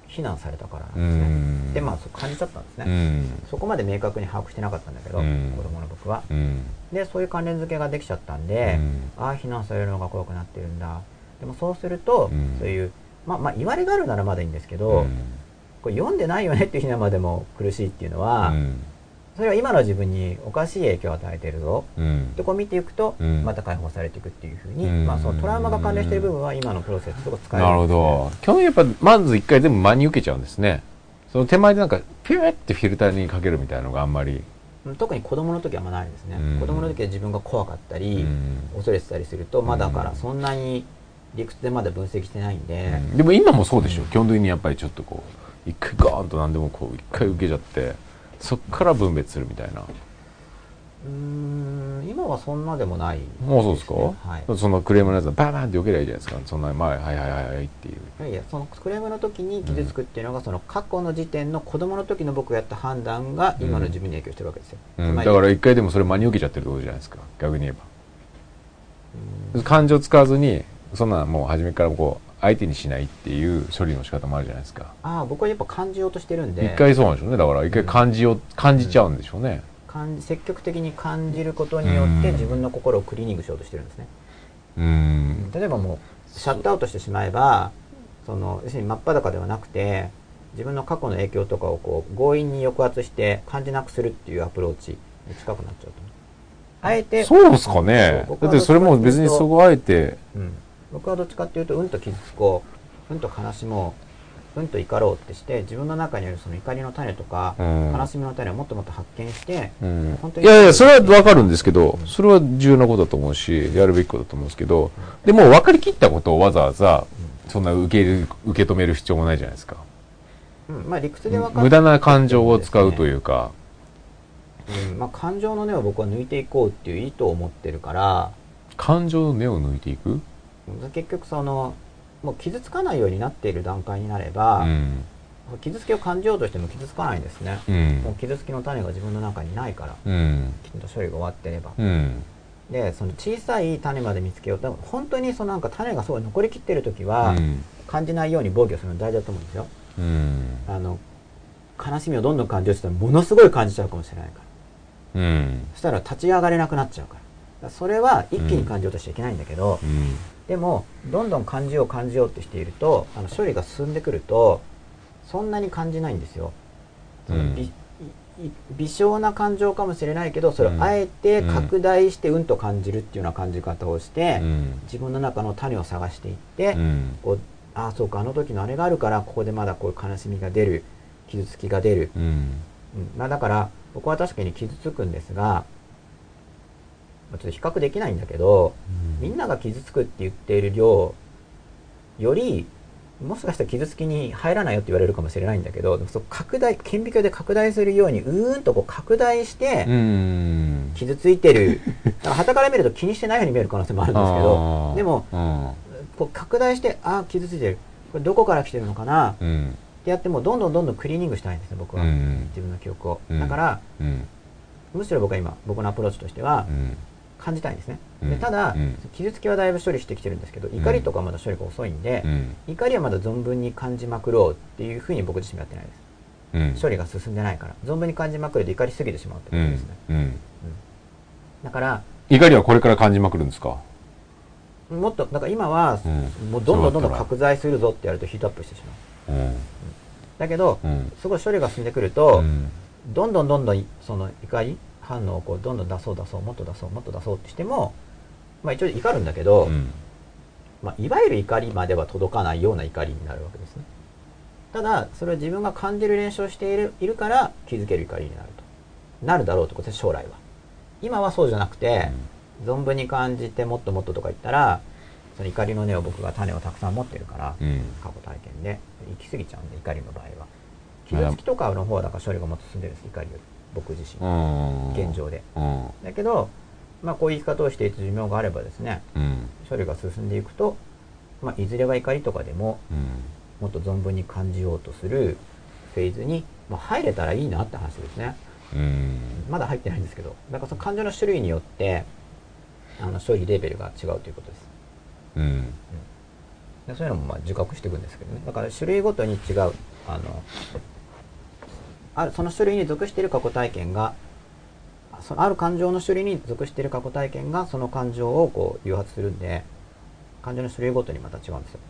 Speaker 1: 非難されたからなん
Speaker 2: う
Speaker 1: ですね、
Speaker 2: ん
Speaker 1: でまあそう感じちゃったんですね、
Speaker 2: うん
Speaker 1: そこまで明確に把握してなかったんだけど、
Speaker 2: うん
Speaker 1: 子供の僕は
Speaker 2: うん
Speaker 1: でそういう関連付けができちゃったん
Speaker 2: う
Speaker 1: で、
Speaker 2: ん
Speaker 1: ああ非難されるのが怖くなってるんだでもそうすると、
Speaker 2: うん
Speaker 1: そういうまあまあ言われがあるならまだいいんですけ
Speaker 2: う
Speaker 1: ど、
Speaker 2: ん
Speaker 1: これ読んでないよねっていう非難までも苦しいっていうの
Speaker 2: う
Speaker 1: は、
Speaker 2: ん
Speaker 1: それは今の自分におかしい影響を与えてるぞ
Speaker 2: うん
Speaker 1: でこう見ていくと、
Speaker 2: うん
Speaker 1: また解放されていくっていうふうに、
Speaker 2: うん
Speaker 1: まあ、そのトラウマが関連している部分は今のプロセスとか使える
Speaker 2: なるほど興味やっぱまず一回全部真に受けちゃうんですねその手前でなんかピューってフィルターにかけるみたいなのがあんまり
Speaker 1: うん特に子供の時はあんまないですね、
Speaker 2: うん
Speaker 1: 子供の時は自分が怖かった
Speaker 2: う
Speaker 1: り、
Speaker 2: ん
Speaker 1: 恐れてたりすると、まあ、
Speaker 2: うん
Speaker 1: だからそんなに理屈でまだ分析してないんで、
Speaker 2: でも今もそうでしょ、基本的にやっぱりちょっとこう一回ガーンと何でもこう一回受けちゃってそっから分別するみたいな
Speaker 1: うーん今はそんなでもない、
Speaker 2: もうそうですか、
Speaker 1: はい
Speaker 2: そのクレームのやつはバーバーンって避けりゃいいじゃないですかそんな前はいはいはいはいっていう
Speaker 1: いやいやそのクレームの時に傷つくっていうのが、その過去の時点の子供の時の僕がやった判断が今の自分に影響してるわけですよ、
Speaker 2: うん、
Speaker 1: つ
Speaker 2: だ
Speaker 1: ま
Speaker 2: か
Speaker 1: り
Speaker 2: ら一回でもそれ真に受けちゃってるってことじゃないですか逆に言えば感情使わずにそんなもう初めからこう相手にしないっていう処理の仕方もあるじゃないですか
Speaker 1: ああ僕はやっぱ感じようとしてるん
Speaker 2: 一
Speaker 1: で
Speaker 2: 回そうなんでしょうねだから一回感じを感じちゃうんでしょうね、
Speaker 1: 感じ積極的に感じることによって自分の心をクリーニングしようとしてるんですね、
Speaker 2: うん
Speaker 1: 例えばもうシャットアウトしてしまえばその要するに真っ裸ではなくて自分の過去の影響とかをこう強引に抑圧して感じなくするっていうアプローチに近くなっちゃうと思うあえて
Speaker 2: そうっすかね
Speaker 1: そう僕
Speaker 2: だ
Speaker 1: は
Speaker 2: ってそれも別にそこあえて
Speaker 1: うん、僕はどっちかっていうとうんと傷つこううんと悲しもううんと怒ろうってして自分の中にあるその怒りの種とか、
Speaker 2: うん
Speaker 1: 悲しみの種をもっともっと発見して、
Speaker 2: うん
Speaker 1: 本当
Speaker 2: い
Speaker 1: に
Speaker 2: やいや、それは分かるんですけど
Speaker 1: う、ん
Speaker 2: それは重要なことだと思うし、やるべきことだと思うんですけど、でも分かりきったことをわざわざ、そんな受け入れる受け止める必要もないじゃないですか。
Speaker 1: うんまあ、理屈で分か
Speaker 2: 無駄な感情を使うというか、
Speaker 1: うんまあ、感情の根を僕は抜いていこうっていう意図を持ってるから
Speaker 2: 感情の目を抜いていく
Speaker 1: 結局そのもう傷つかないようになっている段階になれば
Speaker 2: う、ん。
Speaker 1: 傷つきを感じようとしても傷つかないんですね、
Speaker 2: う。
Speaker 1: もうん傷つきの種が自分の中にないから
Speaker 2: うん。
Speaker 1: きちんと処理が終わってれば、
Speaker 2: うん。
Speaker 1: でその小さい種まで見つけようと本当にそのなんか種がすごい残りきってる時
Speaker 2: う
Speaker 1: は、
Speaker 2: ん。
Speaker 1: 感じないように防御するの大事だと思うんですよ
Speaker 2: うん。
Speaker 1: あの悲しみをどんどん感じようとしたらものすごい感じちゃうかもしれないから
Speaker 2: うん。
Speaker 1: そしたら立ち上がれなくなっちゃうからだからそれは一気に感じようとしちゃいけないんだけど、
Speaker 2: うん。
Speaker 1: でもどんどん感じよう感じようってしているとあの処理が進んでくるとそんなに感じないんですよ。その
Speaker 2: うん
Speaker 1: びいい微小な感情かもしれないけどそれ
Speaker 2: う
Speaker 1: を
Speaker 2: ん
Speaker 1: あえて拡大してうんと感じるっていうような感じ方をして、
Speaker 2: うん。
Speaker 1: 自分の中の種を探していって、
Speaker 2: うん。
Speaker 1: こうああそうかあの時のあれがあるからここでまだこういう悲しみが出る傷つきが出る、
Speaker 2: うん。
Speaker 1: うんまあ、だから僕は確かに傷つくんですがまあちょっと比較できないんだけど、みんなが傷つくって言っている量より、もしかしたら傷つきに入らないよって言われるかもしれないんだけど、でもそう拡大、顕微鏡で拡大するように、うーんとこう拡大して、
Speaker 2: うん
Speaker 1: 傷ついてる。はたから見ると気にしてないように見える可能性もあるんですけど、でも、
Speaker 2: も、
Speaker 1: こう拡大して、あー、傷ついてる。これどこから来てるのかなっ
Speaker 2: うんうん
Speaker 1: てやっても、どんどんどんどんクリーニングしたいんですね、僕は。
Speaker 2: うん
Speaker 1: 自分の記憶を。
Speaker 2: うん
Speaker 1: だから、
Speaker 2: うん
Speaker 1: むしろ僕は今、僕のアプローチとしては
Speaker 2: う、ん
Speaker 1: 感じたいんですね。
Speaker 2: うん
Speaker 1: でただ、
Speaker 2: うん
Speaker 1: 傷つきはだいぶ処理してきてるんですけど、
Speaker 2: ん
Speaker 1: 怒りとかはまだ処理が遅いんで
Speaker 2: う、ん
Speaker 1: 怒りはまだ存分に感じまくろうっていうふうに僕自身もやってないで
Speaker 2: う
Speaker 1: す。
Speaker 2: ん
Speaker 1: 処理が進んでないから。存分に感じまくると怒りすぎてしまうってこ
Speaker 2: う
Speaker 1: とで
Speaker 2: ん
Speaker 1: すね。
Speaker 2: うん
Speaker 1: だから、
Speaker 2: 怒りはこれから感じまくるんですか
Speaker 1: もっと、だから今は、
Speaker 2: うん
Speaker 1: もうどんどんど
Speaker 2: そ
Speaker 1: んど
Speaker 2: うだった
Speaker 1: ん
Speaker 2: ら
Speaker 1: 拡大するぞってやるとヒートアップしてしまう。
Speaker 2: うん
Speaker 1: だけど、
Speaker 2: うん
Speaker 1: すごい処理が進んでくると、
Speaker 2: うん
Speaker 1: どんどんどんどんその怒り反応をこうどんどん出そう出そうもっと出そうもっと出そうってしても、まあ、一応怒るんだけど、
Speaker 2: うん
Speaker 1: まあ、いわゆる怒りまでは届かないような怒りになるわけですねただそれは自分が感じる練習をしているいるから気づける怒りになるとなるだろうってことです将来は今はそうじゃなくて、存分に感じてもっともっととか言ったらその怒りの根を僕が種をたくさん持ってるから、
Speaker 2: うん
Speaker 1: 過去体験で行き過ぎちゃうんで怒りの場合は傷つきとかの方はだから処理がもっと進んでるんです怒りより僕自身
Speaker 2: うん
Speaker 1: 現状で
Speaker 2: うん
Speaker 1: だけどまあこういう生き方をしていく寿命があればですね
Speaker 2: うん
Speaker 1: 処理が進んでいくと、まあ、いずれは怒りとかでも
Speaker 2: うん
Speaker 1: もっと存分に感じようとするフェーズに、まあ、入れたらいいなって話ですね
Speaker 2: うん
Speaker 1: まだ入ってないんですけどだからその感情の種類によってあの処理レベルが違うということです
Speaker 2: うん
Speaker 1: でそういうのもまあ自覚していくんですけどねだから種類ごとに違うあのあるその種類に属している過去体験がそのある感情の種類に属している過去体験がその感情をこう誘発するんで感情の種類ごとにまた違うんですよ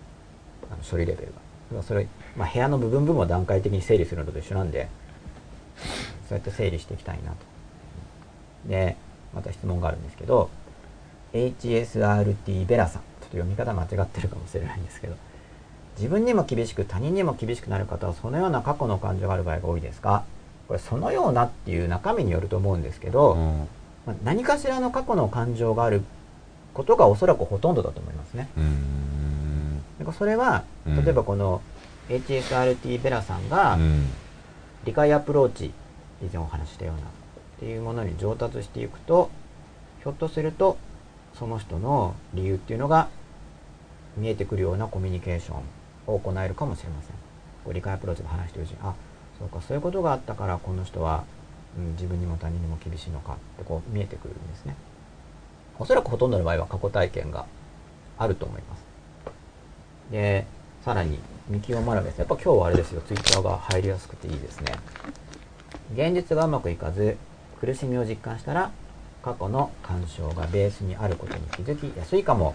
Speaker 1: あの処理レベルがだからそれ、まあ、部屋の部分部分を段階的に整理するのと一緒なんでそうやって整理していきたいなとでまた質問があるんですけど HSRT ベラさんちょっと読み方間違ってるかもしれないんですけど自分にも厳しく他人にも厳しくなる方はそのような過去の感情がある場合が多いですかこれそのようなっていう中身によると思うんですけど、
Speaker 2: うん
Speaker 1: まあ何かしらの過去の感情があることがおそらくほとんどだと思いますね。
Speaker 2: うん
Speaker 1: だからそれは
Speaker 2: うん
Speaker 1: 例えばこの HSRT ベラさんが
Speaker 2: うん
Speaker 1: 理解アプローチ以前お話ししたようなっていうものに上達していくとひょっとするとその人の理由っていうのが見えてくるようなコミュニケーションを行えるかもしれませんこう理解アプローチで話してるうちにあそうかそういうことがあったからこの人は、うん、自分にも他人にも厳しいのかってこう見えてくるんですねおそらくほとんどの場合は過去体験があると思いますで、さらに、三木マラベさん。やっぱ今日はあれですよ、ツイッターが入りやすくていいですね。現実がうまくいかず、苦しみを実感したら、過去の干渉がベースにあることに気づきやすいかも。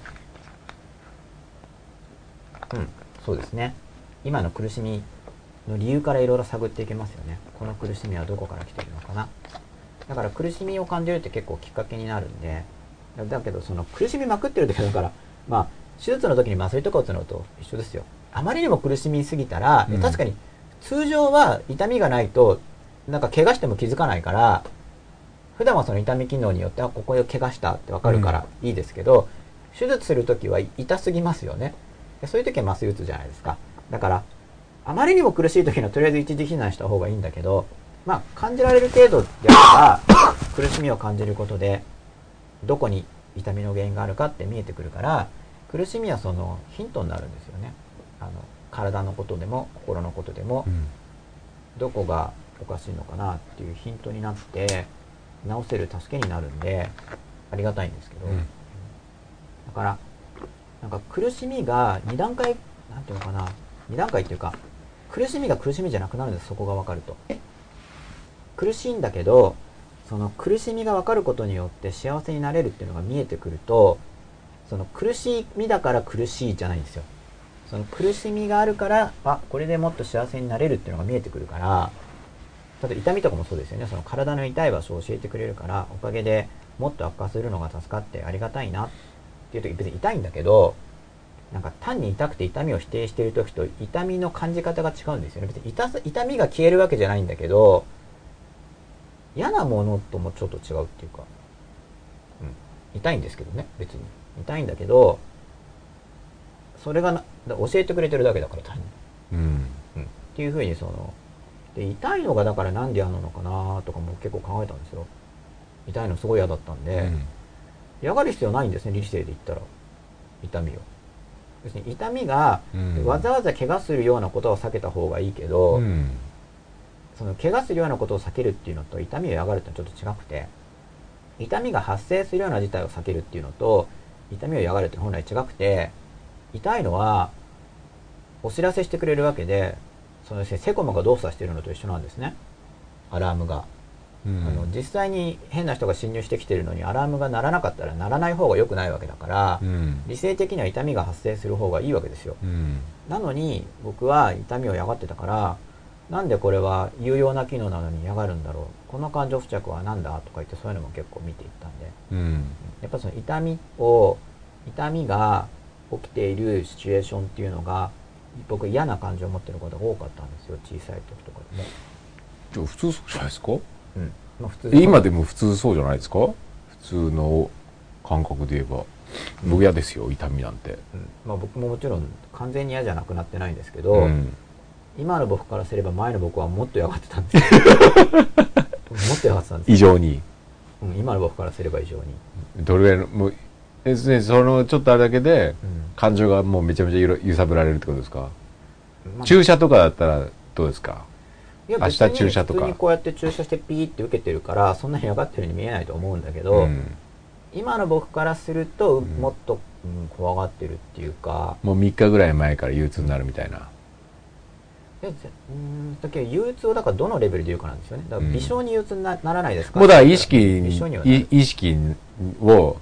Speaker 1: うん、そうですね。今の苦しみの理由からいろいろ探っていけますよね。この苦しみはどこから来ているのかな。だから苦しみを感じるって結構きっかけになるんで、だだけどその苦しみまくってる時はだから、まあ、手術の時に麻酔とか打つのと一緒ですよ。あまりにも苦しみすぎたら、
Speaker 2: うん
Speaker 1: 確かに通常は痛みがないと、なんか怪我しても気づかないから、普段はその痛み機能によって、あ、ここを怪我したってわかるからいいですけど、手術する時は痛すぎますよね。でそういう時は麻酔打つじゃないですか。だから、あまりにも苦しい時にはとりあえず一時避難した方がいいんだけど、まあ、感じられる程度であれば、苦しみを感じることで、どこに痛みの原因があるかって見えてくるから、苦しみはそのヒントになるんですよね。あの、体のことでも、心のことでも、どこがおかしいのかなっていうヒントになって、直せる助けになるんで、ありがたいんですけど、
Speaker 2: うん
Speaker 1: だから、なんか苦しみが2段階、なんていうのかな、2段階っていうか、苦しみが苦しみじゃなくなるんです、そこがわかると。苦しいんだけど、その苦しみがわかることによって幸せになれるっていうのが見えてくると、その苦しみだから苦しいじゃないんですよ。その苦しみがあるから、あ、これでもっと幸せになれるっていうのが見えてくるから、ただ痛みとかもそうですよね。その体の痛い場所を教えてくれるから、おかげでもっと悪化するのが助かってありがたいなっていう時、別に痛いんだけど、なんか単に痛くて痛みを否定している時と痛みの感じ方が違うんですよね。別に痛さ痛みが消えるわけじゃないんだけど、嫌なものともちょっと違うっていうか、うん。痛いんですけどね別に痛いんだけどそれがなだ教えてくれてるだけだから単に、
Speaker 2: うん。
Speaker 1: うん、っていうふうにそので痛いのがだからなんで嫌なのかなとかも結構考えたんですよ痛いのすごい嫌だったんで、嫌がる必要ないんですね理性で言ったら痛みを別に痛みが
Speaker 2: うん
Speaker 1: わざわざ怪我するようなことは避けた方がいいけど、
Speaker 2: うん。
Speaker 1: その怪我するようなことを避けるっていうのと痛みを嫌がるってのはちょっと違くて痛みが発生するような事態を避けるっていうのと痛みを嫌がるって本来違くて痛いのはお知らせしてくれるわけでそのセコムが動作してるのと一緒なんですねアラームが、
Speaker 2: うん
Speaker 1: あの実際に変な人が侵入してきてるのにアラームが鳴らなかったら鳴らない方が良くないわけだから、
Speaker 2: うん。
Speaker 1: 理性的には痛みが発生する方がいいわけですよ
Speaker 2: うん。
Speaker 1: なのに僕は痛みを嫌がってたからなんでこれは有用な機能なのに嫌がるんだろうこの感情付着は何だとか言ってそういうのも結構見ていったんで
Speaker 2: うん。
Speaker 1: やっぱその痛みを痛みが起きているシチュエーションっていうのが僕嫌な感情を持ってることが多かったんですよ小さい時とかでも、
Speaker 2: じゃあ普通そうじゃないですか
Speaker 1: うんまあ、普通
Speaker 2: え今でも普通そうじゃないですか普通の感覚で言えば。僕嫌ですよ、痛みなんて。
Speaker 1: うんまあ、僕ももちろん完全に嫌じゃなくなってないんですけど、
Speaker 2: ん。
Speaker 1: 今の僕からすれば前の僕はもっと嫌がってたん
Speaker 2: [laughs]
Speaker 1: ですよもっと嫌がってたんですよ、
Speaker 2: 異常に。
Speaker 1: うん、今の僕からすれば異常に、
Speaker 2: どれぐらいの、もう、別にそのちょっとあれだけで、
Speaker 1: うん
Speaker 2: 感情がもうめちゃめちゃ揺ら揺さぶられるってことですか
Speaker 1: まあ
Speaker 2: 注射とかだったらどうですか
Speaker 1: いや
Speaker 2: 明日
Speaker 1: 別に
Speaker 2: 注射とか
Speaker 1: 普通にこうやって注射してピーって受けてるからそんなに嫌がってるように見えないと思うんだけど、
Speaker 2: うん
Speaker 1: 今の僕からすると、
Speaker 2: ん
Speaker 1: もっと、うん怖がってるっていうか
Speaker 2: もう3日ぐらい前から憂鬱になるみたいな。
Speaker 1: いやぜうーんだけど憂鬱をだからどのレベルで言うかなんですよねだから微小に憂鬱にな,、ならないですから
Speaker 2: もうだから意識に、
Speaker 1: 微小にはなる
Speaker 2: い意識を、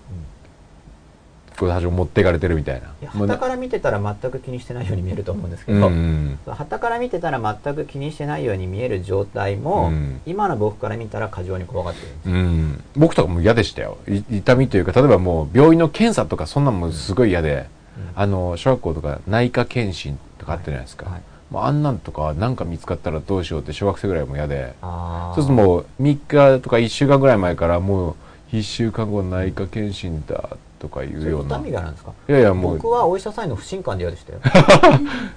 Speaker 2: こう多少持っていかれてるみたいな。
Speaker 1: いや
Speaker 2: もうな
Speaker 1: 旗から見てたら全く気にしてないように見えると思うんですけ
Speaker 2: うん
Speaker 1: ど、
Speaker 2: うん。
Speaker 1: 旗から見てたら全く気にしてないように見える状態も、
Speaker 2: うん
Speaker 1: 今の僕から見たら過剰に怖がってるんです
Speaker 2: うん、僕とかも嫌でしたよい痛みというか例えばもう病院の検査とかそんなんもすごい嫌で、
Speaker 1: うん
Speaker 2: あの小学校とか内科検診とかあったじゃないですか、
Speaker 1: はいはい
Speaker 2: もうあんなんとかなんか見つかったらどうしようって小学生ぐらいも嫌で
Speaker 1: あー
Speaker 2: そうするともう3日とか1週間ぐらい前からもう1週間後内科検診だとか言
Speaker 1: そうれ
Speaker 2: ような
Speaker 1: 痛みがなんですか
Speaker 2: いやいやもう
Speaker 1: 僕はお医者さんへの不信感で嫌でしたよ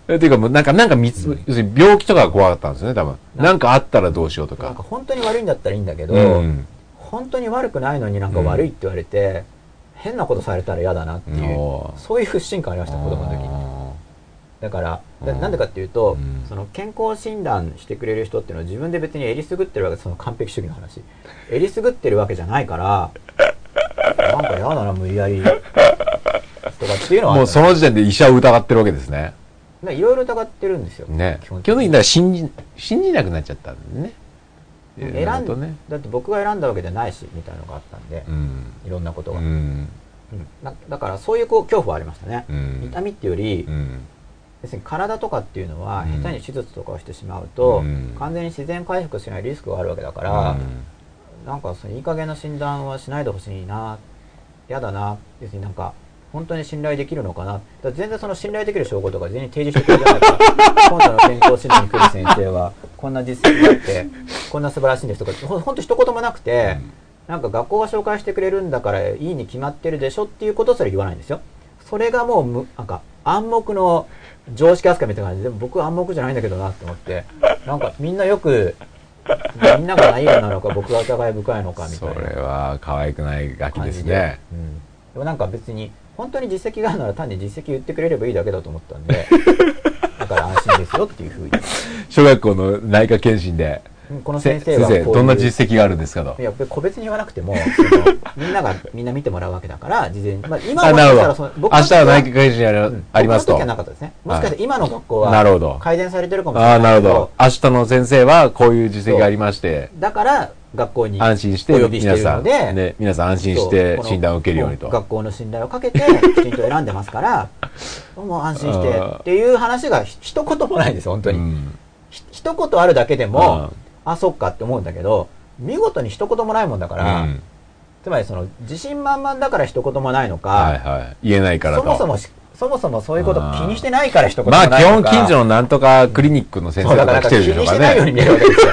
Speaker 2: えっていうかもうなんかなんか見つ、要するに病気とかが怖かったんですよね多分なんかあったらどうしようと
Speaker 1: なん
Speaker 2: か
Speaker 1: か本当に悪いんだったらいいんだけど、
Speaker 2: うん
Speaker 1: 本当に悪くないのになんか悪いって言われて、変なことされたら嫌だなっていう、
Speaker 2: おー
Speaker 1: そういう不信感ありました子供の時にだからだ
Speaker 2: うん
Speaker 1: なんでかっていうと、
Speaker 2: うん
Speaker 1: その健康診断してくれる人っていうのは自分で別にえりすぐってるわけその完璧主義の話えりすぐってるわけじゃないからなんか嫌だな無理やりとかっていうのはあ
Speaker 2: も
Speaker 1: っ
Speaker 2: う
Speaker 1: た
Speaker 2: そ
Speaker 1: の
Speaker 2: の時点で医者を疑ってるわけですね
Speaker 1: だからいろいろ疑ってるんですよ、
Speaker 2: ね。
Speaker 1: 基
Speaker 2: 基
Speaker 1: 本
Speaker 2: 本
Speaker 1: 的
Speaker 2: 的
Speaker 1: に
Speaker 2: にだから信じ、信じなくなっちゃったんでね。
Speaker 1: 選ん
Speaker 2: いろいろとね。
Speaker 1: だって僕が選んだわけじゃないしみたいなのがあったんで、
Speaker 2: うん。
Speaker 1: いろんなこと
Speaker 2: う
Speaker 1: が、
Speaker 2: ん。
Speaker 1: うんだだからそういうこう恐怖はありましたね、
Speaker 2: うん
Speaker 1: 痛みっていうより、
Speaker 2: うん。
Speaker 1: 別に体とかっていうのは
Speaker 2: うん
Speaker 1: 下手に手術とかをしてしまうと、
Speaker 2: うん
Speaker 1: 完全に自然回復しないリスクがあるわけだから、なんかそのいい加減な診断はしないでほしいな嫌だな別になんか本当に信頼できるのかなだから全然その信頼できる証拠とか全然提示してくれないから今度の健康診断に来る先生はこんな実績があってこんな素晴らしいんですとかほんほんと一言もなくて、なんか学校が紹介してくれるんだからいいに決まってるでしょっていうことすら言わないんですよ。それがもうむ、なんか暗黙の常識扱いみたいな感じで、でも僕は暗黙じゃないんだけどなって思って、なんかみんなよく、みんなが何がなのか僕が疑い深いのかみた
Speaker 2: そ
Speaker 1: いな
Speaker 2: れは可愛くないガキ
Speaker 1: 感
Speaker 2: で
Speaker 1: じ
Speaker 2: す
Speaker 1: で。
Speaker 2: ね。
Speaker 1: うんでもなんか別に、本当に実績があるなら単に実績言ってくれればいいだけだと思った
Speaker 2: [laughs]
Speaker 1: んで、だから安心ですよっていうふうに。
Speaker 2: 小学校の内科検診で、
Speaker 1: うんこの
Speaker 2: せ
Speaker 1: 先生
Speaker 2: 先
Speaker 1: はこうい
Speaker 2: 生、
Speaker 1: う
Speaker 2: どんな実績があるんですかと
Speaker 1: い。や、個別に言わなくても、その
Speaker 2: [laughs]
Speaker 1: みんなが、みんな見てもらうわけだから、事前に。まあ、今
Speaker 2: あ、なるほ
Speaker 1: だからそ
Speaker 2: ど
Speaker 1: の。
Speaker 2: 明
Speaker 1: 僕の時
Speaker 2: 日は内科検診やる
Speaker 1: うん
Speaker 2: ありますと。
Speaker 1: 僕の時はなかったですね。もしかして今の学校
Speaker 2: なるほ
Speaker 1: は
Speaker 2: ど、
Speaker 1: 改善されてるかもしれ
Speaker 2: あ
Speaker 1: な
Speaker 2: あ、
Speaker 1: いけ。
Speaker 2: なるほど。明日の先生はこういう実績がありまして、
Speaker 1: だから、学校に。
Speaker 2: 安心して、
Speaker 1: お呼びして
Speaker 2: 皆
Speaker 1: いる
Speaker 2: さ
Speaker 1: の
Speaker 2: ん、
Speaker 1: で。
Speaker 2: ね、皆さん安心
Speaker 1: そう
Speaker 2: して
Speaker 1: この
Speaker 2: 診断を受けるようにと。
Speaker 1: 学校の信頼を
Speaker 2: [laughs]
Speaker 1: かけて、きちんと選んでますから、もう安心して
Speaker 2: あー
Speaker 1: っていう話がひ一言もないんです、本当に。
Speaker 2: うん
Speaker 1: ひ一言あるだけでも
Speaker 2: うん、
Speaker 1: あ、そっかって思うんだけど、見事に一言もないもんだから、
Speaker 2: うん
Speaker 1: つまりその、自信満々だから一言もないのか、
Speaker 2: はいはい。言えないから
Speaker 1: そ
Speaker 2: と。
Speaker 1: もそもし、そもそもそういうこと気にしてないから一言も
Speaker 2: ま
Speaker 1: ない
Speaker 2: あ
Speaker 1: のか
Speaker 2: 基本近所のなんとかクリニックの先
Speaker 1: そう
Speaker 2: 生
Speaker 1: だ
Speaker 2: と
Speaker 1: か
Speaker 2: か
Speaker 1: らなんか
Speaker 2: 来てるで
Speaker 1: 気に
Speaker 2: しょう
Speaker 1: し
Speaker 2: か
Speaker 1: てないように
Speaker 2: ね。 [laughs]
Speaker 1: 見えるわけですよ。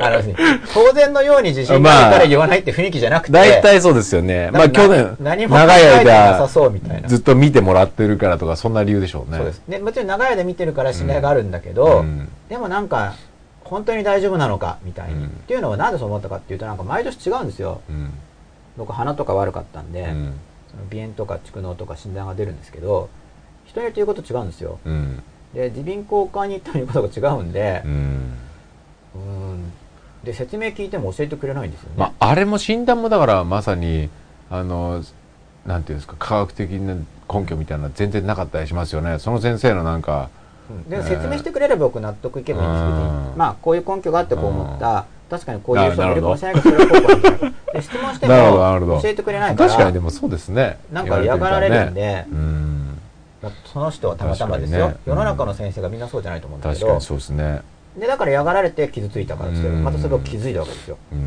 Speaker 1: あの別に当然のように自信があるから言わないって雰囲気じゃなくて。
Speaker 2: 大体そうですよね。まあ
Speaker 1: な
Speaker 2: 去年、
Speaker 1: 何も考
Speaker 2: 長い
Speaker 1: えてなさ
Speaker 2: 間、
Speaker 1: そうみたいな。
Speaker 2: ずっと見てもらってるからとか、そんな理由でしょうね。
Speaker 1: そうです。で、もちろん長い間見てるから信頼があるんだけ
Speaker 2: う
Speaker 1: ど、
Speaker 2: ん。
Speaker 1: でもなんか、本当に大丈夫なのかみたいに。
Speaker 2: うん
Speaker 1: っていうのはなんでそう思ったかっていうと、なんか毎年違うんですよ。
Speaker 2: うん。
Speaker 1: 僕鼻とか悪かったんで、
Speaker 2: うん。
Speaker 1: その鼻炎とか蓄膿とか診断が出るんですけど、人によって言うこと違うんですよ。
Speaker 2: うん。
Speaker 1: で、耳鼻咽喉科に行っても言うことが違うんで
Speaker 2: う、ん。
Speaker 1: うーん。で、説明聞いても教えてくれないんですよね。
Speaker 2: まあ、あれも診断もだから、まさに、あの、なんていうんですか、科学的な根拠みたいなの全然なかったりしますよね。その先生のなんか、
Speaker 1: で
Speaker 2: ね
Speaker 1: 説明してくれれば僕納得いけばいいんですけど、
Speaker 2: うん
Speaker 1: まあこういう根拠があってこう思った、確かにこういう人もいるかもしれないけど、それはこうこうみたいな。で、質問して
Speaker 2: なるほどなるほど
Speaker 1: も教えてくれないから、
Speaker 2: 確かにでもそうですね。
Speaker 1: なんか嫌がられるん
Speaker 2: 言わてみたらね。
Speaker 1: で、
Speaker 2: うん。
Speaker 1: まあその人はたまたまです
Speaker 2: 確
Speaker 1: よ、
Speaker 2: かにね
Speaker 1: 世の中の先生がみんなそうじゃないと思うんだけ
Speaker 2: 確か
Speaker 1: ど
Speaker 2: に、そうですね。
Speaker 1: で、だから嫌がられて傷ついたからですよ。
Speaker 2: うん
Speaker 1: またそれを気づいたわけですよ。
Speaker 2: うん。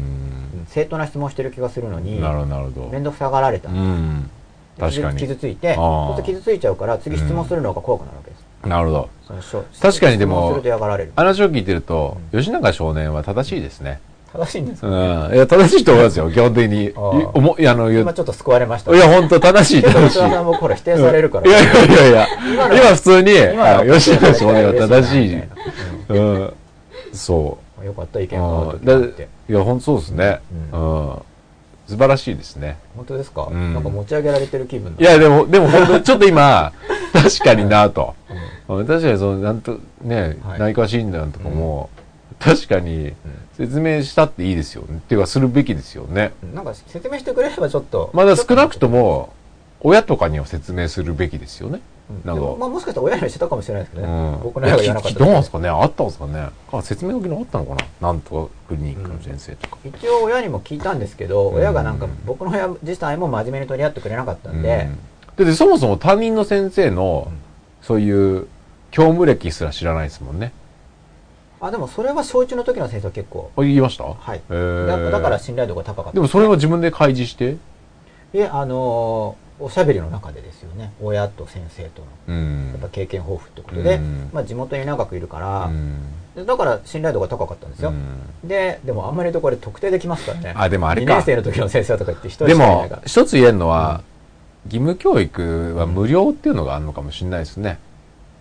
Speaker 1: 正当な質問してる気がするのに、
Speaker 2: なるほど、なるほ
Speaker 1: 面倒くさがられた。
Speaker 2: ど。うん。確か
Speaker 1: 傷傷
Speaker 2: に。
Speaker 1: ついて、
Speaker 2: あー
Speaker 1: そうすると傷ついちゃうから、次質問するのが怖くなるわけです。
Speaker 2: なるほど。
Speaker 1: そのしょ
Speaker 2: 確かにでも
Speaker 1: 質問すると嫌がられる。
Speaker 2: 話を聞いてると、吉永少年は正しいですね。
Speaker 1: 正しいんです
Speaker 2: う
Speaker 1: か
Speaker 2: ん。いや、正しいと思いますよ、基本的に。い
Speaker 1: あー
Speaker 2: おも、いや、あの、言う
Speaker 1: 今ちょっと救われました
Speaker 2: いや、本当正しい、
Speaker 1: けど、
Speaker 2: 正
Speaker 1: 吉
Speaker 2: しい。
Speaker 1: 田さんもこれ否定されるから。
Speaker 2: いやいやいやいや、今
Speaker 1: 今の
Speaker 2: 普通に、
Speaker 1: 今
Speaker 2: あ
Speaker 1: の
Speaker 2: 吉永少年は正しい
Speaker 1: 嬉。
Speaker 2: うん。そ
Speaker 1: なよかった、意
Speaker 2: う。
Speaker 1: 見が合
Speaker 2: う
Speaker 1: うん時
Speaker 2: だ
Speaker 1: があ
Speaker 2: い
Speaker 1: って。
Speaker 2: や、本当そうですね。う。
Speaker 1: うん
Speaker 2: 素晴らしいですね。
Speaker 1: 本当ですか、
Speaker 2: うん
Speaker 1: なんか持ち上げられてる気分だ
Speaker 2: いや、でも、でも本当、ちょっと今、 [laughs] 確かになと。うん確かに、その、なんと、ね、
Speaker 1: はい
Speaker 2: 内科診断とかも、確かに、説明したっていいですよね。っていうか、するべきですよね。
Speaker 1: うんなんか説明してくれればちょっと。
Speaker 2: まだ少なくとも、親とかには説明するべきですよね。
Speaker 1: うん、
Speaker 2: なん
Speaker 1: で
Speaker 2: か
Speaker 1: もまあもしかしたら親にはしてたかもしれないですけどね。
Speaker 2: うん、
Speaker 1: 僕の方が言わなかっ
Speaker 2: え聞きどうなん
Speaker 1: た
Speaker 2: ですかねあったんですかねあ説明書きのあったのかななんとかクリニックの先生とか。
Speaker 1: 一応親にも聞いたんですけど、
Speaker 2: うん
Speaker 1: 親がなんか僕の親自体も真面目に取り合ってくれなかった
Speaker 2: う
Speaker 1: ん
Speaker 2: ん
Speaker 1: で、
Speaker 2: だってそもそも担任の先生の、
Speaker 1: うん
Speaker 2: そういう教務歴すら知らないですもんね。
Speaker 1: あ、でもそれは小中の時の先生は結構、
Speaker 2: あ言いました
Speaker 1: はい。
Speaker 2: えー
Speaker 1: だだから信頼度が高かった
Speaker 2: で。もそれは自分で開示して、
Speaker 1: で、あのーおしゃべりの中でですよね。親と先生との。
Speaker 2: うん
Speaker 1: やっぱ経験豊富ってことで、
Speaker 2: うん
Speaker 1: まあ地元に長くいるから
Speaker 2: う、ん
Speaker 1: でだから信頼度が高かったんですよ、
Speaker 2: うん
Speaker 1: ででもあんまりとこれ特定できますからね
Speaker 2: あでもあれか
Speaker 1: 2年生の時の先生とか言って一人
Speaker 2: で
Speaker 1: しかいな
Speaker 2: も
Speaker 1: いから、
Speaker 2: 一つ言えるのは、義務教育は無料っていうのがあるのかもしれないですね。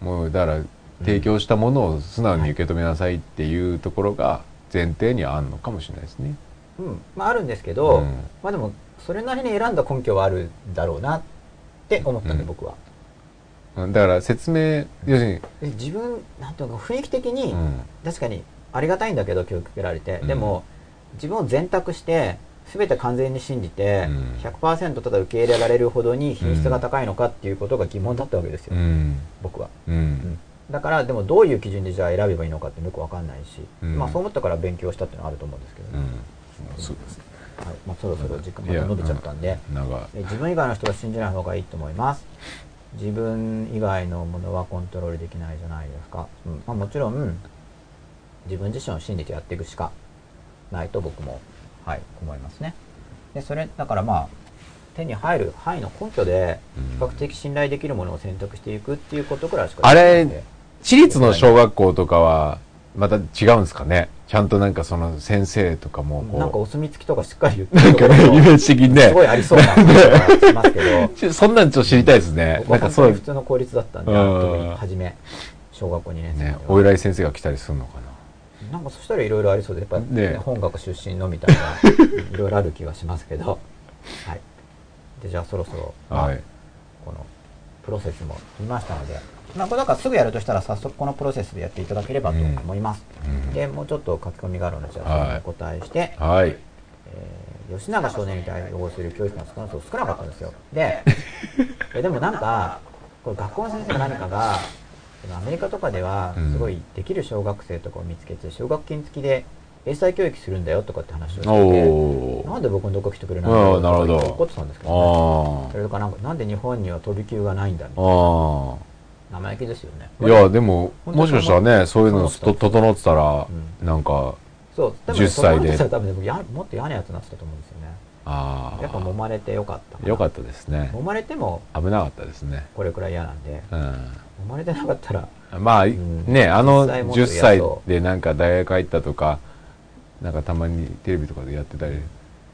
Speaker 2: もう、だから、提供したものを素直に受け止めなさいっていうところが前提にはあるのかもしれないですね。
Speaker 1: うんまあ、あるんですけど、
Speaker 2: うん
Speaker 1: まあでもそれなりに選んだ根拠はあるだろうなって思ったんで、
Speaker 2: うん
Speaker 1: 僕は
Speaker 2: うんだから説明、要する
Speaker 1: で自分なんていうのか雰囲気的に、
Speaker 2: に、うん
Speaker 1: 確かにありがたいんだけど教育受けられて、
Speaker 2: うん
Speaker 1: でも自分を選択して全て完全に信じて、
Speaker 2: うん
Speaker 1: 100%ただ受け入れられるほどに品質が高いのかっていうことが疑問だったわけですよ、
Speaker 2: うん、
Speaker 1: 僕は
Speaker 2: うん、
Speaker 1: だからでもどういう基準でじゃあ選べばいいのかってよくわかんないし、
Speaker 2: うん
Speaker 1: まあそう思ったから勉強したっていうのはあると思うんですけど、
Speaker 2: う
Speaker 1: ね
Speaker 2: ん、そうですね。
Speaker 1: はいまあ、そろそろ時間
Speaker 2: い
Speaker 1: ま
Speaker 2: や
Speaker 1: た伸びちゃったんで、
Speaker 2: なんか、
Speaker 1: え自分以外の人は信じない方がいいと思います自分以外のものはコントロールできないじゃないですか、うんまあ、もちろん自分自身を信じてやっていくしかないと僕もはい思いますねでそれだからまあ手に入る範囲の根拠で比較的信頼できるものを選択していくっていうことくらいしか
Speaker 2: あ
Speaker 1: できない
Speaker 2: れ
Speaker 1: んで、
Speaker 2: 私立の小学校とかは、また違うんですかねちゃんとなんかその先生とかもこう、
Speaker 1: なんかお墨付きとかしっかり言って
Speaker 2: なん
Speaker 1: ると
Speaker 2: か
Speaker 1: ころ
Speaker 2: ね、イメー
Speaker 1: も
Speaker 2: ジ的に
Speaker 1: す
Speaker 2: ね
Speaker 1: ご。いありそうな感じがし
Speaker 2: [laughs]
Speaker 1: ますけど
Speaker 2: ちょそんなんちょっと知りたいですね。な
Speaker 1: 僕
Speaker 2: ん
Speaker 1: は
Speaker 2: か
Speaker 1: 本当
Speaker 2: そ
Speaker 1: に
Speaker 2: う
Speaker 1: 普、通の公立だったんで
Speaker 2: うん
Speaker 1: 特に初め小学校2年生
Speaker 2: ね
Speaker 1: の、
Speaker 2: お
Speaker 1: 時は
Speaker 2: 偉い先生が来たりするのか
Speaker 1: なんかそしたらいろいろありそうでやっぱ、ね
Speaker 2: ね
Speaker 1: 本学出身のみたい
Speaker 2: [laughs]
Speaker 1: ないろいろある気がしますけどはいでじゃあそろそろ、
Speaker 2: な。
Speaker 1: まあ
Speaker 2: はい。
Speaker 1: このプロセスも見ましたのでまあこれなんかすぐやるとしたら早速このプロセスでやっていただければと思います、
Speaker 2: うん
Speaker 1: でもうちょっと書き込みがあるのでじゃ
Speaker 2: はい
Speaker 1: あそれにお答えして、
Speaker 2: はい。
Speaker 1: えー吉永少年に対応する教室の少なさ少なかったんですよ
Speaker 2: [laughs]
Speaker 1: でえでもなんかこれ学校の先生か何かがそのアメリカとかでは
Speaker 2: うん
Speaker 1: すごいできる小学生とかを見つけて奨学金付きで英才教育するんだよとかって
Speaker 2: お
Speaker 1: 話をしててな
Speaker 2: お
Speaker 1: んで僕のどこ来てくれない
Speaker 2: うん
Speaker 1: んだ
Speaker 2: なるほど
Speaker 1: ろうとか怒ってたんですけど、ね、
Speaker 2: あ
Speaker 1: それとかなんかなんで日本には飛び級がないんだみたいな
Speaker 2: あ。あ
Speaker 1: 生意気ですよね
Speaker 2: あ。いや、でも、
Speaker 1: 本当
Speaker 2: も
Speaker 1: に
Speaker 2: しかしたらね、そういうの
Speaker 1: そう思
Speaker 2: と
Speaker 1: った
Speaker 2: 整ってたら、
Speaker 1: う
Speaker 2: なんか、
Speaker 1: そう多分
Speaker 2: 10歳で
Speaker 1: その時は多分ね僕やもっと嫌なやつになってたと思うんですよね
Speaker 2: ああ。
Speaker 1: やっぱ揉まれてよかった
Speaker 2: よか
Speaker 1: っ
Speaker 2: ったですね。
Speaker 1: 揉まれても
Speaker 2: 危なかったですね。
Speaker 1: これくらい嫌なんで
Speaker 2: うん。
Speaker 1: 生まれてなかったら、
Speaker 2: まあ、
Speaker 1: ん
Speaker 2: ね、あの
Speaker 1: 実際もっと
Speaker 2: 10歳
Speaker 1: やっと
Speaker 2: でなんか大学入ったとか、なんかたまにテレビとかでやってたり、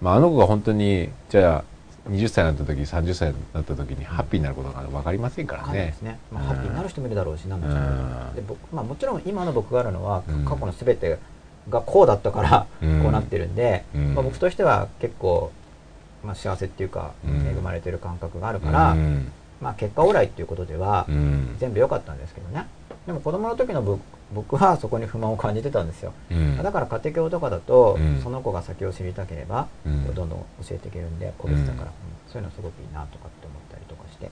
Speaker 2: まあ、あの子が本当にじゃあ20歳になった時30歳になった時にハッピーになることなんか分かりませんか
Speaker 1: わ
Speaker 2: ら
Speaker 1: かんないで
Speaker 2: ね
Speaker 1: すね、まあ、
Speaker 2: うん
Speaker 1: ハッピーになる人もいるだろうし、なんだろ
Speaker 2: うん
Speaker 1: うで僕、まあ、もちろん今の僕があるのは
Speaker 2: うん
Speaker 1: 過去の全てがこうだったから
Speaker 2: うん
Speaker 1: こうなってるんで、
Speaker 2: うん
Speaker 1: まあ、僕としては結構、まあ、幸せっていうか
Speaker 2: うん
Speaker 1: 恵まれてる感覚があるから、
Speaker 2: うん
Speaker 1: まあ、結果オーライっていうことでは
Speaker 2: うん
Speaker 1: 全部良かったんですけどねでも子供の時の僕僕はそこに不満を感じてたんですよ
Speaker 2: うん
Speaker 1: だから家庭教とかだと、
Speaker 2: うん
Speaker 1: その子が先を知りたければ、
Speaker 2: うん
Speaker 1: どんどん教えていけるんで個別だ
Speaker 2: うん
Speaker 1: から、うんそういうのすごくいいなとかって思ったりとかして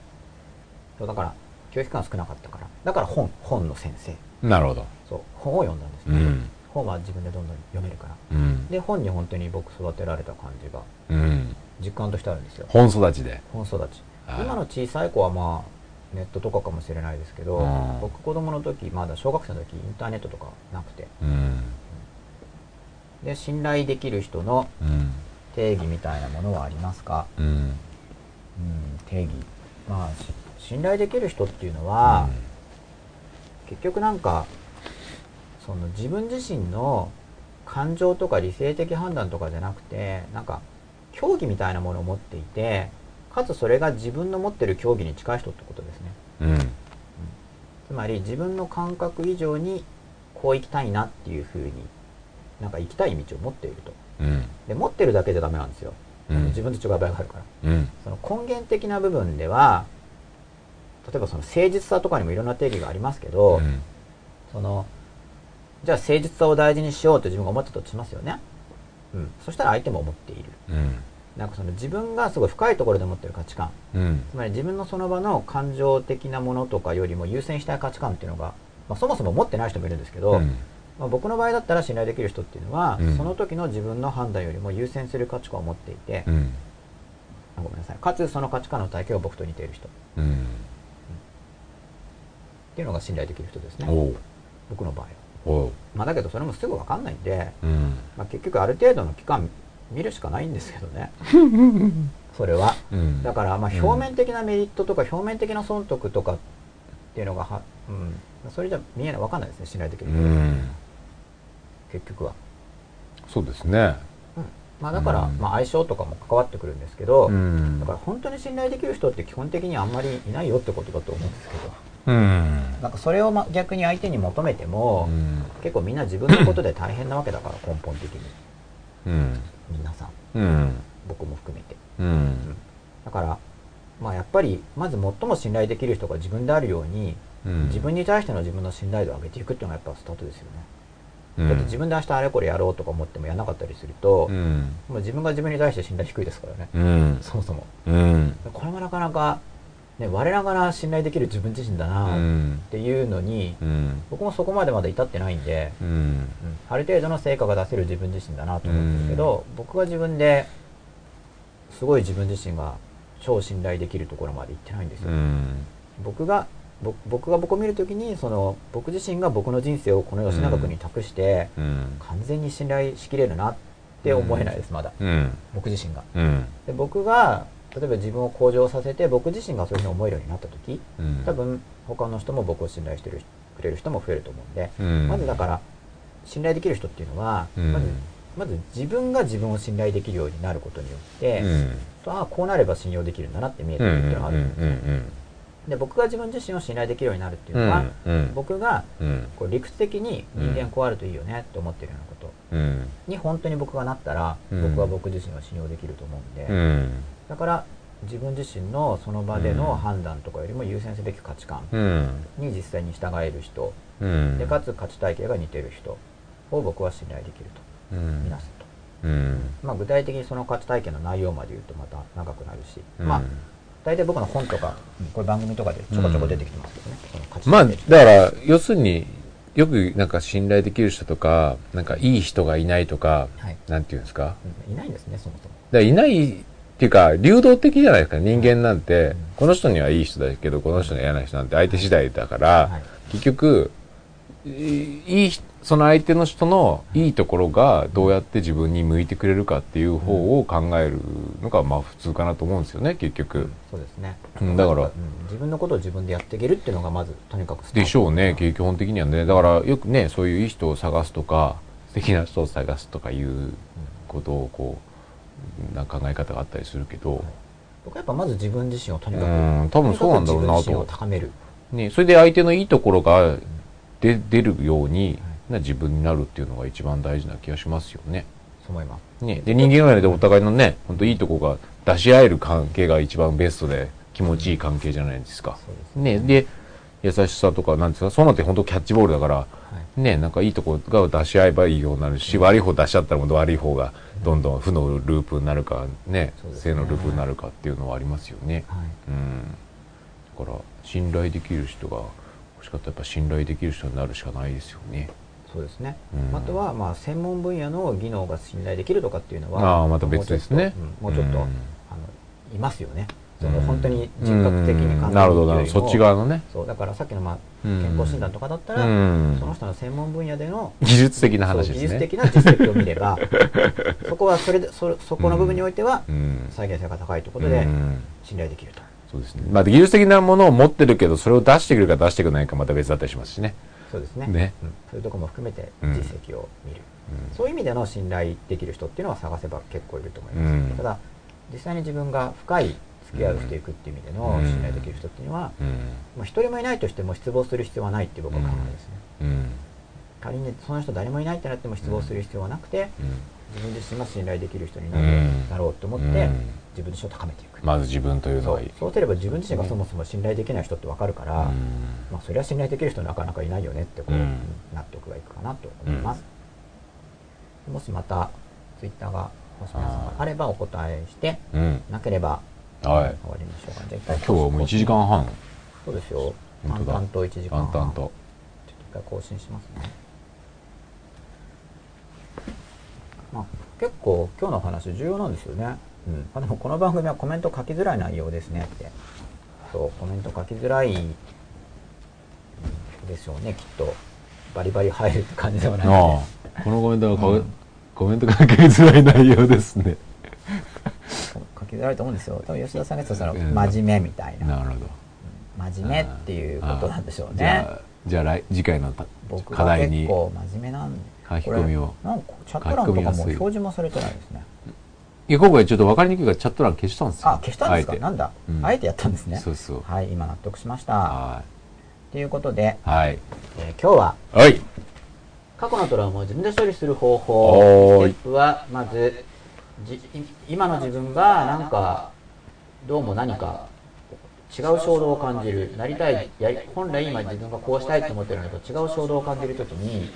Speaker 1: そうだから教育機関少なかったからだから本本の先生
Speaker 2: なるほど
Speaker 1: そう本を読んだんですけ
Speaker 2: う
Speaker 1: ど、
Speaker 2: ん
Speaker 1: 本は自分でどんどん読めるから
Speaker 2: うん
Speaker 1: で本に本当に僕育てられた感じが
Speaker 2: うん
Speaker 1: 実感としてあるんですよ
Speaker 2: 本育ちで
Speaker 1: 本育ち
Speaker 2: はい
Speaker 1: 今の小さい子はまあネットとかかもしれないですけど、
Speaker 2: うん
Speaker 1: 僕子供の時まだ小学生の時インターネットとかなくて
Speaker 2: うん
Speaker 1: で信頼できる人の
Speaker 2: うん
Speaker 1: 定義みたいなものはありますか、
Speaker 2: うん
Speaker 1: うん、定義まあし信頼できる人っていうのは、結局なんかその自分自身の感情とか理性的判断とかじゃなくてなんか競技みたいなものを持っていてかつそれが自分の持ってる競技に近い人ってことですね
Speaker 2: うん
Speaker 1: つまり自分の感覚以上にこう行きたいなっていうふうになんか行きたい道を持っていると
Speaker 2: うん
Speaker 1: で持ってるだけじゃダメなんですよ、
Speaker 2: うん
Speaker 1: 自分と違う場合があるから
Speaker 2: うん
Speaker 1: その根源的な部分では例えばその誠実さとかにもいろんな定義がありますけど、
Speaker 2: うん
Speaker 1: そのじゃあ誠実さを大事にしようって自分が思ってたとしますよね、うん、そしたら相手も思っている
Speaker 2: うん
Speaker 1: なんかその自分がすごい深いところで持ってる価値観
Speaker 2: うん
Speaker 1: つまり自分のその場の感情的なものとかよりも優先したい価値観っていうのが、まあ、そもそも持ってない人もいるんですけど、
Speaker 2: うん
Speaker 1: まあ、僕の場合だったら信頼できる人っていうのは、
Speaker 2: うん
Speaker 1: その時の自分の判断よりも優先する価値観を持っていて、
Speaker 2: うん
Speaker 1: あごめんなさいかつその価値観の体系が僕と似ている人っ
Speaker 2: うん
Speaker 1: ていうのが信頼できる人ですね
Speaker 2: おう
Speaker 1: 僕の場合は、
Speaker 2: おう
Speaker 1: まあ、だけどそれもすぐ分かんないんで
Speaker 2: うん
Speaker 1: まあ、結局ある程度の期間見るしかないんですけど
Speaker 2: [laughs]
Speaker 1: ねそれは
Speaker 2: うん
Speaker 1: だからまあ
Speaker 2: うん
Speaker 1: 表面的なメリットとか表面的な損得とかっていうのがは、うん、それじゃ見えない分かんないですね信頼できる、
Speaker 2: うん
Speaker 1: 結局は、
Speaker 2: そうですね
Speaker 1: うんまあ、だから、
Speaker 2: うん
Speaker 1: まあ、相性とかも関わってくるんですけど、
Speaker 2: うん
Speaker 1: だから本当に信頼できる人って基本的にあんまりいないよってことだと思うんですけど
Speaker 2: うん
Speaker 1: なんかそれをま逆に相手に求めて
Speaker 2: う
Speaker 1: も、
Speaker 2: ん
Speaker 1: 結構みんな自分のことで大変なわけだから根本的に
Speaker 2: うん
Speaker 1: 皆さん
Speaker 2: うん
Speaker 1: 僕も含めて
Speaker 2: うん
Speaker 1: だから、まあ、やっぱりまず最も信頼できる人が自分であるように、
Speaker 2: うん
Speaker 1: 自分に対しての自分の信頼度を上げていくっていうのがやっぱスタートですよね、
Speaker 2: うん
Speaker 1: だって自分で明日あれこれやろうとか思ってもやらなかったりすると、
Speaker 2: う
Speaker 1: も
Speaker 2: ん
Speaker 1: う自分が自分に対して信頼低いですからね、
Speaker 2: うん
Speaker 1: そもそも
Speaker 2: うん
Speaker 1: これもなかなか、ね、我ながら信頼できる自分自身だ
Speaker 2: う
Speaker 1: なっ
Speaker 2: ん
Speaker 1: ていうのに、
Speaker 2: うん
Speaker 1: 僕もそこまでまだ至ってないんで、
Speaker 2: うん
Speaker 1: うんある程度の成果が出せる自分自身だなと思ってるけど、僕は自分ですごい自分自身が超信頼できるところまで行ってないんですよ、
Speaker 2: うん
Speaker 1: 僕が僕僕が僕を見るときにその僕自身が僕の人生をこの吉永君に託して、
Speaker 2: うん
Speaker 1: 完全に信頼しきれるなって思えないですまだ
Speaker 2: うん
Speaker 1: 僕自身が
Speaker 2: うん
Speaker 1: で僕が例えば自分を向上させて僕自身がそういうふうに思えるようになった時
Speaker 2: うん
Speaker 1: 多分他の人も僕を信頼してる人くれる人も増えると思うんで、
Speaker 2: うん
Speaker 1: まずだから信頼できる人っていうのは、
Speaker 2: うん
Speaker 1: まずまず自分が自分を信頼できるようになることによって、
Speaker 2: うん
Speaker 1: ああこうなれば信用できるんだなって見えて
Speaker 2: うんう
Speaker 1: くるってい
Speaker 2: ん
Speaker 1: うのがあ
Speaker 2: う
Speaker 1: る、
Speaker 2: んうん
Speaker 1: で僕が自分自身を信頼できるようになるっていう
Speaker 2: う
Speaker 1: のは、
Speaker 2: んうん
Speaker 1: 僕が
Speaker 2: うん
Speaker 1: こう理屈的に人間こうあるといいよねって思ってるようなこと
Speaker 2: うん
Speaker 1: に本当に僕がなったら、
Speaker 2: うん
Speaker 1: 僕は僕自身は信用できると思うんで、
Speaker 2: うん
Speaker 1: だから自分自身のその場での判断とかよりも優先すべき価値観
Speaker 2: うん
Speaker 1: に実際に従える人、
Speaker 2: うん
Speaker 1: でかつ価値体系が似てる人を僕は信頼できると
Speaker 2: うん
Speaker 1: みなすと、
Speaker 2: うん
Speaker 1: まあ、具体的にその価値体系の内容まで言うとまた長くなるし、
Speaker 2: うん
Speaker 1: まあ大体僕の本とかこれ番組とかでちょこちょこ出てきてますけどね、その価値
Speaker 2: まあ、
Speaker 1: 体
Speaker 2: だ
Speaker 1: 系
Speaker 2: から、要するに、よくなんか信頼できる人とか、なんかいい人がいないとか、
Speaker 1: はい
Speaker 2: なんていうんですか。だか
Speaker 1: うんいないんですねそもそも
Speaker 2: らいないっていうか、流動的じゃないですか、人間なんて。この人にはいい人だけど、この人には嫌な人なんて相手次第だから、
Speaker 1: はい
Speaker 2: 結局、いいい、その相手の人のいいところがどうやって自分に向いてくれるかっていう方を考えるのが、まあ普通かなと思うんですよね、結局。
Speaker 1: そうですね、
Speaker 2: うんだから
Speaker 1: うん、自分のことを自分でやっていけるっていうのがまずとにかくスタート
Speaker 2: でしょうね、基本的にはね。だから、よくね、そういういい人を探すとか、素敵な人を探すとかいうことをこうな考え方があったりするけど、
Speaker 1: 僕はやっぱまず自分自身をとにかく、
Speaker 2: うん多分そうなんだろうな
Speaker 1: とにかく自分自身を
Speaker 2: と、
Speaker 1: 高める
Speaker 2: ね、それで相手のいいところが出出るようにな自分になるっていうのが一番大事な気がしますよね。
Speaker 1: そう思います
Speaker 2: ね、で人間の間でお互いのね本当いいとこが出し合える関係が一番ベストで気持ちいい関係じゃないですか。
Speaker 1: そうで
Speaker 2: ね、
Speaker 1: す
Speaker 2: で優しさとかなんですかそうなって本当キャッチボールだから、
Speaker 1: はい
Speaker 2: ね、なんかいいとこが出し合えばいいようになるし、悪い方出しちゃったら今度悪い方がどんどん負のループになるか、ね
Speaker 1: そうですね
Speaker 2: 正のループになるかっていうのはありますよね。
Speaker 1: はい
Speaker 2: うん、だから信頼できる人が欲しかったらやっぱ信頼できる人になるしかないですよね。
Speaker 1: そうですね、
Speaker 2: うん
Speaker 1: あとはまあ専門分野の技能が信頼できるとかっていうのは
Speaker 2: ああまた別ですね。
Speaker 1: もうちょっと,うん、
Speaker 2: う
Speaker 1: もうちょっと
Speaker 2: ん
Speaker 1: あのいますよねそ
Speaker 2: うん
Speaker 1: の本当に人格的に考え
Speaker 2: うんなるほどな
Speaker 1: よ
Speaker 2: る
Speaker 1: り
Speaker 2: ほどそ
Speaker 1: も
Speaker 2: っち側のね。
Speaker 1: そうだからさっきのまあ
Speaker 2: うん
Speaker 1: 健康診断とかだったら、
Speaker 2: うん
Speaker 1: その人の専門分野での
Speaker 2: 技術的な話ですね。
Speaker 1: そう技術的な実績を見れば [laughs] そこはそれでそそこの部分においては
Speaker 2: うん
Speaker 1: 再現性が高いということで
Speaker 2: うん
Speaker 1: 信頼できると、
Speaker 2: そうですね。まあ、技術的なものを持ってるけど、それを出してくるか出してくれないかまた別だったりしますしね。
Speaker 1: そうですね
Speaker 2: ね
Speaker 1: うん、そういうとこも含めて
Speaker 2: うん
Speaker 1: 実績を見る、
Speaker 2: うん
Speaker 1: そういう意味での信頼できる人っていうのは探せば結構いると思います、
Speaker 2: うん
Speaker 1: ただ実際に自分が深い付き合いをしていくっていう意味での
Speaker 2: うん
Speaker 1: 信頼できる人っていうのは、
Speaker 2: うん。
Speaker 1: まあ、一人もいないとしても失望する必要はないって僕は考えですね、
Speaker 2: うん。
Speaker 1: 仮にその人誰もいないってなっても失望する必要はなくて
Speaker 2: うん
Speaker 1: 自分自身が信頼できる人にな,、
Speaker 2: うん
Speaker 1: なろうと思って、
Speaker 2: うん
Speaker 1: 自分自身を高めていく、
Speaker 2: まず自分というの
Speaker 1: そ
Speaker 2: はいうい。
Speaker 1: そうすれば自分自身がそもそも信頼できない人って分かるから、
Speaker 2: うん
Speaker 1: まあ、それは信頼できる人なかなかいないよねってこう、
Speaker 2: うん
Speaker 1: 納得がいくかなと思います、もしまたツイッターがもし皆さんがあればお答えして
Speaker 2: うん。
Speaker 1: なければ
Speaker 2: はい。
Speaker 1: 終わりにしようか、
Speaker 2: 今日はもう1時間半。
Speaker 1: そうですよ
Speaker 2: 本
Speaker 1: 淡
Speaker 2: 当だ
Speaker 1: 々と1時間
Speaker 2: 淡
Speaker 1: 半
Speaker 2: 々
Speaker 1: ちょっ
Speaker 2: と。
Speaker 1: と一回更新しますねまあ結構今日の話重要なんですよね、うん、あでもこの番組はコメント書きづらい内容ですねってそうコメント書きづらいでしょうねきっとバリバリ入るって感じではないので
Speaker 2: ああ。このコメントがか、コメントが書きづらい内容ですね。
Speaker 1: 書きづらいと思うんですよ多分吉田さんが言ってたら
Speaker 2: うん
Speaker 1: 真面目みたいな
Speaker 2: なるほど。
Speaker 1: 真面目っていうことなんでしょう
Speaker 2: じ
Speaker 1: ね
Speaker 2: ゃあ、じゃあ来次回のた
Speaker 1: 僕
Speaker 2: 課
Speaker 1: が
Speaker 2: 題
Speaker 1: 結
Speaker 2: に。
Speaker 1: 構真面目なんで
Speaker 2: 書き込みを
Speaker 1: これなんかチャット欄とかも表示もされてないですね
Speaker 2: いや、今回ちょっと分かりにくいからチャット欄消したんですよ。
Speaker 1: あ消したんです
Speaker 2: あ
Speaker 1: か
Speaker 2: えて
Speaker 1: なんだ、
Speaker 2: うん
Speaker 1: あえてやったんですね
Speaker 2: そうそう。
Speaker 1: はい今納得しました
Speaker 2: は
Speaker 1: ということで、
Speaker 2: い。はい。
Speaker 1: えー今日は
Speaker 2: はい。
Speaker 1: 過去のトラウマを自分で処理する方
Speaker 2: お
Speaker 1: 法
Speaker 2: ー
Speaker 1: ス
Speaker 2: い
Speaker 1: テップはまずじい今の自分がなんかどうも何か違う衝動を感じるなりたいやり本来今自分がこうしたいと思ってるのと違う衝動を感じるときに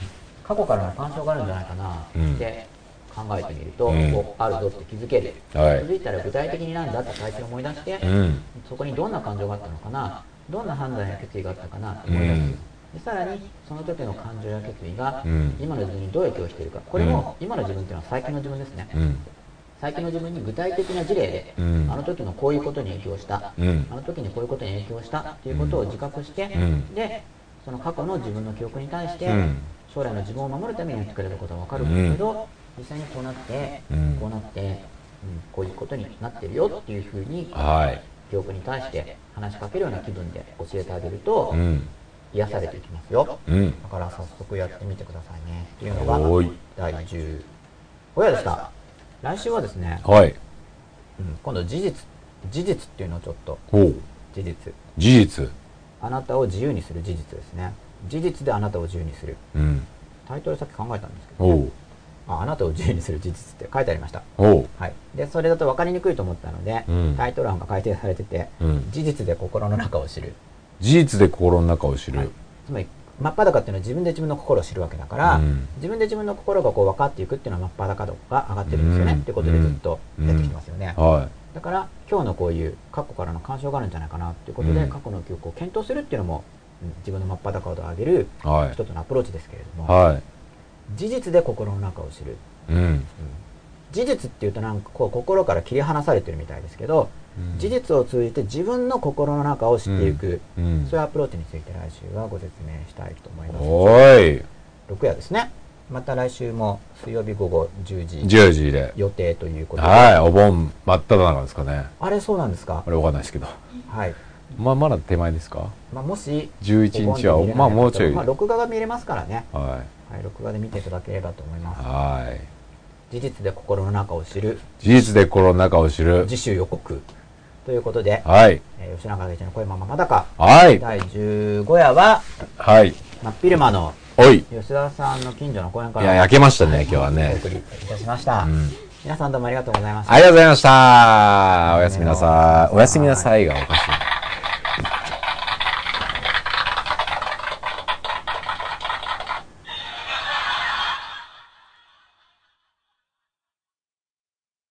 Speaker 1: 過去からの干渉があるんじゃないかな
Speaker 2: うん
Speaker 1: って考えてみると、
Speaker 2: うん
Speaker 1: おあるぞって気づける、
Speaker 2: はい
Speaker 1: 気づいたら具体的になんだって最近思い出して、
Speaker 2: うん。
Speaker 1: そこにどんな感情があったのかなどんな判断や決意があったかなって
Speaker 2: う
Speaker 1: 思い出す、
Speaker 2: ん。
Speaker 1: でさらにその時の感情や決意が
Speaker 2: うん
Speaker 1: 今の自分にどう影響しているかこれも今の自分っていうのは最近の自分ですね
Speaker 2: うん。
Speaker 1: 最近の自分に具体的な事例で
Speaker 2: うん
Speaker 1: あの時のこういうことに影響した
Speaker 2: うん
Speaker 1: あの時にこういうことに影響したっていうことを自覚して
Speaker 2: ん
Speaker 1: でその過去の自分の記憶に対して
Speaker 2: うん
Speaker 1: 将来の自分を守るためにやってくれることは分かるんですけど実際にこうなって
Speaker 2: うん
Speaker 1: こうなってうんこういうことになってるよっていうふうに
Speaker 2: はい。
Speaker 1: 記憶に対して話しかけるような気分で教えてあげると
Speaker 2: うん。
Speaker 1: 癒されていきますよ
Speaker 2: うん。
Speaker 1: だから早速やってみてくださいねっていうの
Speaker 2: おー
Speaker 1: が
Speaker 2: い
Speaker 1: 第15夜でした来週はですね、
Speaker 2: はい。
Speaker 1: うん今度事実事実っていうのをちょっと
Speaker 2: ほう。
Speaker 1: 事実
Speaker 2: 事実。
Speaker 1: あなたを自由にする事実ですね事実であなたを自由にする
Speaker 2: うん。
Speaker 1: タイトルさっき考えたんですけど、
Speaker 2: ほう。
Speaker 1: ああなたを自由にする事実って書いてありました
Speaker 2: ほ
Speaker 1: はいでそれだと分かりにくいと思ったので、
Speaker 2: うん
Speaker 1: タイトル案が改定されてて、
Speaker 2: うん
Speaker 1: 事実で心の中を知る
Speaker 2: う。事実で心の中を知る。
Speaker 1: つまり真っ裸っていうのは自分で自分の心を知るわけだから、
Speaker 2: うん
Speaker 1: 自分で自分の心がこう分かっていくっていうのは真っ裸度が上がってるんですよね、
Speaker 2: うん
Speaker 1: ってことでずっとやってきてますよね、
Speaker 2: は
Speaker 1: だから今日のこういう過去からの干渉があるんじゃないかなっていうことで、
Speaker 2: うん
Speaker 1: 過去の記憶を検討するっていうのも、うん自分の真っ裸度を上げる
Speaker 2: い。は
Speaker 1: 一つのアプローチですけれど
Speaker 2: い。
Speaker 1: も、
Speaker 2: は
Speaker 1: 事実で心の中を知る
Speaker 2: い。うん。
Speaker 1: 事実っていうとなんかこう心から切り離されてるみたいですけど、
Speaker 2: うん
Speaker 1: 事実を通じて自分の心の中を知っていく、
Speaker 2: うん。
Speaker 1: そういうアプローチについて来週はご説明したいと思います
Speaker 2: おーい。
Speaker 1: 6夜ですねまた来週も水曜日午後10時
Speaker 2: 10時で。
Speaker 1: 予定ということで、
Speaker 2: はい。お盆真っ只中ですかね。
Speaker 1: あれそうなんですか
Speaker 2: あれわかんないですけど。
Speaker 1: はい、
Speaker 2: まあ、まだ手前ですか
Speaker 1: まあ、もし
Speaker 2: 11日は
Speaker 1: お盆で見れなかったら
Speaker 2: まあもうちょい
Speaker 1: まあ、録画が見れますからね
Speaker 2: は
Speaker 1: はい、録画で見ていただければと思います。
Speaker 2: はい
Speaker 1: 事実で心の中を知る、
Speaker 2: 事実で心の中を知る
Speaker 1: 次週予告。ということで、
Speaker 2: はい
Speaker 1: えー吉永源一の声まままだか、
Speaker 2: はい
Speaker 1: 第15夜は、
Speaker 2: はい
Speaker 1: 真っ昼間の
Speaker 2: おい
Speaker 1: 吉田さんの近所の公園か
Speaker 2: い
Speaker 1: ら、
Speaker 2: や焼けましたね今日はね
Speaker 1: お送りいたしました。
Speaker 2: うん
Speaker 1: 皆さんどうもありがとうございました
Speaker 2: あ。りがとうございましたおやすみなさいおやすみなさいがおかしい